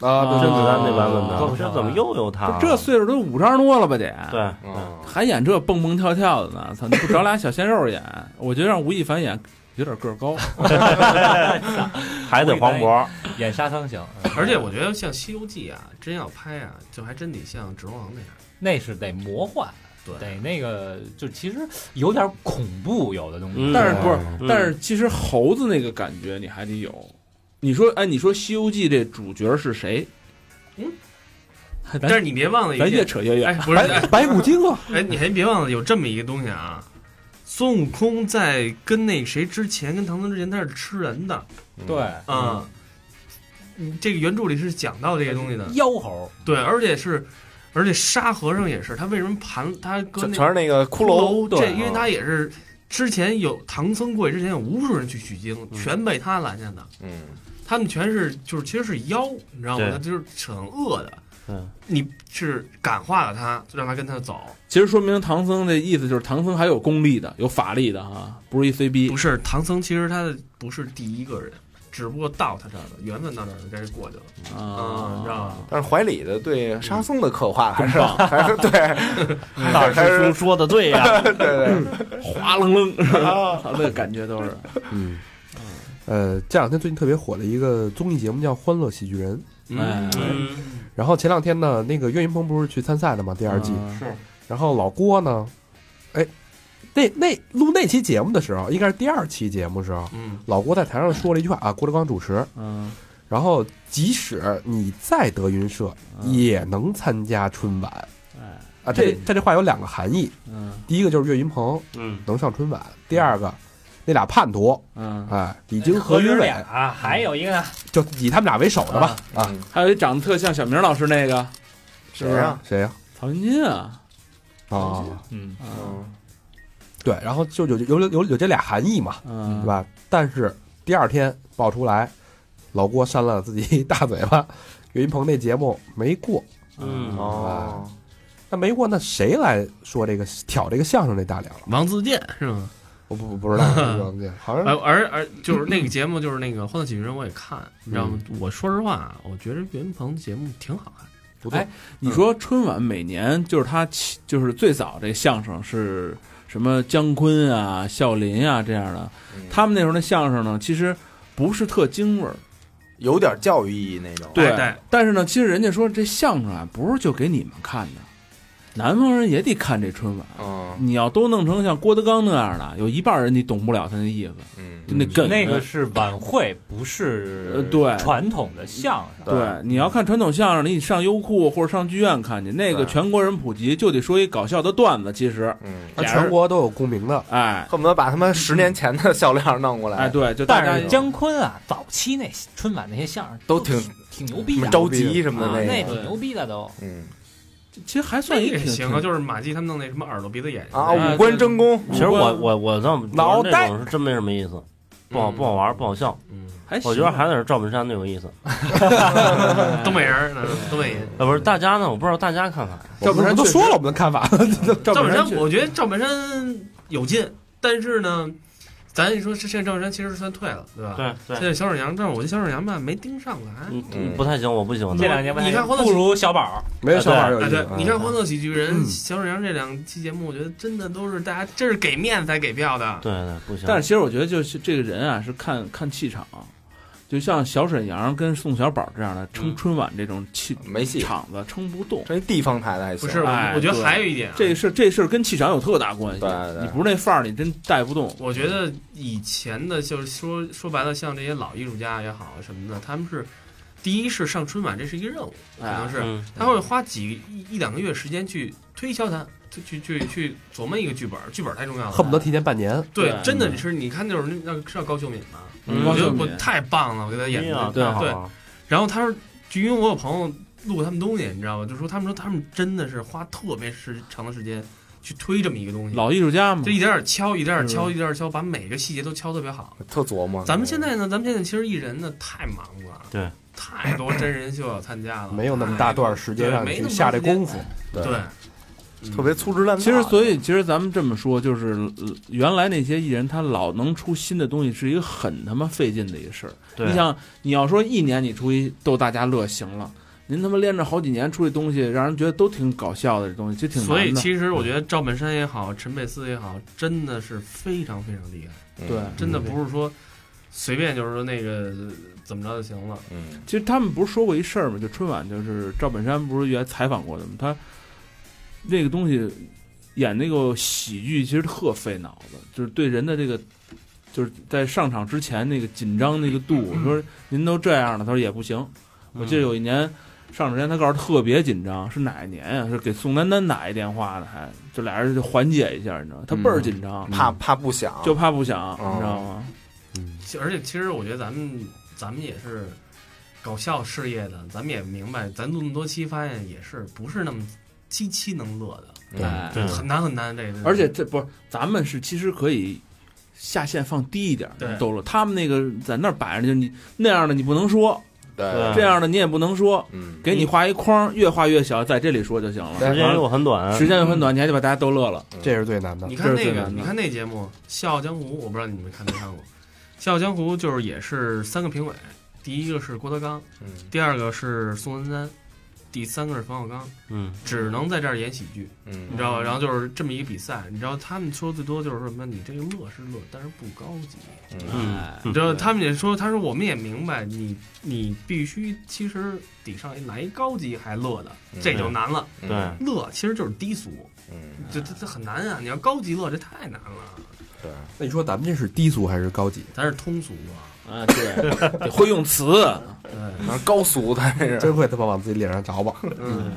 Speaker 2: 啊
Speaker 8: 甄子丹那版本
Speaker 5: 啊
Speaker 8: 的，啊这怎么又有他
Speaker 2: 不？这岁数都五十多了吧得？
Speaker 8: 对，，
Speaker 7: 嗯，
Speaker 2: 还演这蹦蹦跳跳的呢？操，你不找俩小鲜肉演？我觉得让吴亦凡演有点个儿高。
Speaker 8: 还得黄渤。
Speaker 5: 演沙僧行，嗯
Speaker 6: 而且我觉得像《西游记》啊，真要拍啊，就还真得像《指环王》那样。
Speaker 5: 那是得魔幻，
Speaker 6: 对
Speaker 5: 得那个就其实有点恐怖，有的东西。
Speaker 8: 嗯
Speaker 2: 但是不是？
Speaker 8: 嗯
Speaker 2: 但是其实猴子那个感觉你还得有。你说，哎，你说《西游记》这主角是谁？
Speaker 6: 嗯，但
Speaker 2: 咱
Speaker 6: 是你别忘了一
Speaker 2: 咱越
Speaker 6: 件，
Speaker 2: 扯越远。
Speaker 6: 哎，不是，哎，
Speaker 3: 白骨精啊，
Speaker 6: 哎你还别忘了有这么一个东西啊。孙悟空在跟那谁之前，跟唐僧之前，他是吃人的
Speaker 5: 对，
Speaker 6: 啊。嗯这个原著里是讲到这些东西的，
Speaker 5: 妖猴，
Speaker 6: 对，而且是，而且沙和尚也是，他为什么盘他搁
Speaker 7: 全
Speaker 6: 那
Speaker 7: 全是那个骷髅，
Speaker 6: 骷
Speaker 7: 对
Speaker 6: 这因为他也是之前有唐僧过去之前有无数人去取经，全被他拦下的。
Speaker 7: 嗯，
Speaker 6: 他们全是就是其实是妖，你知道吗？
Speaker 8: 对
Speaker 6: 他就是很恶的。
Speaker 8: 嗯，
Speaker 6: 你是感化了他，就让他跟他走。
Speaker 2: 其实说明唐僧的意思就是唐僧还有功力的，有法力的哈，不是一 C 逼
Speaker 6: 不。是唐僧，其实他的不是第一个人，只不过到他这儿了，缘分到这儿了，该过去了。
Speaker 2: 啊，
Speaker 6: 嗯你知道吗？
Speaker 7: 但是怀里的对沙僧的刻画还是 还是对，还
Speaker 8: 大
Speaker 7: 是还
Speaker 8: 师
Speaker 7: 是
Speaker 8: 兄说的对呀，
Speaker 7: 对对，
Speaker 2: 哗楞楞，操那个感觉 都是。
Speaker 3: 嗯，呃，这两天最近特别火的一个综艺节目叫《欢乐喜剧人》，
Speaker 6: 嗯
Speaker 2: 哎，
Speaker 3: 然后前两天呢，那个岳云鹏不是去参赛了吗？第二季，
Speaker 2: 嗯
Speaker 3: 然后老郭呢，哎，那那录那期节目的时候，应该是第二期节目的时候，
Speaker 6: 嗯，
Speaker 3: 老郭在台上说了一句话啊，郭德纲主持，
Speaker 2: 嗯，
Speaker 3: 然后即使你再德云社，
Speaker 2: 嗯
Speaker 3: 也能参加春晚
Speaker 2: 哎，
Speaker 3: 啊。这他这话有两个含义，
Speaker 2: 嗯
Speaker 3: 第一个就是岳云鹏
Speaker 8: 嗯，
Speaker 3: 能上春晚，第二个那俩叛徒，
Speaker 2: 嗯，
Speaker 3: 哎，李菁
Speaker 5: 何
Speaker 3: 和
Speaker 5: 云
Speaker 3: 云伟
Speaker 5: 俩，啊，还有一个呢，
Speaker 3: 就以他们俩为首的吧啊，
Speaker 2: 还有一长得特像小明老师那个
Speaker 7: 谁呀？
Speaker 3: 嗯谁呀？
Speaker 2: 曹云金啊，
Speaker 3: 啊，
Speaker 5: 嗯，
Speaker 7: 嗯，
Speaker 3: 对，然后就有有有有这俩含义嘛，
Speaker 2: 嗯，
Speaker 3: 对？吧？但是第二天爆出来，老郭扇了自己一大嘴巴，岳云鹏那节目没过。
Speaker 8: 嗯
Speaker 7: 哦，
Speaker 3: 那没过，那谁来说这个挑这个相声这大梁了？
Speaker 6: 王自健是吗？
Speaker 3: 我不不知道，不知道 这好像
Speaker 6: 而而而就是那个节目，就是那个《欢乐喜剧人》，我也看，你知道吗？我说实话，我觉得岳云鹏节目挺好看的。
Speaker 3: 不对
Speaker 2: 哎。你说春晚每年就是他起，就是最早这相声是什么姜昆啊、笑林啊这样的，他们那时候的相声呢，其实不是特京味儿，
Speaker 7: 有点教育意义那种，
Speaker 6: 哎对
Speaker 2: 但是呢，其实人家说这相声啊，不是就给你们看的，南方人也得看这春晚。
Speaker 7: 嗯
Speaker 2: 你要都弄成像郭德纲那样的，有一半人你懂不了他那意思，
Speaker 7: 嗯
Speaker 2: 就那梗。
Speaker 5: 那个是晚会，不是
Speaker 2: 呃对
Speaker 5: 传统的相声。
Speaker 2: 对，你要看传统相声，你得上优酷或者上剧院看去。那个
Speaker 7: 对
Speaker 2: 全国人普及，就得说一搞笑的段子。其实，
Speaker 7: 嗯，
Speaker 3: 那全国都有共鸣的，
Speaker 2: 哎
Speaker 7: 恨不得把他们十年前的笑料弄过来。
Speaker 2: 哎，对，就大
Speaker 5: 但
Speaker 2: 家
Speaker 5: 是姜昆啊，早期那春晚那些相声
Speaker 7: 都
Speaker 5: 挺
Speaker 7: 挺
Speaker 5: 挺牛逼的，
Speaker 7: 着急什么
Speaker 5: 啊
Speaker 7: 的
Speaker 5: 那
Speaker 7: 个，
Speaker 5: 挺牛逼的都。
Speaker 7: 嗯
Speaker 2: 其实还
Speaker 6: 那
Speaker 2: 算一
Speaker 6: 也
Speaker 2: 挺
Speaker 6: 行啊，就是马季他们弄那什么耳朵鼻子眼睛
Speaker 7: 啊，
Speaker 2: 哎
Speaker 7: 五官争功，
Speaker 8: 其实我
Speaker 2: 五官
Speaker 8: 我我倒
Speaker 3: 脑袋
Speaker 8: 那种是真没什么意思，不好不好玩，不好笑。
Speaker 6: 嗯，
Speaker 2: 还行
Speaker 8: 我觉得还得是赵本山的有意思。
Speaker 6: 东北人儿，嗯东北人。
Speaker 8: 呃，不是大家呢，我不知道大家看法。啊
Speaker 3: 这不是都说了我们的看法，
Speaker 6: 赵本
Speaker 3: 山
Speaker 6: 山，我觉得赵本山有劲，但是呢，咱一说这现在赵本山其实算退了，对吧？
Speaker 8: 对
Speaker 6: 现，在小沈阳，但是我觉得小沈阳吧没盯上来。
Speaker 8: 嗯，嗯不太行，我不喜欢
Speaker 5: 这
Speaker 8: 他。
Speaker 5: 两年不太
Speaker 6: 你看黄道
Speaker 5: 不如小宝，
Speaker 3: 没有小马有意
Speaker 6: 哎，
Speaker 3: 思
Speaker 6: 对，你看《
Speaker 3: 啊
Speaker 6: 欢乐喜剧人》、小沈阳这两期节目，我觉得真的都是大家这是给面子才给票的。
Speaker 8: 对对，不行。
Speaker 2: 但是其实我觉得，就是这个人啊，是看看气场。就像小沈阳跟宋小宝这样的撑
Speaker 6: 嗯
Speaker 2: 春晚这种气
Speaker 7: 没戏。
Speaker 2: 场子撑不动，
Speaker 7: 这地方台的还行，
Speaker 6: 不是，我
Speaker 2: 哎
Speaker 6: 我觉得
Speaker 2: 对
Speaker 6: 还有一点啊，
Speaker 2: 这事这事儿跟气场有特大关系
Speaker 7: 对。对
Speaker 2: 你不是那范儿，你真带不动。
Speaker 6: 我觉得以前的，就是说说白了，像这些老艺术家也好什么的，他们是第一是上春晚，这是一个任务，可
Speaker 2: 哎
Speaker 6: 能是
Speaker 8: 嗯
Speaker 6: 他会花几一一两个月时间去推敲它，去去去去琢磨一个剧本，剧本太重要了。
Speaker 3: 恨不得提前半年。
Speaker 6: 对
Speaker 2: 对，
Speaker 6: 真的是你看那种那那是叫高秀敏吗？
Speaker 8: 嗯
Speaker 6: 我
Speaker 2: 高
Speaker 6: 觉得
Speaker 2: 秀
Speaker 6: 我
Speaker 2: 敏
Speaker 6: 太棒了，我给他演
Speaker 5: 啊
Speaker 6: 的。
Speaker 8: 对
Speaker 2: 对
Speaker 6: 对，然后他说，就因为我有朋友录他们东西，你知道吗？就说他们说他们真的是花特别时长的时间去推这么一个东西，
Speaker 2: 老艺术家嘛
Speaker 6: 就，一点点敲，一点点敲，
Speaker 2: 嗯
Speaker 6: 一点点敲，把每个细节都敲特别好。
Speaker 7: 特琢磨。
Speaker 6: 咱们现在呢，咱们现在其实艺人呢太忙了，
Speaker 8: 对，
Speaker 6: 太多真人秀要参加了，
Speaker 3: 没有那么大段时间
Speaker 6: 对
Speaker 3: 让你
Speaker 6: 没那
Speaker 3: 去
Speaker 6: 么
Speaker 3: 下
Speaker 6: 多
Speaker 3: 这
Speaker 6: 时间
Speaker 3: 功夫，
Speaker 7: 对
Speaker 6: 对，
Speaker 7: 特别粗制滥造。
Speaker 2: 其实，所以其实咱们这么说，就是、呃原来那些艺人，他老能出新的东西，是一个很他妈费劲的一个事儿。
Speaker 8: 对
Speaker 2: 你想，你要说一年你出一逗大家乐行了，您他妈连着好几年出这东西，让人觉得都挺搞笑的，这东西其实挺
Speaker 6: 所以
Speaker 2: 难的。
Speaker 6: 其实我觉得赵本山也好，陈佩斯也好，真的是非常非常厉害，
Speaker 7: 嗯
Speaker 2: 对，
Speaker 6: 真的不是说随便就是说那个呃怎么着就行了。
Speaker 7: 嗯，
Speaker 2: 其实他们不是说过一事儿吗？就春晚，就是赵本山不是原来采访过的吗？他那个东西演那个喜剧，其实特费脑子，就是对人的这个，就是在上场之前那个紧张那个度。说您都这样了，他说也不行。我记得有一年上场之前，他告诉特别紧张，是哪一年呀、是给宋丹丹打一电话呢，还就俩人就缓解一下，你知道吗？他倍儿紧张，
Speaker 7: 怕怕不响，
Speaker 2: 嗯就怕不响，
Speaker 7: 嗯哦
Speaker 2: 你知道吗？
Speaker 6: 其而且其实我觉得咱们咱们也是搞笑事业的，咱们也明白，咱录那么多期发现也是不是那么七七能乐的，
Speaker 2: 哎
Speaker 7: 嗯
Speaker 8: 对
Speaker 6: 很难很难这个。
Speaker 2: 而且这不是咱们是其实可以下限放低一点
Speaker 6: 对
Speaker 2: 都了。他们那个在那儿摆着，就是你那样的你不能说，
Speaker 7: 对
Speaker 6: 嗯
Speaker 8: 对，
Speaker 2: 这样的你也不能说，
Speaker 7: 嗯，
Speaker 2: 给你画一框，越画越小，在这里说就行了。
Speaker 8: 时间
Speaker 2: 完了
Speaker 8: 又很短，
Speaker 2: 时间又很短，你还得把大家逗乐了。
Speaker 3: 这是最难的
Speaker 6: 你。看
Speaker 2: 这是
Speaker 6: 那
Speaker 2: 最
Speaker 6: 个，
Speaker 2: 难的
Speaker 6: 你看那节目《笑傲江湖》，我不知道你们看没看过，《笑傲江湖》就是也是三个评委，第一个是郭德纲，
Speaker 7: 嗯
Speaker 6: 第二个是宋丹丹，第三个是冯小刚，
Speaker 8: 嗯，
Speaker 6: 只能在这儿演喜剧，你
Speaker 7: 嗯
Speaker 6: 知道吧？然后就是这么一个比赛，你知道他们说最多就是什么？你这个乐是乐，但是不高级。啊
Speaker 8: 嗯
Speaker 6: 你知道他们也说，他说我们也明白，你你必须其实得上一来一高级还乐的，这就难了。
Speaker 7: 嗯
Speaker 8: 对，
Speaker 6: 乐其实就是低俗，
Speaker 7: 嗯，
Speaker 6: 这这这很难啊！你要高级乐，这太难了。
Speaker 7: 对，
Speaker 3: 那你说咱们这是低俗还是高级？
Speaker 6: 咱是通俗啊，
Speaker 2: 啊，对， 得会用词。
Speaker 6: 对，
Speaker 7: 那是高俗的这 是，
Speaker 3: 真会他妈往自己脸上找吧。
Speaker 6: 嗯，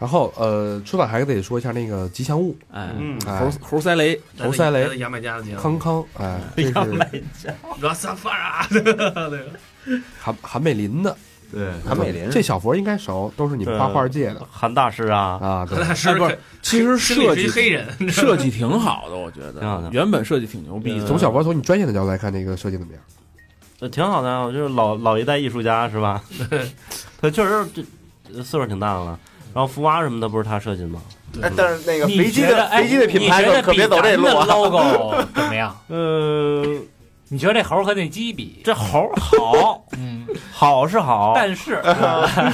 Speaker 3: 然后呃，春晚还得说一下那个吉祥物
Speaker 2: 哎，
Speaker 8: 嗯，
Speaker 3: 哎
Speaker 2: 猴猴塞雷，
Speaker 3: 猴塞雷
Speaker 6: 来自牙买加的节
Speaker 3: 康
Speaker 6: 目，
Speaker 3: 康，哎，这是
Speaker 6: 拉萨法 拉的，
Speaker 3: 韩韩美林的，
Speaker 8: 对，
Speaker 7: 韩美林
Speaker 3: 这小佛应该熟，都是你们
Speaker 8: 对
Speaker 3: 画画界的
Speaker 8: 韩大师啊，
Speaker 3: 啊。对，
Speaker 6: 那是
Speaker 2: 哎不是其实
Speaker 6: 心里
Speaker 2: 设
Speaker 6: 是一
Speaker 2: 计
Speaker 6: 黑人，你知道吗
Speaker 2: 设计挺好的，我觉
Speaker 8: 挺好
Speaker 2: 得
Speaker 8: 的
Speaker 2: 原本设计挺牛
Speaker 6: 啊
Speaker 2: 逼的。
Speaker 3: 从小佛从你专业的角度来看，这个设计怎么样？
Speaker 8: 呃挺好的啊，我就是老老一代艺术家 是吧？他确实这这岁数挺大的了。然后福娃什么的不是他设计的吗？
Speaker 7: 哎，但是那个
Speaker 5: 你
Speaker 7: 飞机
Speaker 5: 觉得
Speaker 7: 的
Speaker 5: 哎
Speaker 7: 飞机的品牌
Speaker 5: 你觉
Speaker 7: 可
Speaker 5: 得
Speaker 7: 可别走这路
Speaker 5: 比咱们
Speaker 7: 啊，
Speaker 5: logo 怎么样？
Speaker 8: 呃，
Speaker 5: 你觉得这猴儿和那鸡比？
Speaker 8: 这猴儿好，
Speaker 5: 嗯，
Speaker 8: 好是好，
Speaker 5: 但是
Speaker 6: 来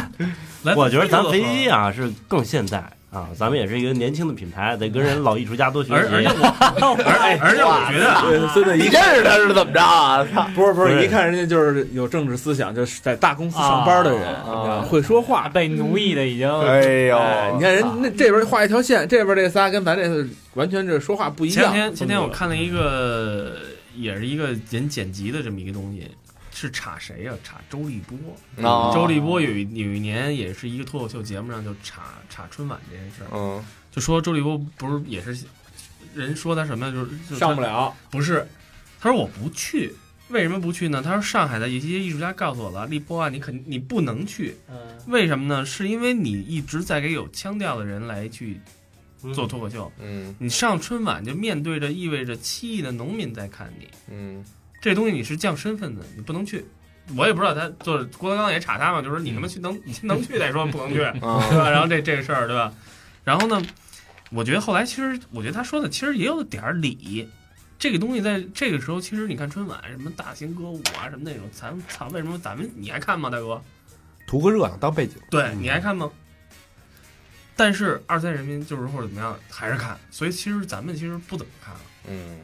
Speaker 6: 自
Speaker 8: 我觉得咱
Speaker 6: 非洲的啊
Speaker 8: 飞机啊是更现代，啊，咱们也是一个年轻的品牌，得跟人老艺术家多学
Speaker 6: 而而且
Speaker 8: 习。
Speaker 6: 我而而且我觉得啊，
Speaker 3: 对，孙子
Speaker 7: 你认识他是怎么着啊？操
Speaker 2: 不是不
Speaker 8: 对
Speaker 2: 是，一看人家就是有政治思想，就是在大公司上班的人，
Speaker 7: 啊
Speaker 2: 你知道吗会说话。
Speaker 5: 被奴役的已经
Speaker 7: 哎呦，
Speaker 2: 哎，你看人那这边画一条线，这边这仨跟咱这完全这说话不一
Speaker 6: 前
Speaker 2: 样。
Speaker 6: 天前天我看了一个，也是一个人剪辑的这么一个东西，是查谁呀、查周立波。
Speaker 7: 啊
Speaker 6: 周立波有一有一年也是一个脱口秀节目上就查查春晚这件事儿，
Speaker 7: 嗯，
Speaker 6: 就说周立波不是也是人说他什么呀，就是就是他
Speaker 2: 上不了，
Speaker 6: 不是，他说我不去，为什么不去呢？他说上海的一些艺术家告诉我了，立波啊，你肯你不能去，
Speaker 5: 嗯
Speaker 6: 为什么呢？是因为你一直在给有腔调的人来去做脱口秀，
Speaker 7: 嗯
Speaker 6: 你上春晚就面对着意味着七亿的农民在看你，
Speaker 7: 嗯
Speaker 6: 这东西你是降身份的，你不能去。我也不知道他就是郭德纲也查他嘛，就说你他妈去能你能去再说不能去，
Speaker 7: 啊，
Speaker 6: 对吧？然后这这个事儿对吧？然后呢，我觉得后来其实我觉得他说的其实也有点儿理。这个东西在这个时候，其实你看春晚什么大型歌舞啊什么那种，咱们操，为什么咱们你还看吗，大哥？
Speaker 3: 图个热闹当背景，
Speaker 6: 对，你还看吗？但是二三人民就是或者怎么样，还是看。所以其实咱们其实不怎么看了。
Speaker 7: 嗯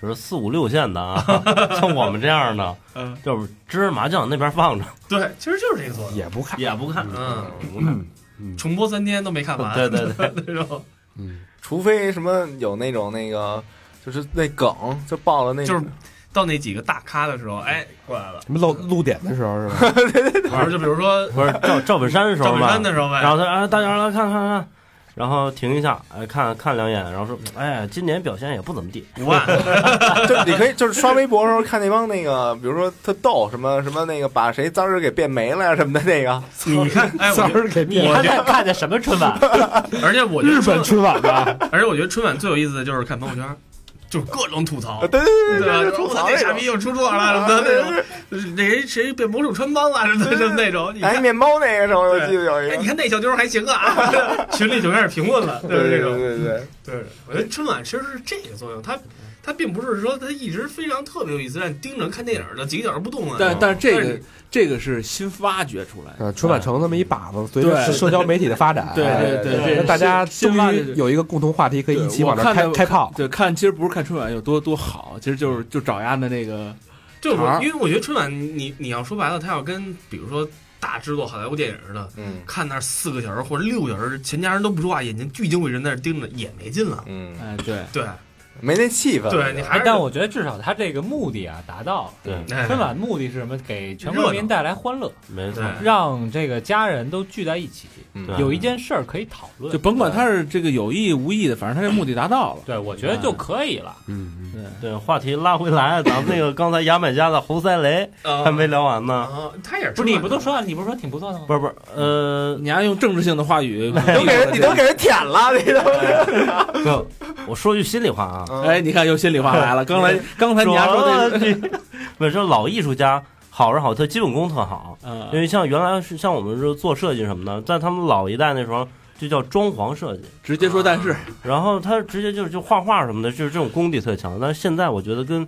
Speaker 8: 就是四五六线的啊， 像我们这样的，
Speaker 6: 嗯
Speaker 8: 就是芝麻麻将那边放着
Speaker 6: 对，其实就是这个作用。
Speaker 3: 也不看，
Speaker 8: 也不看。
Speaker 6: 嗯，
Speaker 3: 嗯
Speaker 6: 重播三天都没看完。
Speaker 8: 对对对，
Speaker 6: 对，那种
Speaker 3: 嗯，
Speaker 7: 除非什么有那种那个，就是那梗就爆了那，
Speaker 6: 就是到那几个大咖的时候，哎，过来了。
Speaker 3: 什么露露点的时候是吧？
Speaker 6: 玩儿就比如说
Speaker 8: 不是赵赵本山的时
Speaker 6: 赵
Speaker 8: 候
Speaker 6: 本
Speaker 8: 吧
Speaker 6: 山？的时候呗，
Speaker 8: 然后他啊，大家来看看看，然后停一下，哎，看看两眼，然后说，哎，今年表现也不怎 么地。
Speaker 6: 五万，
Speaker 7: 就你可以就是刷微博的时候看那帮那个，比如说特逗什么什么那个把谁脏人给变没了呀什么的那个，
Speaker 6: 你看，哎，我
Speaker 3: 三
Speaker 6: 觉得
Speaker 3: 儿给
Speaker 5: 你
Speaker 3: 灭了
Speaker 5: 还 在看的什么春晚？
Speaker 6: 而且我觉
Speaker 3: 日
Speaker 6: 得
Speaker 3: 本
Speaker 6: 春，
Speaker 3: 春晚 吧？
Speaker 6: 而且我觉得春晚最有意思的就是看朋友圈，就是各种吐槽
Speaker 7: 对，对对
Speaker 6: 吧？
Speaker 7: 对，
Speaker 6: 说
Speaker 7: 吐槽
Speaker 6: 我操，
Speaker 7: 那
Speaker 6: 那傻
Speaker 7: 种
Speaker 6: 逼又出错了什么的那种，就是那谁谁被魔术穿帮了什么的什么那种，你
Speaker 7: 哎，
Speaker 6: 看，
Speaker 7: 面包那个时候我记得有一
Speaker 6: 哎，
Speaker 7: 个
Speaker 6: 你，看那小妞儿还行啊， 群里就开始评论了，就是
Speaker 7: 对
Speaker 6: 这
Speaker 7: 对
Speaker 6: 种。
Speaker 7: 对对，
Speaker 6: 对，我觉得春晚其实是这个作用，它它并不是说它一直非常特别有意思，让你盯着看电影的几个小时不动啊。
Speaker 2: 但但是这
Speaker 6: 但
Speaker 2: 个这个是新发掘出来的。
Speaker 3: 呃，春晚成那么一把子，随着
Speaker 2: 对
Speaker 3: 社交媒体的发展，
Speaker 2: 对
Speaker 3: 哎
Speaker 2: 对 对，这
Speaker 3: 那大家
Speaker 2: 新
Speaker 3: 终
Speaker 2: 发掘
Speaker 3: 于有一个共同话题可以一起
Speaker 2: 对我
Speaker 3: 往那儿
Speaker 2: 看
Speaker 3: 开
Speaker 2: 到
Speaker 3: 开炮。
Speaker 2: 对看，其实不是看春晚有多多好，其实就是就找丫的那个
Speaker 6: 就
Speaker 2: 茬
Speaker 6: 我
Speaker 2: 儿
Speaker 6: 因为我觉得春晚，你你要说白了，它要跟比如说大制作好莱坞电影似的，
Speaker 7: 嗯
Speaker 6: 看那儿四个小时或者六个小时，全家人都不说话，眼睛聚精会神在那儿盯着，也没劲了。
Speaker 7: 嗯，
Speaker 2: 哎对，
Speaker 6: 对
Speaker 7: 没那气氛，
Speaker 6: 对，你还是
Speaker 5: 但我觉得至少他这个目的啊达到了。
Speaker 8: 对，
Speaker 6: 哎
Speaker 5: 春晚目的是什么？给全国人民带来欢乐，
Speaker 8: 没错
Speaker 6: 对，
Speaker 5: 让这个家人都聚在一起，
Speaker 7: 嗯
Speaker 8: 对
Speaker 5: 有一件事儿可以讨论。
Speaker 2: 就甭管他是这个有意无意的，反正他这目的达到了。
Speaker 5: 对，我觉得就可以了。
Speaker 3: 嗯，
Speaker 2: 对，
Speaker 8: 对，话题拉回来，咱们那个刚才牙买加的侯赛雷
Speaker 6: 呃
Speaker 8: 还没聊完呢。
Speaker 6: 啊，他也是
Speaker 5: 不是你不都说了你不是说挺不错的吗？
Speaker 8: 不是不是，呃，
Speaker 2: 你要用政治性的话 语，
Speaker 7: 都给人你都给人舔了，你都
Speaker 8: 哥，我说句心里话啊，
Speaker 2: 哎，你看又心里话来了。刚才刚才你还说那
Speaker 3: 啊
Speaker 2: 个，
Speaker 8: 这，本身老艺术家好是好，他基本功特好，
Speaker 5: 呃
Speaker 8: 因
Speaker 2: 嗯，
Speaker 8: 为像原来是像我们是做设计什么的，在他们老一代那时候就叫装潢设计，
Speaker 2: 直接说但是，
Speaker 8: 然后他直接就就画画什么的，就是这种功底特强。但是现在我觉得跟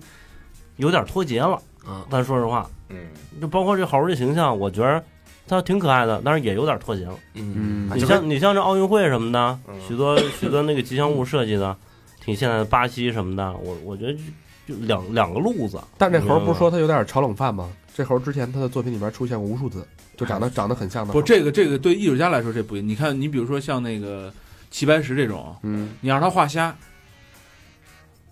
Speaker 8: 有点脱节了，
Speaker 6: 啊，
Speaker 8: 咱说实话，
Speaker 7: 嗯
Speaker 8: 就包括这猴儿这形象，我觉得他挺可爱的，但是也有点脱节了。
Speaker 3: 嗯
Speaker 7: 啊
Speaker 8: 你
Speaker 7: 就是
Speaker 8: 像你像这奥运会什么的
Speaker 7: 嗯，
Speaker 8: 许多许多那个吉祥物设计的，挺现在的巴西什么的，我我觉得就就两两个路子。
Speaker 3: 但这
Speaker 8: 你
Speaker 3: 猴儿
Speaker 8: 明白
Speaker 3: 不
Speaker 8: 吗
Speaker 3: 是说他有点炒冷饭吗？这猴儿之前他的作品里面出现过无数次，就长得长得很像的猴
Speaker 2: 不，
Speaker 3: 儿。
Speaker 2: 这个这个对艺术家来说这不一样。你看，你比如说像那个齐白石这种，
Speaker 3: 嗯，
Speaker 2: 你让他画虾，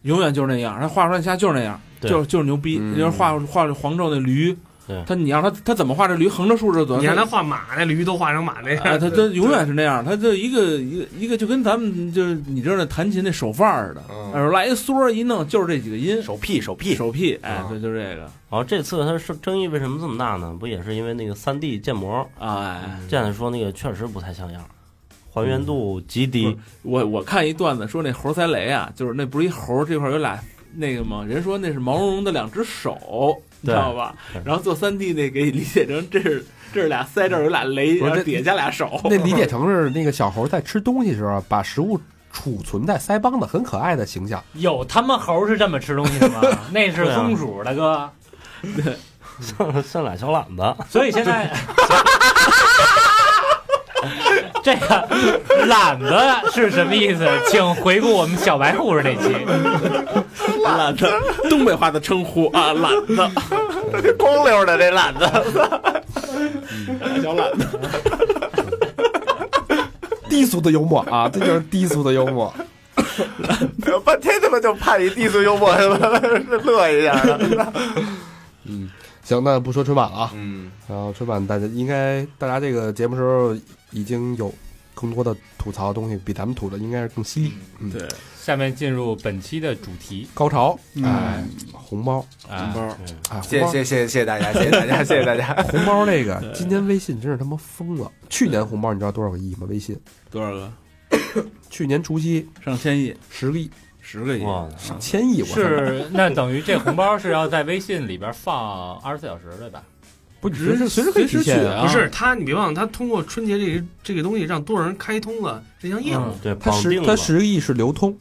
Speaker 2: 永远就是那样，他画出来的虾就是那样，
Speaker 8: 对
Speaker 2: 就是就是牛逼。
Speaker 3: 嗯
Speaker 2: 你要画画这黄胄那驴
Speaker 8: 对，
Speaker 2: 他你让他他怎么画这驴，横着竖着走，
Speaker 6: 你看
Speaker 2: 他
Speaker 6: 他画马那驴都画成马那样，
Speaker 2: 哎，他他永远是那样，他就一个一个一个就跟咱们就是你知道那弹琴那手范儿似的，
Speaker 7: 嗯
Speaker 2: 耳朵来一缩儿一弄就是这几个音，
Speaker 7: 手屁手屁，
Speaker 2: 手屁，哎
Speaker 7: 啊，
Speaker 2: 对，就这个
Speaker 8: 然后这次它是争议为什么这么大呢？不也是因为那个三 D 建模，
Speaker 2: 啊，哎，
Speaker 8: 这样说那个确实不太像样，还原度极低。
Speaker 2: 我我看一段子说那猴塞雷啊，就是那不是一猴儿这块儿有俩那个吗？人说那是毛茸茸的两只手，你知道吧
Speaker 8: 对？
Speaker 2: 然后做三 D 那给你理解成这是这是俩腮这儿有俩雷，
Speaker 3: 不是
Speaker 2: 然后
Speaker 3: 这
Speaker 2: 底下加俩手，
Speaker 3: 那理解成是那个小猴儿在吃东西时候啊把食物储存在腮帮子，很可爱的形象。
Speaker 5: 有他妈猴是这么吃东西的吗？那是
Speaker 8: 对啊
Speaker 5: 松鼠，大哥。
Speaker 8: 像像俩小懒子，
Speaker 5: 所以现在，这个懒得是什么意思？请回顾我们小白护士那期。
Speaker 2: 懒子，东北话的称呼啊，懒 子，
Speaker 4: 光溜的这懒子，
Speaker 2: 小懒子。
Speaker 3: 低俗的幽默 啊，这就是低俗的幽默。
Speaker 4: 半天他妈就怕你低俗幽默，他妈乐一下。
Speaker 3: 嗯，行，那不说春晚了啊。
Speaker 4: 嗯，
Speaker 3: 然后春晚大家应该，大家这个节目时候已经有更多的吐槽的东西，比咱们吐的应该是更犀利。嗯，
Speaker 2: 对，
Speaker 5: 下面进入本期的主题
Speaker 3: 高潮，哎，红包，
Speaker 5: 啊，
Speaker 3: 哎，红
Speaker 7: 谢
Speaker 3: 包，
Speaker 7: 谢谢谢谢谢大家，谢谢大家，谢谢大家。
Speaker 3: 红包这个，今年微信真是他妈疯了。去年红包你知道多少个亿吗？微信
Speaker 2: 多少个？
Speaker 3: 去年除夕
Speaker 2: 上千亿，
Speaker 3: 十个亿，
Speaker 2: 十个亿，
Speaker 8: 哇
Speaker 2: 上
Speaker 3: 千亿，我操
Speaker 5: 是那等于这红包是要在微信里边放二十四小时对吧？
Speaker 3: 不随时随时可以提
Speaker 2: 取
Speaker 3: 现
Speaker 2: 啊！
Speaker 6: 不是他，你别忘了，他通过春节这个这个东西，让多少人开通了这项业务。
Speaker 8: 对，
Speaker 3: 它
Speaker 8: 绑
Speaker 3: 十
Speaker 8: 定
Speaker 3: 它
Speaker 8: 了。
Speaker 3: 十个亿是流通，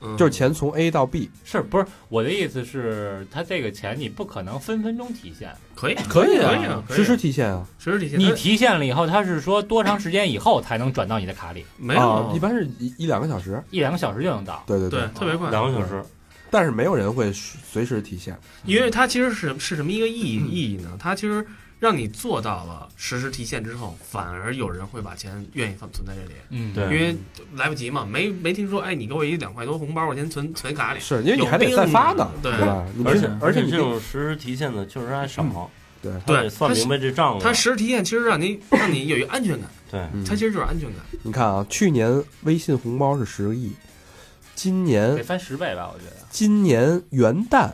Speaker 6: 嗯
Speaker 3: 就是钱从 A 到 B，
Speaker 5: 是不是？我的意思是，他这个钱你不可能分分钟提现，
Speaker 6: 可以，
Speaker 3: 可以
Speaker 6: 可以啊
Speaker 3: 啊，，
Speaker 6: 可以啊
Speaker 3: 实时提现啊。
Speaker 6: 实时体现。
Speaker 5: 你
Speaker 6: 但
Speaker 5: 提现了以后，他是说多长时间以后才能转到你的卡里？
Speaker 6: 没
Speaker 3: 啊，
Speaker 6: 有
Speaker 3: 一，般是一一两个小时。
Speaker 5: 一两个小时就能到。
Speaker 3: 对对
Speaker 6: 对，特别快，
Speaker 8: 两个小时，
Speaker 3: 但是没有人会随时提现。
Speaker 6: 因为它其实是是什么一个意义意义呢？它其实让你做到了实时提现之后，反而有人会把钱愿意放存在这里，
Speaker 5: 嗯，
Speaker 8: 对
Speaker 6: 因为来不及嘛，没没听说，哎，你给我一两块多红包，我先存存卡里。
Speaker 3: 是因为你还得再发呢，
Speaker 6: 有病啊
Speaker 3: 对吧？你
Speaker 8: 而且
Speaker 3: 平
Speaker 8: 而且
Speaker 3: 你
Speaker 8: 这嗯种实时提现的确实还少，
Speaker 3: 对
Speaker 8: 他得算
Speaker 6: 它是
Speaker 8: 明白这账了
Speaker 6: 它。实时提现其实让你让你有一个安全感，
Speaker 8: 对，
Speaker 3: 嗯
Speaker 6: 它其实就是安全感。
Speaker 3: 你看啊，去年微信红包是十个亿，今
Speaker 5: 得
Speaker 3: 年
Speaker 5: 翻十倍吧，我觉得。
Speaker 3: 今年元旦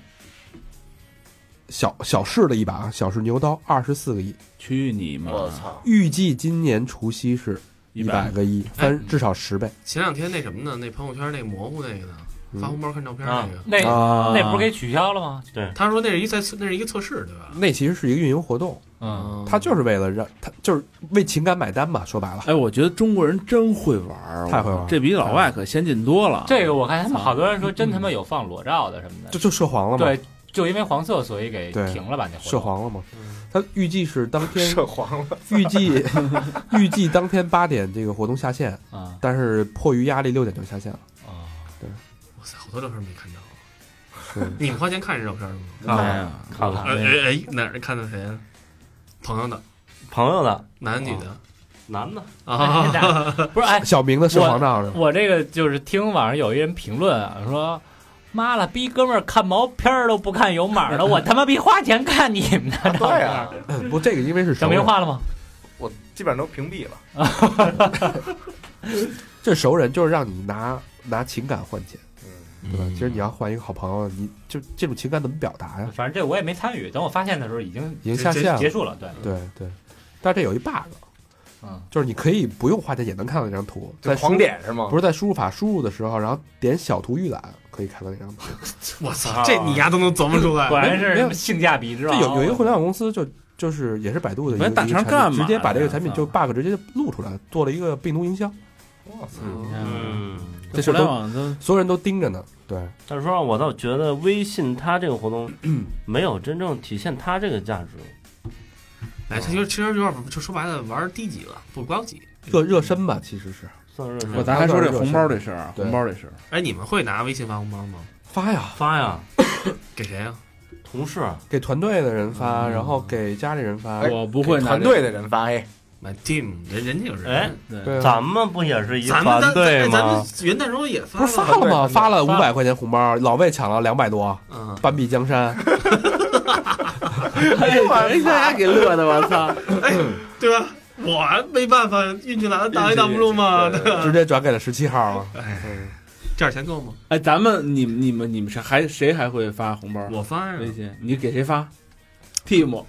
Speaker 3: 小小试了一把啊，小试牛刀二十四个亿，
Speaker 2: 去你妈！
Speaker 4: 我操！
Speaker 3: 预计今年除夕是一百
Speaker 2: 百
Speaker 3: 个亿，
Speaker 5: 哎
Speaker 3: 翻至少十倍
Speaker 6: 前两天那什么呢？那朋友圈那模糊那个呢，
Speaker 3: 嗯
Speaker 6: 发红包看照片那个，
Speaker 5: 那
Speaker 3: 啊
Speaker 5: 哎那不是给取消了吗？
Speaker 6: 他说那是一测那是一个测试，对吧？
Speaker 3: 那其实是一个运营活动，
Speaker 5: 嗯，
Speaker 3: 它就是为了让它就是为情感买单嘛，说白了。
Speaker 2: 哎，我觉得中国人真会玩儿，
Speaker 3: 太会玩儿
Speaker 2: 这比老外可先进多了。
Speaker 5: 这个我看他们好多人说真他妈有放裸照的什么
Speaker 3: 就
Speaker 5: 的，
Speaker 3: 就涉黄了嘛，
Speaker 5: 嗯对，就因为黄色所以给
Speaker 3: 嗯对
Speaker 5: 停了吧那活
Speaker 3: 涉
Speaker 5: 动。
Speaker 3: 黄了嘛。它预计是当 天
Speaker 7: 涉黄了，
Speaker 3: 预计 预计当天八点这个活动下线，
Speaker 5: 啊
Speaker 3: 但是迫于压力六点就下线了。
Speaker 5: 啊，
Speaker 6: 哇塞，好多照片没看着。
Speaker 3: 是啊
Speaker 6: 你们花钱看这照片吗？
Speaker 8: 看
Speaker 2: 哎
Speaker 8: 了
Speaker 2: 呀，
Speaker 8: 看
Speaker 6: 哎
Speaker 8: 了，
Speaker 6: 哎哎，哪儿看的谁啊？朋友的，
Speaker 8: 朋友的
Speaker 6: 男的女的
Speaker 8: 男的，
Speaker 5: 哎
Speaker 6: 啊？
Speaker 5: 那不是哎，
Speaker 3: 小明的涉黄照呢？
Speaker 5: 我这个就是听网上有一人评论啊，说。妈了逼，哥们儿看毛片儿都不看有码 儿的，我他妈逼花钱看你们的照
Speaker 7: 对
Speaker 5: 片
Speaker 7: 啊
Speaker 5: 儿。，
Speaker 3: 不，这个因为是
Speaker 5: 小
Speaker 3: 熟
Speaker 5: 明
Speaker 3: 人，
Speaker 5: 画了吗？
Speaker 7: 我基本上都屏蔽了。
Speaker 3: 这熟人就是让你拿拿情感换钱，
Speaker 7: 嗯，
Speaker 3: 对吧？其实你要换一个好朋友，你就这种情感怎么表达呀？
Speaker 5: 反正这我也没参与。等我发现的时候，已经
Speaker 3: 已经下线
Speaker 5: 结
Speaker 3: 了，
Speaker 5: 束了。对，
Speaker 2: 嗯
Speaker 3: 对对。但是这有一 bug，
Speaker 5: 嗯，
Speaker 3: 就是你可以不用花钱也能看到那张图，
Speaker 7: 就
Speaker 3: 在输
Speaker 7: 狂点是吗？
Speaker 3: 不是在输入法输入的时候，然后点小图预览可以看到那张图。
Speaker 6: 我
Speaker 3: 啊
Speaker 6: 操，这你丫都能琢磨出来
Speaker 5: 果？然是
Speaker 3: 没
Speaker 5: 什
Speaker 3: 有
Speaker 5: 么性价比之
Speaker 3: 这
Speaker 5: 王。
Speaker 3: 有有一个互联网公司就就是也是百度的一个，
Speaker 2: 啊不是大
Speaker 3: 一个
Speaker 2: 肠
Speaker 3: 产品
Speaker 2: 干嘛
Speaker 3: 直接把这个
Speaker 2: 呀啊
Speaker 3: 产品就 bug 直接就录出来，做了一个病毒营销，
Speaker 5: 嗯
Speaker 8: 嗯，
Speaker 3: 这事
Speaker 2: 互
Speaker 3: 儿
Speaker 2: 联
Speaker 3: 都
Speaker 2: 网都
Speaker 3: 所有人都盯着呢。对，
Speaker 8: 但是说实话我倒觉得微信它这个活 动没有真正体现它这个价值。
Speaker 6: 哎，其实其实有点，就说白了，玩低级了，不高级。
Speaker 3: 热热身吧，其实是
Speaker 8: 算是
Speaker 2: 不，咱还说这红包这事儿啊，
Speaker 3: 对
Speaker 2: 红包这事儿，
Speaker 6: 哎，你们会拿微信发红包吗？
Speaker 3: 发呀，
Speaker 8: 发呀，
Speaker 6: 给谁啊？
Speaker 8: 同事
Speaker 3: 给团队的人
Speaker 2: 嗯
Speaker 3: 发，然后给家里人发。
Speaker 2: 我不会拿
Speaker 7: 团
Speaker 2: 这
Speaker 7: 队的人发哎，
Speaker 6: 买 team，人人家有
Speaker 8: 哎
Speaker 6: 人。
Speaker 2: 对
Speaker 3: 对啊，
Speaker 8: 咱们不也是一
Speaker 6: 咱们
Speaker 8: 团
Speaker 6: 咱
Speaker 8: 队
Speaker 6: 咱咱
Speaker 8: 吗
Speaker 6: 们？元旦时候也发
Speaker 3: 不是发了
Speaker 7: 团队
Speaker 3: 吗？
Speaker 7: 团队
Speaker 3: 发了五
Speaker 5: 发
Speaker 3: 百块钱红包，老魏抢了两百多，
Speaker 6: 嗯，
Speaker 3: 半壁 江山。
Speaker 2: 哎，大家给乐的，我操！
Speaker 6: 对吧？我没办法，运气来了，大来挡不住嘛。对吧
Speaker 3: 直接转给了十七号啊了。
Speaker 6: 这点钱够吗？
Speaker 2: 哎，咱们你们你们你们谁还谁还会发红包？
Speaker 6: 我发呀，
Speaker 2: 微信，你给谁发？team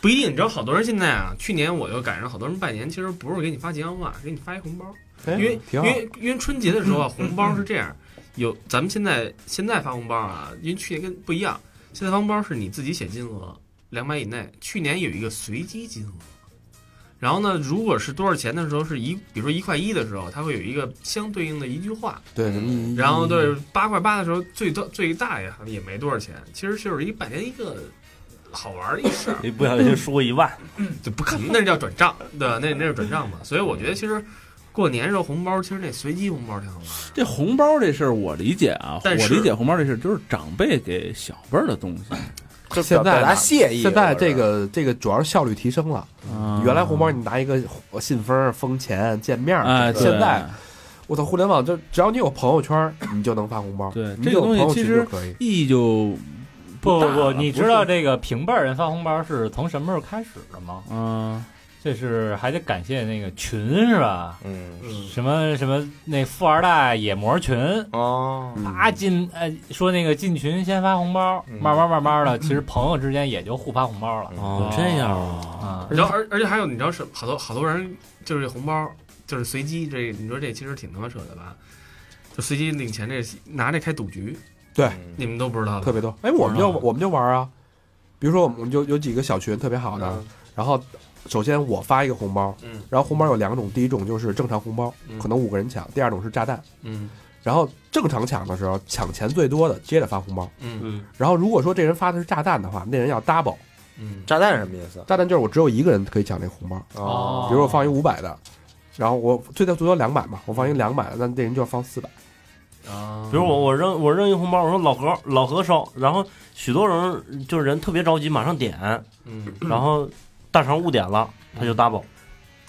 Speaker 6: 不一定。你知道，好多人现在啊，去年我又赶上好多人拜年，其实不是给你发吉祥话，给你发一红包。
Speaker 3: 哎
Speaker 6: 因为
Speaker 3: 挺
Speaker 2: 嗯
Speaker 3: 好，
Speaker 6: 因为因为春节的时候啊，红包是这样，有咱们现在现在发红包啊，因为去年跟不一样，现在发红包是你自己写金额两百以内，去年有一个随机金额。然后呢，如果是多少钱的时候，是一，比如说一块一的时候，它会有一个相对应的一句话。
Speaker 3: 对，你
Speaker 6: 然后对八块八的时候，最多最大也也没多少钱，其实就是一百年一个好玩的一事儿。
Speaker 8: 一不小心输一万，
Speaker 6: 就不可能，那是叫转账，对吧？那那是转账嘛。所以我觉得其实过年时候红包，其实那随机红包挺好玩儿。
Speaker 2: 这红包这事儿，我理解啊，我
Speaker 6: 但是
Speaker 2: 理解红包这事儿就是长辈给小辈儿的东西。
Speaker 7: 就
Speaker 3: 现
Speaker 7: 表
Speaker 3: 在
Speaker 7: 表达
Speaker 3: 呢
Speaker 7: 谢意。
Speaker 3: 现在
Speaker 7: 我觉得
Speaker 3: 这个这个主要是效率提升了，
Speaker 2: 啊
Speaker 3: 原来红包你拿一个信封封钱见面儿，
Speaker 2: 哎，对
Speaker 3: 现在我操，互联网就只要你有朋友圈儿，你就能发红包。
Speaker 2: 对
Speaker 3: 你
Speaker 2: 这个
Speaker 3: 有
Speaker 2: 东西
Speaker 3: 朋友
Speaker 2: 其
Speaker 3: 群
Speaker 2: 实
Speaker 3: 就可以。
Speaker 2: 意义就
Speaker 5: 不
Speaker 2: 大
Speaker 5: 不不，
Speaker 2: 了
Speaker 5: 你
Speaker 2: 不
Speaker 5: 知道
Speaker 2: 是
Speaker 5: 这个平辈儿人发红包是从什么时候开始的吗？
Speaker 2: 嗯，
Speaker 5: 这是还得感谢那个群是吧？
Speaker 7: 嗯
Speaker 6: 嗯，
Speaker 5: 什么什么那富二代野模群，
Speaker 7: 哦，
Speaker 3: 嗯
Speaker 5: 啊进呃说那个进群先发红包，
Speaker 7: 嗯
Speaker 5: 慢慢慢慢的，其实朋友之间也就互发红包了
Speaker 8: 哦，这样啊，
Speaker 5: 啊
Speaker 6: 你。知道，而而且还有，你知道是好多好多人就是这红包就是随机这，你说这其实挺他妈扯的吧？就随机领钱这拿这开赌局，
Speaker 7: 哎
Speaker 3: 对
Speaker 6: 你们都不知道
Speaker 3: 特
Speaker 6: 吧？
Speaker 3: 别多。哎，我们就
Speaker 2: 嗯
Speaker 3: 我们就玩啊，比如说我们就有几个小群特别好
Speaker 2: 嗯
Speaker 3: 的，然后首先我发一个红包，
Speaker 6: 嗯
Speaker 3: 然后红包有两种，第一种就是正常红包，
Speaker 6: 嗯
Speaker 3: 可能五个人抢；第二种是炸弹。
Speaker 6: 嗯
Speaker 3: 然后正常抢的时候，抢钱最多的接着发红包。
Speaker 6: 嗯
Speaker 8: 嗯，
Speaker 3: 然后如果说这人发的是炸弹的话，那人要 double。
Speaker 6: 嗯，
Speaker 7: 炸弹是什么意思？
Speaker 3: 炸弹就是我只有一个人可以抢这红包，
Speaker 5: 哦
Speaker 3: 比如我放一五百的，然后我最多最多两百嘛，我放一两百，那那人就要放四百。
Speaker 6: 啊，
Speaker 8: 比如我我扔我扔一红包，我说老何老何收，然后许多人就是人特别着急，马上点，
Speaker 6: 嗯，
Speaker 8: 然后大肠误点了，他就 double，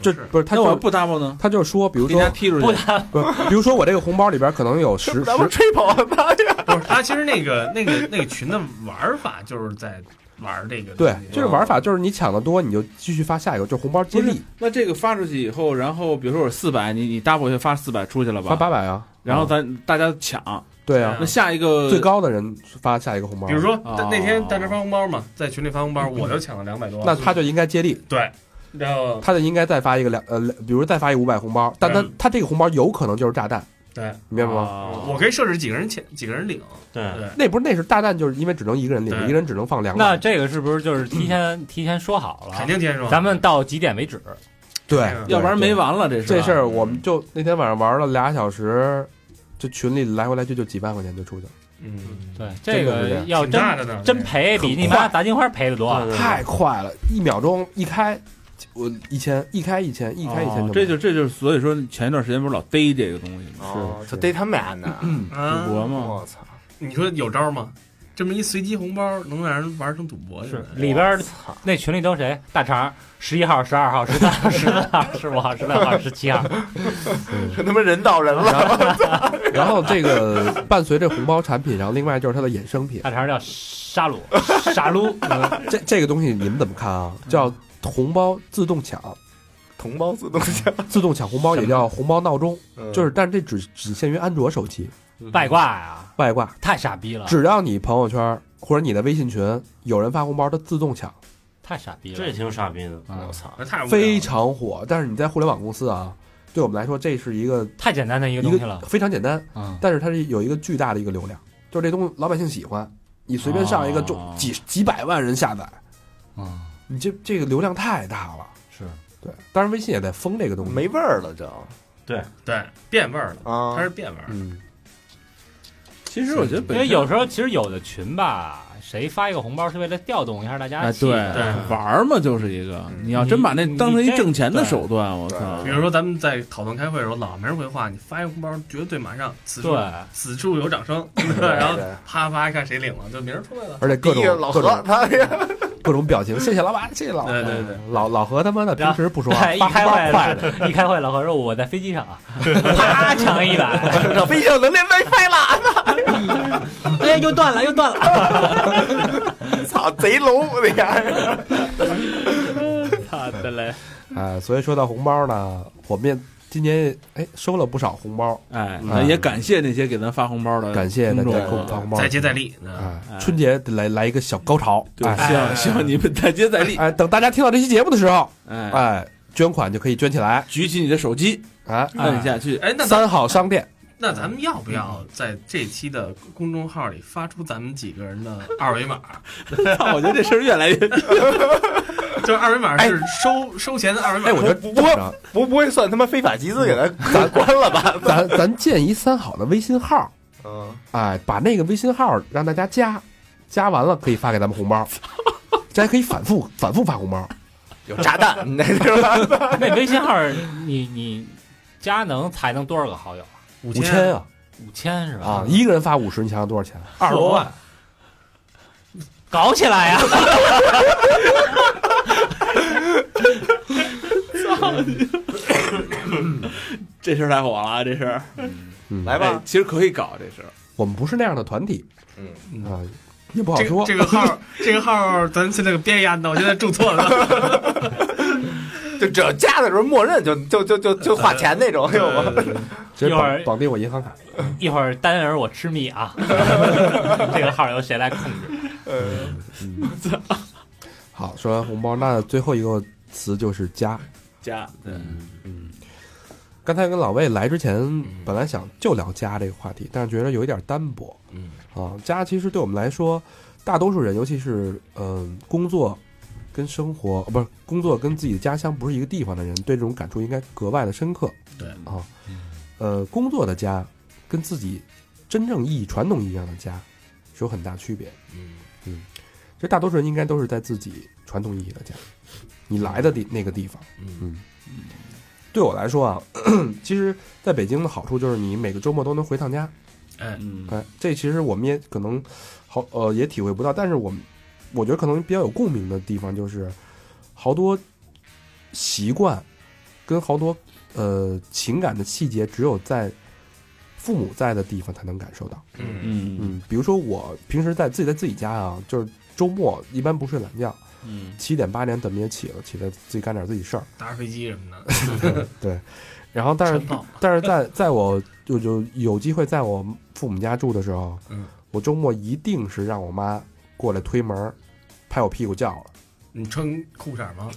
Speaker 3: 这
Speaker 6: 不是
Speaker 3: 不是他
Speaker 2: 那我
Speaker 3: 就
Speaker 2: 不 double 呢？
Speaker 3: 他就是说，比如
Speaker 2: 给人家
Speaker 3: 说
Speaker 2: 踢出去
Speaker 8: 不
Speaker 3: 不是，比如说我这个红包里边可能有十
Speaker 7: 咱们
Speaker 3: 十
Speaker 7: 吹捧他去。
Speaker 6: 不是他其实那个那个那个群的玩法就是在玩这个东
Speaker 3: 对
Speaker 6: 西，啊
Speaker 3: 就是玩法就是你抢的多，你就继续发下一个，就红包接
Speaker 2: 不是
Speaker 3: 力，
Speaker 2: 那这个发出去以后，然后比如说我四百，你你 double 就发四百出去了吧？
Speaker 3: 发八百啊，
Speaker 2: 然后咱大家抢，
Speaker 3: 对啊
Speaker 6: 嗯，
Speaker 2: 那下一个
Speaker 3: 最高的人发下一个红包，
Speaker 6: 比如说
Speaker 2: 哦
Speaker 6: 那天大哲发红包嘛，在群里发红包，我就抢了两百多，
Speaker 3: 那他就应该接力，
Speaker 6: 对，然后
Speaker 3: 他就应该再发一个两呃，比如再发一五百红包，但他
Speaker 6: 嗯
Speaker 3: 他这个红包有可能就是炸弹，
Speaker 6: 对，
Speaker 3: 你明白吗？
Speaker 2: 啊
Speaker 6: 我可以设置几个人抢，几个人领，
Speaker 8: 对，
Speaker 6: 对，
Speaker 3: 那不是那是炸弹，就是因为只能一个人领，
Speaker 6: 对
Speaker 3: 一个人只能放两
Speaker 5: 那
Speaker 3: 百，
Speaker 5: 这个是不是就是提前提前说好了？
Speaker 6: 肯定天数，
Speaker 5: 咱们到几点为止？
Speaker 3: 对，
Speaker 2: 要不然没完
Speaker 3: 完。
Speaker 2: 了这事。
Speaker 3: 这事
Speaker 2: 儿啊
Speaker 3: 儿我们就那天晚上玩了俩小时，就群里来回来去就几万块钱就出去了，
Speaker 6: 嗯，
Speaker 5: 对，
Speaker 3: 真的是
Speaker 5: 个
Speaker 3: 这样
Speaker 5: 要
Speaker 6: 挺大
Speaker 5: 真
Speaker 6: 的呢，
Speaker 5: 真赔比你妈砸金花赔的多。啊
Speaker 8: 对对
Speaker 3: 太快了，一秒钟一开，我一千一开一千一开一千
Speaker 2: 哦
Speaker 3: 就
Speaker 2: 这就这就是所以说前一段时间不是老逮这个东西吗？
Speaker 7: 哦，
Speaker 3: 是嗯
Speaker 7: 就逮他们俩呢。
Speaker 5: 嗯
Speaker 2: 赌
Speaker 6: 啊。
Speaker 2: 博嘛，
Speaker 7: 我操！
Speaker 6: 你说有招吗？这么一随机红包能让人玩成赌博似
Speaker 5: 是
Speaker 6: 的，
Speaker 5: 里边儿那群里都谁？大肠十一号、十二号、十三号、十四号、十五号、十六号、十七号。
Speaker 7: 这他妈人到人了。
Speaker 3: 然后这个伴随着红包产品，然后另外就是它的衍生品，
Speaker 5: 大肠叫沙 鲁，沙鲁，嗯
Speaker 3: 这这个东西你们怎么看啊？叫红包自动抢，
Speaker 7: 同胞自动枪，
Speaker 3: 自动抢红包也叫红包闹钟， 就是但是这只只限于安卓手机
Speaker 5: 外挂呀，
Speaker 3: 外挂，
Speaker 5: 太傻逼了，
Speaker 3: 只要你朋友圈或者你的微信群有人发红包，它自动抢。
Speaker 5: 太傻逼了。
Speaker 8: 这也挺傻逼的，
Speaker 2: 啊
Speaker 8: 我操，
Speaker 6: 那太无聊了
Speaker 3: 非常火。但是你在互联网公司啊，对我们来说，这是一个
Speaker 5: 太简单的一个
Speaker 3: 一
Speaker 5: 东西了
Speaker 3: 个。非常简单，
Speaker 5: 嗯，
Speaker 3: 但是它是有一个巨大的一个流量，就是这东西老百姓喜欢，你随便上一个
Speaker 2: 哦
Speaker 3: 就
Speaker 5: 啊
Speaker 3: 几几百万人下载，
Speaker 5: 嗯，
Speaker 3: 你这这个流量太大了。
Speaker 5: 是
Speaker 3: 对，当然微信也在封这个东西。
Speaker 7: 嗯没味儿了就
Speaker 6: 对变味儿了，
Speaker 7: 啊
Speaker 6: 它是变味儿。
Speaker 3: 嗯，
Speaker 2: 其实我觉得本
Speaker 5: 因为
Speaker 2: 身
Speaker 5: 有时候其实有的群吧，谁发一个红包是为了调动一下大家
Speaker 2: 哎
Speaker 5: 的气
Speaker 2: 对
Speaker 5: 氛。
Speaker 6: 对
Speaker 2: 玩儿嘛就是一个，你要真把那
Speaker 5: 嗯你
Speaker 2: 当成一
Speaker 5: 你这
Speaker 2: 挣钱的
Speaker 5: 对
Speaker 2: 手段，我操
Speaker 6: 比！如说咱们在讨论开会的时候，老没人回话，你发一红包，绝对马上此处
Speaker 5: 对
Speaker 6: 此处有掌声，对吧然后啪啪看谁领了，就名儿出来了。
Speaker 3: 而且各
Speaker 7: 第
Speaker 3: 种
Speaker 7: 一个老
Speaker 3: 各
Speaker 7: 何
Speaker 3: 种
Speaker 7: 他
Speaker 3: 各种表情，谢谢老板，谢谢老板。哎
Speaker 6: 对对对
Speaker 3: 嗯老老何他妈的平时不说话，
Speaker 5: 一
Speaker 3: 发
Speaker 5: 开
Speaker 3: 红包快的。
Speaker 5: 会，一开会，老何说我在飞机上啊， 啪抢一百，
Speaker 7: 老飞机上能连 WiFi 了，
Speaker 5: 哎，又断了，又断 了。
Speaker 7: 操，贼龙那 样。
Speaker 5: 好的嘞，
Speaker 3: 哎，所以说到红包呢，我们也今年哎收了不少红包，
Speaker 2: 哎，
Speaker 3: 嗯
Speaker 2: 那也感谢那些给咱发红包的，
Speaker 3: 感谢大家
Speaker 2: 听
Speaker 3: 给
Speaker 2: 众
Speaker 3: 我们发红包。
Speaker 6: 再接再厉，嗯
Speaker 3: 哎，春节得来来一个小高潮，
Speaker 2: 对，
Speaker 3: 哎
Speaker 2: 希望希望你们再接再厉，
Speaker 3: 哎，等大家听到这期节目的时候，
Speaker 2: 哎，
Speaker 3: 哎，捐款就可以捐起来，
Speaker 2: 举起你的手机，
Speaker 3: 哎，
Speaker 2: 按下去，
Speaker 6: 哎，那咱
Speaker 3: 三好商 店
Speaker 6: 那咱们要不要在这期的公众号里发出咱们几个人的二维码？
Speaker 2: 我觉得这事儿越来越
Speaker 6: 就是二维码是收收钱的二维码。
Speaker 3: 哎，我觉得
Speaker 7: 不
Speaker 3: 这么着，
Speaker 7: 不不会算他妈非法集资给他咱关了吧？
Speaker 3: 咱咱建一三好的微信号，
Speaker 7: 嗯，
Speaker 3: 哎，把那个微信号让大家加，加完了可以发给咱们红 包，大家可以反复反复发红包，
Speaker 7: 有炸弹，那是吧？
Speaker 5: 那微信号你你佳能才能多少个好友啊？
Speaker 6: 五
Speaker 3: 五千
Speaker 6: 千
Speaker 3: 啊
Speaker 5: 五千是吧？
Speaker 3: 啊！一个人发五十，你想想多少钱？
Speaker 5: 二十多万，搞起来呀！
Speaker 2: 这事儿太火了啊，这事儿
Speaker 3: 嗯，
Speaker 7: 来吧
Speaker 2: 哎，其实可以搞这事儿。
Speaker 3: 我们不是那样的团体，嗯啊，也不好
Speaker 6: 这个
Speaker 3: 说。
Speaker 6: 这个号，这个号，咱现在给编一案子，我现在注册了。
Speaker 7: 哎就只要加的时候，默认就就就就就花钱那种，哎呦我
Speaker 3: 直接
Speaker 5: 一会儿
Speaker 3: 绑绑定我银行卡，
Speaker 5: 一会儿单人我吃蜜 啊，这个号由谁来控制？
Speaker 3: 好，说完红包，那最后一个词就是加。
Speaker 2: 加，对，
Speaker 3: 刚才跟老魏来之前，本来想就聊家这个话题，但是觉得有一点单薄。
Speaker 4: 嗯，
Speaker 3: 啊，家其实对我们来说，大多数人，尤其是嗯、工作跟生活，呃不是工作跟自己的家乡不是一个地方的人，对这种感触应该格外的深刻。
Speaker 6: 对
Speaker 3: 啊，呃，工作的家跟自己真正意义传统意义上的家是有很大区别。
Speaker 4: 嗯
Speaker 3: 嗯，其实大多数人应该都是在自己传统意义的家，你来的地那个地方。
Speaker 4: 嗯
Speaker 3: 嗯，对我来说啊，其实在北京的好处就是你每个周末都能回趟家。
Speaker 2: 嗯，
Speaker 3: 哎，这其实我们也可能好呃也体会不到，但是我们我觉得可能比较有共鸣的地方就是，好多习惯跟好多呃情感的细节，只有在父母在的地方才能感受到。
Speaker 4: 嗯
Speaker 2: 嗯
Speaker 3: 嗯，比如说我平时在自己在自己家啊，就是周末一般不睡懒觉，
Speaker 2: 嗯
Speaker 3: 七点八点怎么也起了，起来自己干点自己事儿。
Speaker 6: 打着飞机什么的，
Speaker 3: 然后，但是
Speaker 6: 晨跑
Speaker 3: 但是在 在我就就有机会在我父母家住的时候，
Speaker 6: 嗯，
Speaker 3: 我周末一定是让我妈过来推门儿，拍我屁股叫了，
Speaker 6: 你穿裤衩吗？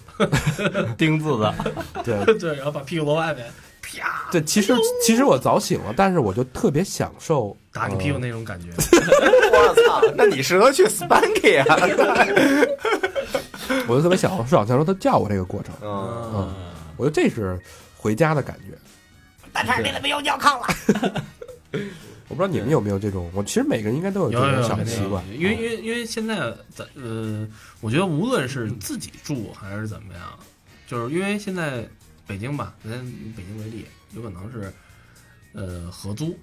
Speaker 8: 钉子的，
Speaker 3: 对
Speaker 6: 对，然后把屁股露外面，啪，
Speaker 3: 对，其 实其实我早醒了，但是我就特别享受
Speaker 6: 打你屁股那种感觉。
Speaker 7: 我操！那你适合去 Spanky 啊？
Speaker 3: 呃我就特别享受享受他叫我这个过程，
Speaker 7: 嗯，
Speaker 3: 嗯，我觉得这是回家的感觉。
Speaker 5: 大肠你怎么又尿炕了？
Speaker 3: 我不知道你们有没有这种，我其实每个人应该都有这
Speaker 6: 有有
Speaker 3: 种
Speaker 6: 有
Speaker 3: 小
Speaker 6: 肯定
Speaker 3: 习
Speaker 6: 有
Speaker 3: 惯，嗯
Speaker 6: 因为因为因为现在咱呃，我觉得无论是自己住还是怎么样，就是因为现在北京吧，咱以北京为例，有可能是呃合租，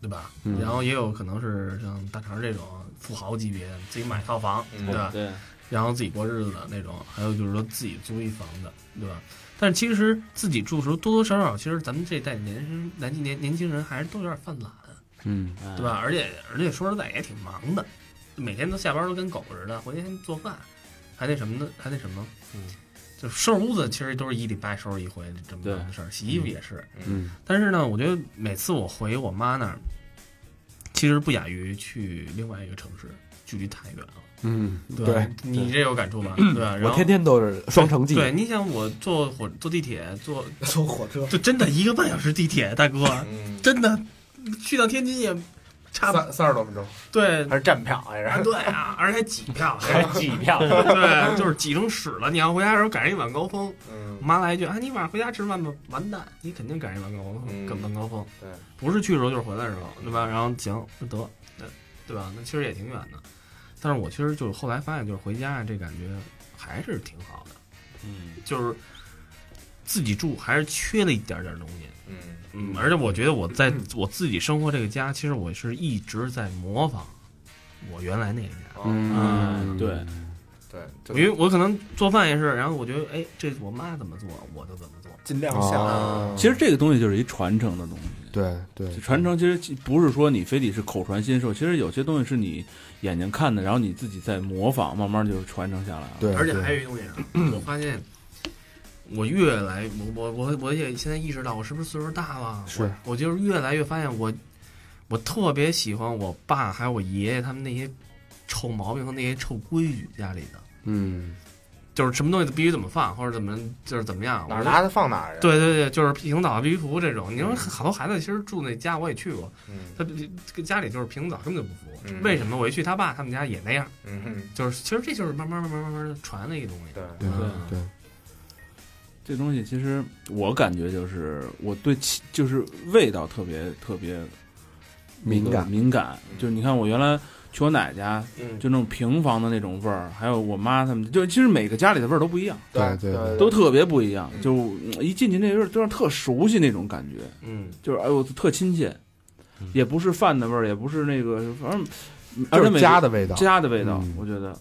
Speaker 6: 对吧？
Speaker 3: 嗯
Speaker 6: 然后也有可能是像大肠这种富豪级别，自己买套房，
Speaker 4: 嗯
Speaker 6: 对吧？
Speaker 2: 对，
Speaker 6: 然后自己过日子的那种，还有就是说自己租一房子，对吧？但其实自己住的时候，多多少少，其实咱们这代年轻年轻年年轻人还是都有点犯懒，
Speaker 3: 嗯
Speaker 6: 对吧？而且而且说实在也挺忙的，每天都下班都跟狗似的，回家还做饭，还那什么的，还那什么，
Speaker 4: 嗯，
Speaker 6: 就收拾屋子，其实都是一礼拜收拾一回这么着的事儿，洗衣服也是。
Speaker 3: 嗯
Speaker 6: 但是呢，我觉得每次我回我妈那儿，其实不亚于去另外一个城市，距离太远了，
Speaker 3: 嗯，
Speaker 6: 吧？
Speaker 3: 对，嗯
Speaker 6: 你这有感触吧？对吧？然
Speaker 3: 我
Speaker 6: 后
Speaker 3: 天天都是双城记，
Speaker 6: 对，你想我坐火坐地铁坐，
Speaker 4: 坐火车
Speaker 6: 就真的一个半小时地铁，大哥，
Speaker 4: 嗯
Speaker 6: 真的去趟天津也差不
Speaker 7: 三三十多分钟，
Speaker 6: 对
Speaker 7: 还是站票还是？
Speaker 6: 啊对啊，而且还挤票，
Speaker 5: 还挤票，
Speaker 6: 对，就是挤成屎了。你要回家的时候赶上一晚高峰，
Speaker 4: 嗯
Speaker 6: 我妈来一句啊，你晚上回家吃饭吧，完蛋，你肯定赶上一晚高峰，
Speaker 4: 嗯
Speaker 6: 赶晚高峰，
Speaker 4: 对，
Speaker 6: 不是去的时候就是回来的时候，对吧？然后行，那得，那对吧？那其实也挺远的，但是我其实就是后来发现，就是回家啊这感觉还是挺好的。
Speaker 2: 嗯
Speaker 6: 就是自己住还是缺了一点点东西。
Speaker 4: 嗯
Speaker 6: 嗯，而且我觉得我在我自己生活这个家，其实我是一直在模仿我原来那个家，
Speaker 2: 嗯，对，
Speaker 4: 对，
Speaker 6: 因为我可能做饭也是，然后我觉得哎，这我妈怎么做我就怎么做。
Speaker 7: 尽量想，
Speaker 3: 啊，
Speaker 2: 其实这个东西就是一传承的东西。
Speaker 3: 对对，
Speaker 2: 传承其实不是说你非得是口传心授，其实有些东西是你眼睛看的，然后你自己在模仿，慢慢就传承下来了。
Speaker 3: 对，
Speaker 6: 而且
Speaker 3: 嗯对
Speaker 6: 还有一东西啊，我发现我越来我我我我也现在意识到我是不是岁数大了？
Speaker 3: 是
Speaker 6: 我，我就是越来越发现我我特别喜欢我爸还有我爷爷他们那些臭毛病和那些臭规矩家里的，
Speaker 3: 嗯
Speaker 6: 就是什么东西必须怎么放或者怎么就是怎么样。
Speaker 7: 哪
Speaker 6: 我
Speaker 7: 儿
Speaker 6: 就
Speaker 7: 拿它放哪儿去。
Speaker 6: 对对对，就是平倒必须服这种。你说好多孩子其实住那家我也去过，
Speaker 4: 嗯
Speaker 6: 他这家里就是平倒根本就不服。
Speaker 4: 嗯
Speaker 6: 为什么？我一去他爸他们家也那样，
Speaker 4: 嗯哼
Speaker 6: 就是其实这就是慢慢慢慢慢慢地传的一个东西。
Speaker 4: 对，
Speaker 3: 对
Speaker 6: 嗯
Speaker 3: 对，
Speaker 2: 这东西其实我感觉就是我对气就是味道特别特别
Speaker 3: 敏感
Speaker 2: 敏感，
Speaker 4: 嗯
Speaker 2: 就是你看我原来。去我奶家，
Speaker 7: 嗯，
Speaker 2: 就那种平房的那种味儿，还有我妈他们，就其实每个家里的味儿都不一样，
Speaker 3: 对
Speaker 7: 对
Speaker 3: 对对
Speaker 2: 都特别不一样，就嗯一进去那味儿就让特熟悉那种感觉，
Speaker 7: 嗯，
Speaker 2: 就是哎呦特亲切，
Speaker 3: 嗯
Speaker 2: 也不是饭的味儿，也不是那个，反正而且
Speaker 3: 就是
Speaker 2: 每
Speaker 3: 家的啊味道。
Speaker 2: 家的味道
Speaker 3: 嗯，
Speaker 2: 我觉得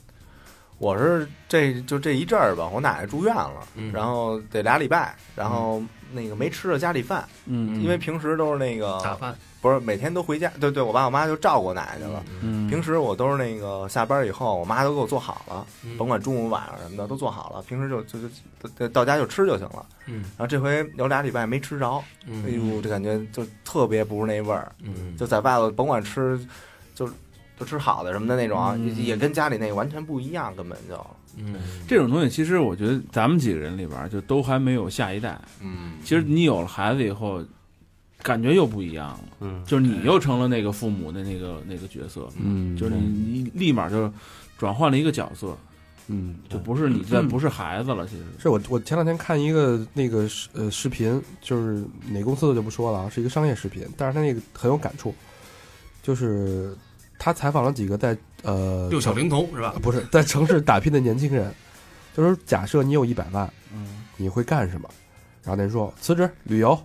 Speaker 7: 我是这就这一阵儿吧，我奶奶住院了，
Speaker 4: 嗯
Speaker 7: 然后得俩礼拜，然后那个没吃着家里饭，
Speaker 2: 嗯，
Speaker 7: 因为平时都是那个
Speaker 6: 打饭，
Speaker 7: 不是每天都回家，对对，我爸我妈就照顾我奶奶去了。
Speaker 2: 嗯
Speaker 7: 平时我都是那个下班以后，我妈都给我做好了，
Speaker 6: 嗯
Speaker 7: 甭管中午晚上什么的都做好了，平时就就就就就到家就吃就行了。
Speaker 4: 嗯，
Speaker 7: 然后这回有俩礼拜没吃着，哎
Speaker 4: 嗯
Speaker 7: 呦，这感觉就特别不是那味儿，
Speaker 4: 嗯，
Speaker 7: 就在外头甭管吃，就就吃好的什么的那种啊，
Speaker 2: 嗯
Speaker 7: 也也跟家里那个完全不一样，根本就
Speaker 4: 嗯
Speaker 2: 这种东西，其实我觉得咱们几个人里边儿就都还没有下一代，
Speaker 7: 嗯
Speaker 2: 其实你有了孩子以后，感觉又不一样了，
Speaker 8: 嗯，
Speaker 2: 就是你又成了那个父母的那个那个角色，
Speaker 3: 嗯，
Speaker 2: 就是你你立马就转换了一个角色，
Speaker 3: 嗯，
Speaker 2: 就不是你在不是孩子了，其实
Speaker 3: 是我我前两天看一个那个视呃视频，就是哪公司的就不说了啊，是一个商业视频，但是他那个很有感触，就是他采访了几个在呃
Speaker 6: 六小龄童是吧？
Speaker 3: 不是在城市打拼的年轻人，就是说假设你有一百万，
Speaker 2: 嗯
Speaker 3: 你会干什么？然后那人说辞职旅游，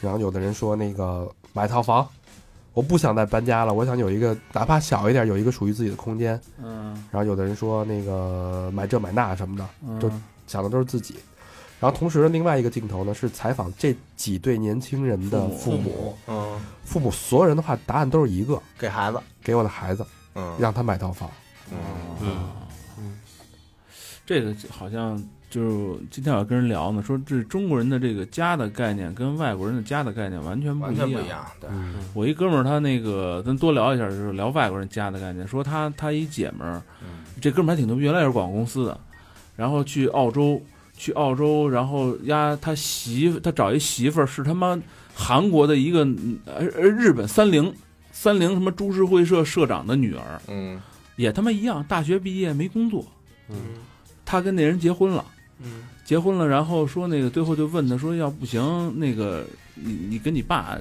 Speaker 3: 然后有的人说那个买套房，我不想再搬家了，我想有一个哪怕小一点，有一个属于自己的空间。
Speaker 2: 嗯
Speaker 3: 然后有的人说那个买这买那什么的，
Speaker 2: 嗯
Speaker 3: 就想的都是自己。然后同时另外一个镜头呢是采访这几对年轻人的
Speaker 2: 父
Speaker 3: 父
Speaker 6: 父
Speaker 3: 母，
Speaker 6: 母，
Speaker 7: 嗯，
Speaker 3: 父母所有人的话答案都是一个，
Speaker 7: 给孩子，
Speaker 3: 给我的孩子
Speaker 7: 嗯
Speaker 3: 让他买套房。
Speaker 7: 嗯
Speaker 2: 这个好像就是今天我跟人聊呢，说这中国人的这个家的概念跟外国人的家的概念完全不
Speaker 7: 完
Speaker 2: 一
Speaker 7: 全不
Speaker 2: 样。
Speaker 7: 一样，对，
Speaker 2: 我一哥们儿，他那个咱多聊一下，就是聊外国人家的概念，说他他一姐们儿，
Speaker 7: 嗯
Speaker 2: 这哥们儿还挺牛逼，原来也是广告公司的，然后去澳洲，去澳洲，然后呀，他媳妇他找一媳妇儿是他妈韩国的一个呃呃日本三菱三菱什么株式会社社长的女儿，
Speaker 7: 嗯
Speaker 2: 也他妈一样，大学毕业没工作，
Speaker 8: 嗯，
Speaker 2: 他跟那人结婚了，
Speaker 6: 嗯
Speaker 2: 结婚了，然后说那个最后就问他说，要不行，那个你你跟你爸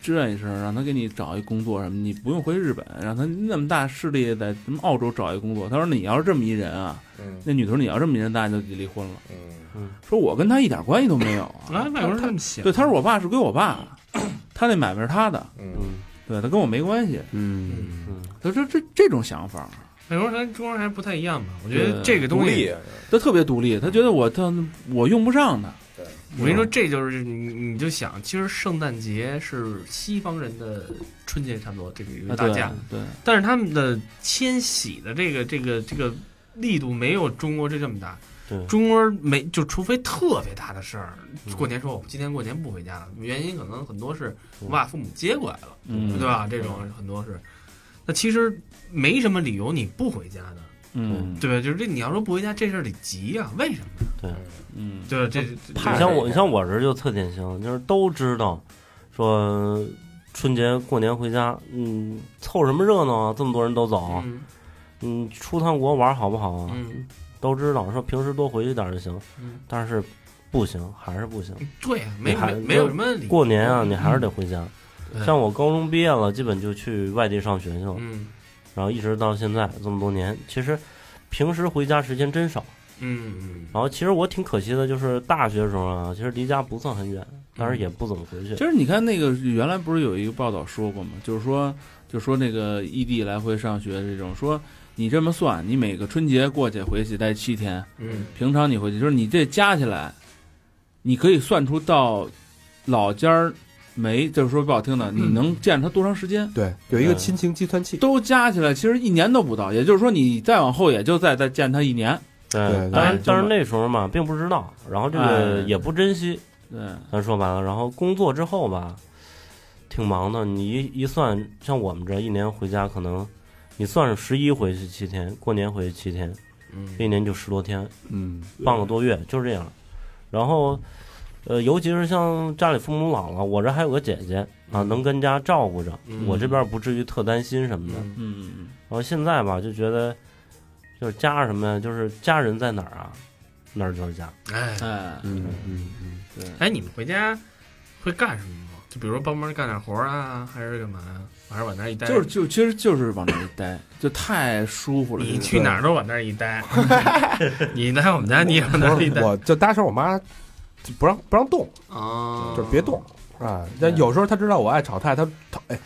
Speaker 2: 志愿一声，让他给你找一工作什么，你不用回日本，让他那么大势力在什么澳洲找一工作。他说你要是这么一人啊，
Speaker 7: 嗯
Speaker 2: 那女的说你要这么一人，大家就得离婚了。
Speaker 7: 嗯
Speaker 2: 说我跟他一点关系都没有
Speaker 6: 啊
Speaker 2: 啊，，
Speaker 6: 外国人这么想，
Speaker 2: 对，他说我爸是归我爸，他那买卖是他的，
Speaker 7: 嗯
Speaker 2: 对他跟我没关系。
Speaker 3: 嗯，
Speaker 2: 他说这这种想法，
Speaker 6: 美国人跟中国人还不太一样吧？我觉
Speaker 2: 对啊
Speaker 6: 得这个
Speaker 7: 独
Speaker 6: 东
Speaker 7: 立
Speaker 6: 西，，
Speaker 2: 他特别独立，他觉得我他我用不上他。
Speaker 6: 我跟你说，
Speaker 2: 嗯
Speaker 6: 这就是你你就想，其实圣诞节是西方人的春节，差不多这个有
Speaker 2: 啊
Speaker 6: 个大假，
Speaker 2: 对，
Speaker 6: 但是他们的迁徙的这个这个这个力度没有中国这这么大
Speaker 8: 对。嗯
Speaker 6: 中国没就除非特别大的事儿，过年说我今年过年不回家了，原因可能很多是
Speaker 8: 嗯
Speaker 6: 我把父母接过来了，
Speaker 2: 嗯
Speaker 6: 对吧？这种很多是，那其实没什么理由你不回家的，
Speaker 2: 嗯
Speaker 6: 对吧？就是这你要说不回家这事儿得急呀、为什么？
Speaker 2: 嗯，
Speaker 6: 对，这这
Speaker 8: 你像我，你像我这儿就特典型，就是都知道，说春节过年回家，嗯，凑什么热闹啊？这么多人都走，
Speaker 6: 嗯
Speaker 8: 嗯，出趟国玩好不好啊？
Speaker 6: 嗯，
Speaker 8: 都知道，说平时多回去点儿就行
Speaker 6: 嗯，
Speaker 8: 但是不行，还是不行。
Speaker 6: 对呀、没
Speaker 8: 你还
Speaker 6: 没没有什么理由
Speaker 8: 过年啊，你还是得回家。
Speaker 6: 对
Speaker 8: 像我高中毕业了，基本就去外地上学去了，
Speaker 6: 嗯
Speaker 8: 然后一直到现在这么多年，其实平时回家时间真少。
Speaker 6: 嗯
Speaker 8: 然后其实我挺可惜的，就是大学时候啊，其实离家不算很远，但是也不怎么回去。
Speaker 2: 就是你看那个原来不是有一个报道说过吗？就是说，就说那个异地来回上学这种，说你这么算，你每个春节过去回去待七天，
Speaker 6: 嗯
Speaker 2: 平常你回去就是你这加起来，你可以算出到老家儿没，就是说不好听的，
Speaker 3: 嗯
Speaker 2: 你能见着他多长时间？
Speaker 3: 对，有一个亲情计算器。
Speaker 2: 都加起来，其实一年都不到，也就是说，你再往后也就再再见他一年。
Speaker 3: 对
Speaker 8: 对，当
Speaker 2: 哎
Speaker 8: 然，
Speaker 2: 就
Speaker 8: 但是
Speaker 2: 是
Speaker 8: 那时候嘛，并不知道，然后这个
Speaker 2: 哎
Speaker 8: 也不珍惜，
Speaker 2: 对，
Speaker 8: 咱说白了，然后工作之后吧，挺忙的，你一一算，像我们这一年回家可能，你算是十一回去七天，过年回去七天，
Speaker 6: 嗯
Speaker 8: 这一年就十多天，
Speaker 3: 嗯
Speaker 8: 半个多月就这样。然后，呃，尤其是像家里父母老了，我这还有个姐姐啊，能跟家照顾着，
Speaker 6: 嗯
Speaker 8: 我这边不至于特担心什么的。
Speaker 6: 嗯
Speaker 2: 嗯，
Speaker 8: 然后现在吧，就觉得就是家是什么呀，就是家人在哪儿啊，哪儿就是家。
Speaker 6: 哎
Speaker 2: 哎，
Speaker 3: 嗯嗯嗯，
Speaker 6: 哎，你们回家会干什么吗？就比如说帮忙干点活儿啊，还是干嘛呀？晚上往那儿一待，
Speaker 2: 就是就其实就是往那儿一待，就太舒服了。
Speaker 6: 你
Speaker 2: 这个
Speaker 6: 去哪儿都往那儿一待， 你来我们家你也往那儿一待
Speaker 3: 我，我就搭时候我妈就不让不让动，
Speaker 6: 啊
Speaker 3: 就是别动啊。但有时候她知道我爱炒菜，她她哎，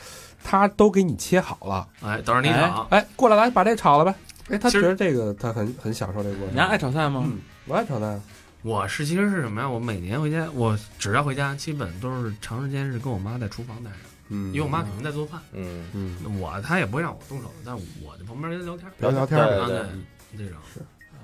Speaker 3: 她都给你切好了，
Speaker 6: 哎，等着你躺，
Speaker 3: 哎，过来来把这炒了呗。哎，她
Speaker 6: 其
Speaker 3: 觉
Speaker 6: 实
Speaker 3: 得这个她很很享受这个过
Speaker 2: 你家
Speaker 3: 程。
Speaker 2: 爱炒菜吗？
Speaker 3: 我爱炒菜啊，
Speaker 6: 我是其实是什么呀？我每年回家，我只要回家，基本都是长时间是跟我妈在厨房待着，
Speaker 7: 嗯
Speaker 6: 因为我妈肯定在做饭，
Speaker 7: 嗯
Speaker 3: 嗯，
Speaker 6: 我她也不会让我动手，但是我在旁边跟她聊天，
Speaker 3: 聊聊天
Speaker 7: 对
Speaker 3: 儿
Speaker 6: 啊
Speaker 7: 对对，
Speaker 6: 这种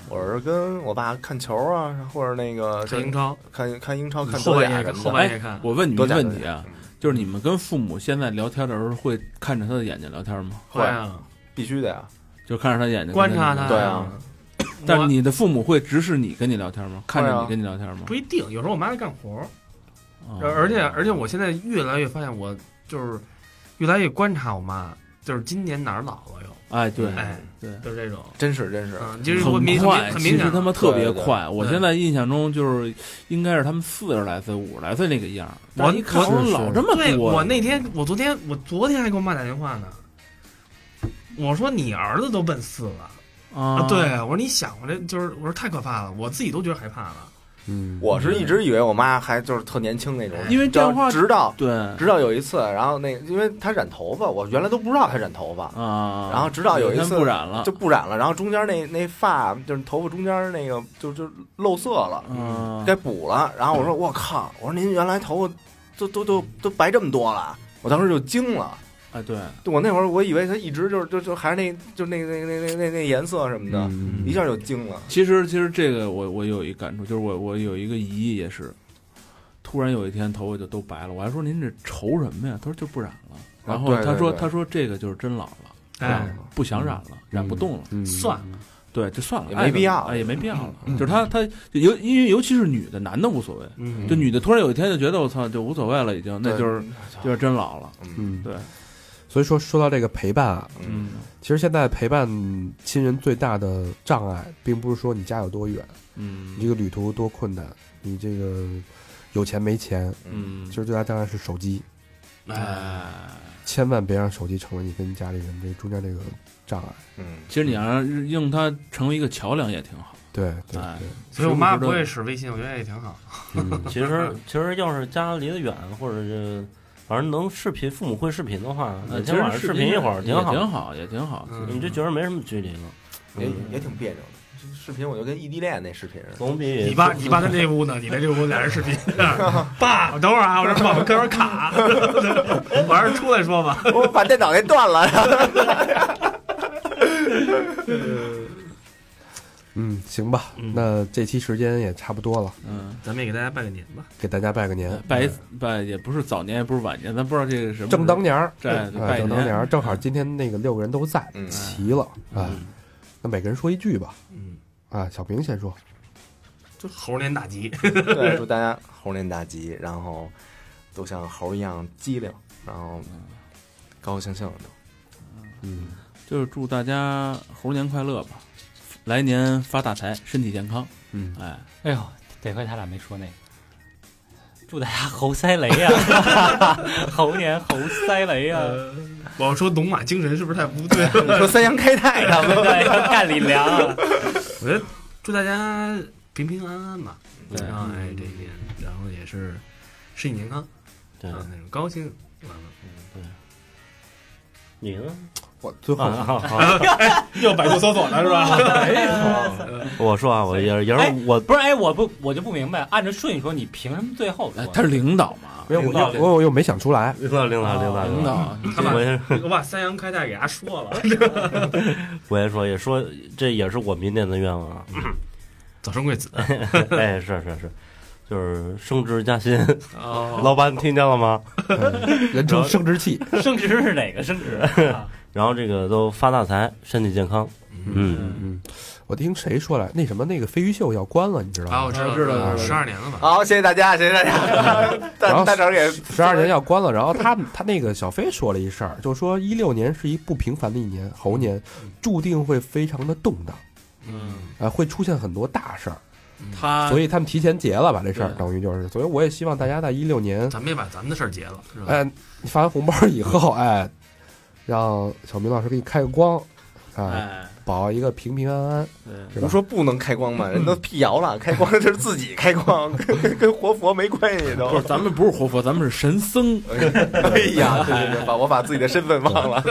Speaker 7: 我是跟我爸看球啊，或者那个
Speaker 6: 看英超，
Speaker 7: 看看英超、看
Speaker 6: 后
Speaker 7: 德
Speaker 6: 半
Speaker 7: 甲
Speaker 6: 夜
Speaker 7: 什
Speaker 6: 看，
Speaker 7: 么
Speaker 6: 后
Speaker 7: 的，
Speaker 6: 半夜看，
Speaker 2: 我问你
Speaker 7: 多
Speaker 2: 们
Speaker 7: 假
Speaker 2: 问题啊，就是你们跟父母现在聊天的时候会看着他的眼睛聊天吗？
Speaker 6: 会啊，
Speaker 7: 必须的呀。
Speaker 2: 就看着他的眼睛
Speaker 6: 观察他，
Speaker 2: 跟
Speaker 7: 对
Speaker 2: 聊
Speaker 7: 啊，
Speaker 2: 但是
Speaker 6: 我啊
Speaker 2: 你的父母会直视你跟你聊天吗？看着你跟你聊天吗？
Speaker 6: 不一定，有时候我妈在干活，
Speaker 2: 啊
Speaker 6: 而而且而且我现在越来越发现，我就是越来越观察我妈，就是今年哪儿老了又，
Speaker 2: 哎，对
Speaker 6: 哎，
Speaker 2: 对，
Speaker 6: 就是这种，
Speaker 7: 真是真是，
Speaker 6: 嗯，就是我
Speaker 2: 很
Speaker 6: 明
Speaker 2: 快，
Speaker 6: 很
Speaker 2: 其
Speaker 6: 明
Speaker 2: 实
Speaker 6: 显
Speaker 2: 他妈特别
Speaker 7: 对对
Speaker 2: 快。我
Speaker 6: 对
Speaker 2: 现在印象中就是应该是他们四十来岁、五十来岁那个样儿。
Speaker 6: 我
Speaker 2: 一看
Speaker 6: 我
Speaker 2: 我老这么
Speaker 6: 对
Speaker 2: 多，
Speaker 6: 我那天，我昨天，我昨天还给我妈打电话呢。我说你儿子都奔四了
Speaker 2: 啊，
Speaker 6: 对，我说你想我这就是我说太可怕了，我自己都觉得害怕了。
Speaker 3: 嗯，
Speaker 7: 我是一直以为我妈还就是特年轻那种，
Speaker 2: 因为电话
Speaker 7: 直到
Speaker 2: 对
Speaker 7: 直到有一次，然后那因为她染头发，我原来都不知道她染头发，
Speaker 2: 啊，
Speaker 7: 然后直到有一
Speaker 2: 天
Speaker 7: 次
Speaker 2: 不染了
Speaker 7: 就，不染了，然后中间那那发就是头发中间那个就就露色了，
Speaker 2: 嗯，
Speaker 7: 该补了。然后我说我靠，我说您原来头发都都都都白这么多了，我当时就惊了。
Speaker 2: 哎对，
Speaker 7: 啊对我那会儿我以为他一直就是就就还是那就那那那那那那颜色什么的，
Speaker 3: 嗯
Speaker 7: 一下就惊了。
Speaker 2: 其实其实这个我我有一感触，就是我我有一个姨也是，突然有一天头发就都白了，我还说您这愁什么呀？她说就不染了。然后
Speaker 7: 啊对
Speaker 2: 她
Speaker 7: 对
Speaker 2: 说
Speaker 7: 对嗯
Speaker 2: 她说这个就是真老了，
Speaker 3: 嗯
Speaker 6: 哎，
Speaker 2: 不想染了，染不动了。
Speaker 6: 嗯算
Speaker 2: 对，就算了，
Speaker 7: 也
Speaker 2: 爱
Speaker 7: 没
Speaker 2: 怎么
Speaker 7: 必要嗯
Speaker 2: 哎，也没必要了。就是她她就尤因为尤其是女的，男的无所谓，
Speaker 6: 嗯
Speaker 2: 就女的突然有一天就觉得我操就无所谓了，已经，那
Speaker 7: 嗯
Speaker 2: 就是就是真老了。
Speaker 3: 嗯，
Speaker 2: 对，
Speaker 3: 所以说说到这个陪伴啊，
Speaker 7: 嗯，
Speaker 3: 其实现在陪伴亲人最大的障碍，并不是说你家有多远，你
Speaker 2: 嗯
Speaker 3: 这个旅途多困难，你这个有钱没钱，
Speaker 2: 嗯
Speaker 3: 其，实最大障碍是手机，
Speaker 2: 哎，
Speaker 7: 嗯
Speaker 3: 千万别让手机成为你跟家里人这中间这个障碍。
Speaker 7: 嗯，
Speaker 2: 其实你让用它成为一个桥梁也挺好。
Speaker 3: 对对
Speaker 2: 哎
Speaker 3: 对，
Speaker 6: 所以我妈
Speaker 2: 时不
Speaker 6: 不
Speaker 2: 时地
Speaker 6: 会使微信，我觉得也挺好。
Speaker 3: 嗯，
Speaker 8: 其实其实要是家离得远，或者是反正能视频，父母会视频的话，
Speaker 2: 呃
Speaker 8: 每
Speaker 2: 其
Speaker 8: 天
Speaker 2: 实
Speaker 8: 晚上视频一嗯会儿
Speaker 2: 也
Speaker 8: 挺好，
Speaker 2: 挺好，也挺好。
Speaker 6: 嗯
Speaker 8: 你就觉得没什么距离了，
Speaker 3: 嗯
Speaker 7: 也也挺别扭的。视频我就跟异地恋那视频
Speaker 3: 哦
Speaker 7: 似的，
Speaker 8: 总比
Speaker 6: 你爸，你爸在这屋呢，你在这屋俩人视频。 爸，我等会儿啊，我这网跟会儿卡，晚上出来说吧。
Speaker 7: 我把电脑给断了。
Speaker 3: 嗯，行吧，那这期时间也差不多了，
Speaker 2: 嗯，
Speaker 6: 咱们也给大家拜个年吧。
Speaker 3: 给大家拜个年，
Speaker 2: 拜拜也不是早年，也不是晚年，咱不知道这个什么
Speaker 3: 正当年儿，
Speaker 2: 对
Speaker 3: 哎
Speaker 2: 拜
Speaker 3: 正当
Speaker 2: 年
Speaker 3: 年儿，正好今天那个六个人都在，
Speaker 7: 嗯
Speaker 3: 齐了啊，那每个人说一句吧，
Speaker 6: 嗯，
Speaker 3: 啊，小明先说，
Speaker 6: 就猴年大 吉。
Speaker 7: 对，祝大家猴年大吉，然后都像猴一样机灵，然后高高兴兴的。
Speaker 3: 嗯，
Speaker 2: 就是祝大家猴年快乐吧，来年发大财，身体健康。
Speaker 3: 嗯，
Speaker 2: 哎，
Speaker 5: 哎呦，得亏他俩没说那个。祝大家猴塞雷呀、 猴年猴塞雷呀、
Speaker 2: 嗯
Speaker 5: 啊！
Speaker 6: 我要说龙马精神是不是太不对了？
Speaker 7: 啊你说三阳开泰
Speaker 5: 咱们再干李良啊！
Speaker 6: 我觉得祝大家平平安安吧。
Speaker 8: 对
Speaker 6: 然后哎，这一年，然后也是身体健康，
Speaker 8: 对
Speaker 6: 啊，那种高兴。完了
Speaker 8: 你呢？
Speaker 3: 我最后
Speaker 8: 啊， 好好，
Speaker 6: 又百度搜索了是 吧？
Speaker 8: 我说啊，我也也
Speaker 5: 哎
Speaker 8: 是我
Speaker 5: 不是，哎，我不，我就不明白，按照顺序说，你凭什么最后说
Speaker 2: 哎
Speaker 5: 呢？
Speaker 2: 他是领导嘛，
Speaker 3: 没有，我
Speaker 8: 领导
Speaker 3: 又我我又没想出来，
Speaker 8: 领导领导领
Speaker 2: 领
Speaker 8: 导啊领导，
Speaker 2: 导，
Speaker 6: 他把
Speaker 8: 我
Speaker 6: 我把三阳开泰给他说了，
Speaker 8: 我也说也说，这也是我明年的愿望啊。
Speaker 6: 早生贵子。
Speaker 8: 哎，是是是，就是升职加薪。
Speaker 6: 哦，
Speaker 8: 老板听见了吗？
Speaker 3: 嗯人称生殖器，
Speaker 5: 升职是哪个升职？
Speaker 8: 然后这个都发大财，身体健康。嗯，
Speaker 3: 嗯，我听谁说来，那什么那个飞鱼秀要关了，你知道
Speaker 6: 啊，我
Speaker 3: 吗？
Speaker 6: 知道，啊
Speaker 2: 知道知道
Speaker 6: 十二年了吧？
Speaker 7: 好，谢谢大家，谢谢 大家，大大婶给
Speaker 3: 十二年要关了，然后他他那个小飞说了一事儿，就说一六年是一不平凡的一年，猴年注定会非常的动荡，
Speaker 6: 嗯，
Speaker 3: 啊，会出现很多大事儿，
Speaker 2: 他
Speaker 3: 所以他们提前结了吧这事儿，
Speaker 2: 对
Speaker 3: 等于就是，所以我也希望大家在一六年，嗯
Speaker 6: 咱们也把咱们的事儿结了，是吧？
Speaker 3: 哎，你发完红包以后，哎，让小明老师给你开个光，啊，
Speaker 2: 哎，
Speaker 3: 保一个平平安安。
Speaker 2: 对，
Speaker 3: 是吧
Speaker 7: 不说不能开光吗？人都辟谣了，开光就是自己开光，跟跟跟活佛没关系都
Speaker 2: 不。是咱们不是活佛，咱们是神僧，
Speaker 7: 哎呀， 对对对，把我把自己的身份忘了。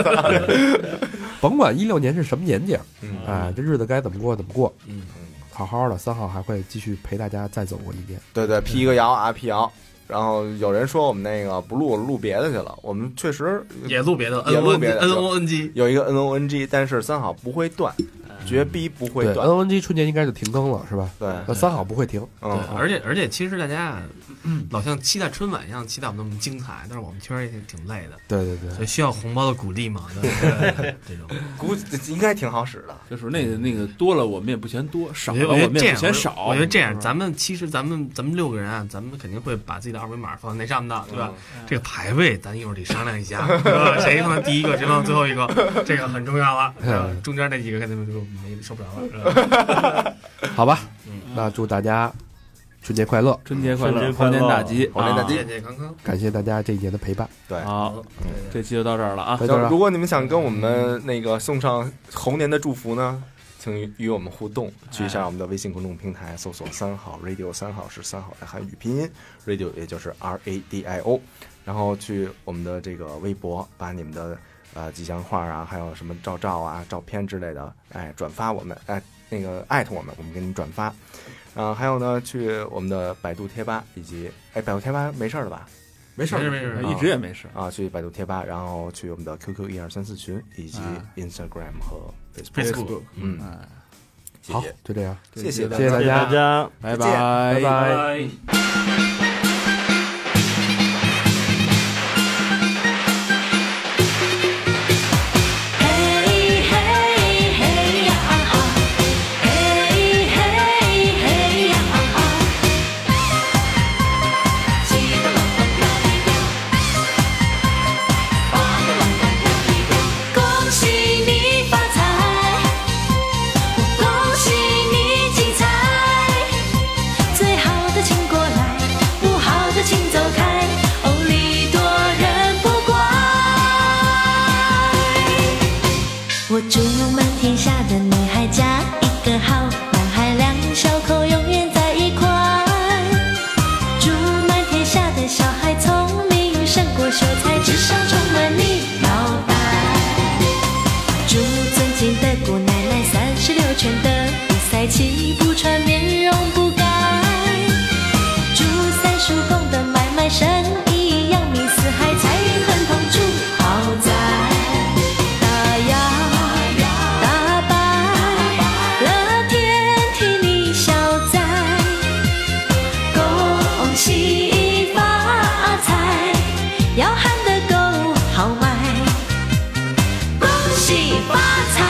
Speaker 3: 甭管一六年是什么年景，
Speaker 7: 嗯
Speaker 3: 哎，这日子该怎么过怎么过，
Speaker 7: 嗯嗯，
Speaker 3: 好好的。三号还会继续陪大家再走过一遍。
Speaker 7: 对对，辟一个谣啊，辟谣。然后有人说我们那个不录录别的去了，我们确实
Speaker 6: 也录别的
Speaker 7: 也
Speaker 6: N
Speaker 7: 录
Speaker 6: O
Speaker 7: 别的
Speaker 6: N O N G，
Speaker 7: 有一个 N O N G，但是三好不会断，绝逼不会
Speaker 3: 对
Speaker 7: 断。
Speaker 3: ，N N G 春节应该就停更了，是吧？
Speaker 7: 对，
Speaker 3: 那三好不会停，
Speaker 6: 对
Speaker 7: 嗯，，
Speaker 6: 而且而且其实大家老像期待春晚一样期待我们那么精彩，但是我们确实也挺累的，
Speaker 3: 对对对。
Speaker 6: 所以需要红包的鼓励嘛，对对对这种。
Speaker 7: 估计应该挺好使的。
Speaker 2: 就是那个那个多了我们也不嫌多，少
Speaker 6: 我
Speaker 2: 了
Speaker 6: 觉得
Speaker 2: 们也
Speaker 6: 我觉
Speaker 2: 不
Speaker 6: 得这样，
Speaker 2: 嫌少。嗯
Speaker 6: 我觉得这样，
Speaker 2: 是吧
Speaker 6: 咱们其实咱们咱们六个人啊，咱们肯定会把自己的二维码放在那上面的，对吧？
Speaker 2: 嗯
Speaker 6: 这个排位咱一会儿得商量一下，对吧？谁放在第一个，谁放最后一个，这个很重要了。对
Speaker 7: 嗯
Speaker 6: 吧中间那几个肯定就没受不了了，是吧？
Speaker 3: 好吧，那祝大家春节快乐，
Speaker 2: 春节快
Speaker 8: 春
Speaker 2: 乐，
Speaker 8: 节快
Speaker 2: 猴
Speaker 8: 乐
Speaker 2: 年大吉，
Speaker 7: 猴年大吉
Speaker 2: 啊
Speaker 6: 健健康康，
Speaker 3: 感谢大家这一年的陪伴。
Speaker 2: 好，这期就到这儿了啊
Speaker 3: 再。见
Speaker 7: 就
Speaker 3: 了
Speaker 7: 如果你们想跟我们那个送上猴年的祝福呢，请与我们互动，去一下我们的微信公众平台，搜索“三好 radio”，三好是三好的汉语拼音，radio 也就是 R A D I O，然后去我们的这个微博，把你们的呃吉祥话啊，还有什么照照啊、照片之类的，哎，转发我们，哎，那个艾特我们，我们给你转发。嗯、还有呢，去我们的百度贴吧以及哎，百度贴吧没事儿了吧？
Speaker 2: 没
Speaker 6: 事儿没事儿
Speaker 2: 一直也没事儿。
Speaker 7: 啊，去百度贴吧，然后去我们的 QQ 一二三四群，以及
Speaker 2: 啊
Speaker 7: Instagram 和 Facebook。
Speaker 6: Facebook
Speaker 7: 嗯，
Speaker 2: 哎
Speaker 7: 谢
Speaker 3: 好
Speaker 7: 谢，
Speaker 3: 就这样，
Speaker 7: 谢谢
Speaker 3: 谢谢大
Speaker 8: 谢谢
Speaker 3: 家
Speaker 8: 大家。
Speaker 2: 拜
Speaker 7: 再见
Speaker 2: 拜拜。
Speaker 9: 嘿嘿嘿呀啊啊，嘿嘿嘿呀啊啊，七个啷个飘一飘，八个啷个飘一飘，恭喜你发财，恭喜你精彩，最好的请过来，不好的请走开，哦，礼多人不怪。我祝满天下的女孩嫁一个好男孩，两小口永远在一块。祝满天下的小孩聪明胜过秀才，智商充满你脑袋。祝尊敬的姑奶奶三十六圈的比赛气不喘，面容不改。祝三叔公的买卖生意扬名四海，财运亨通住豪宅。大摇大摆，乐天替你消灾，恭喜发财，要喊得够豪迈，恭喜发财。哦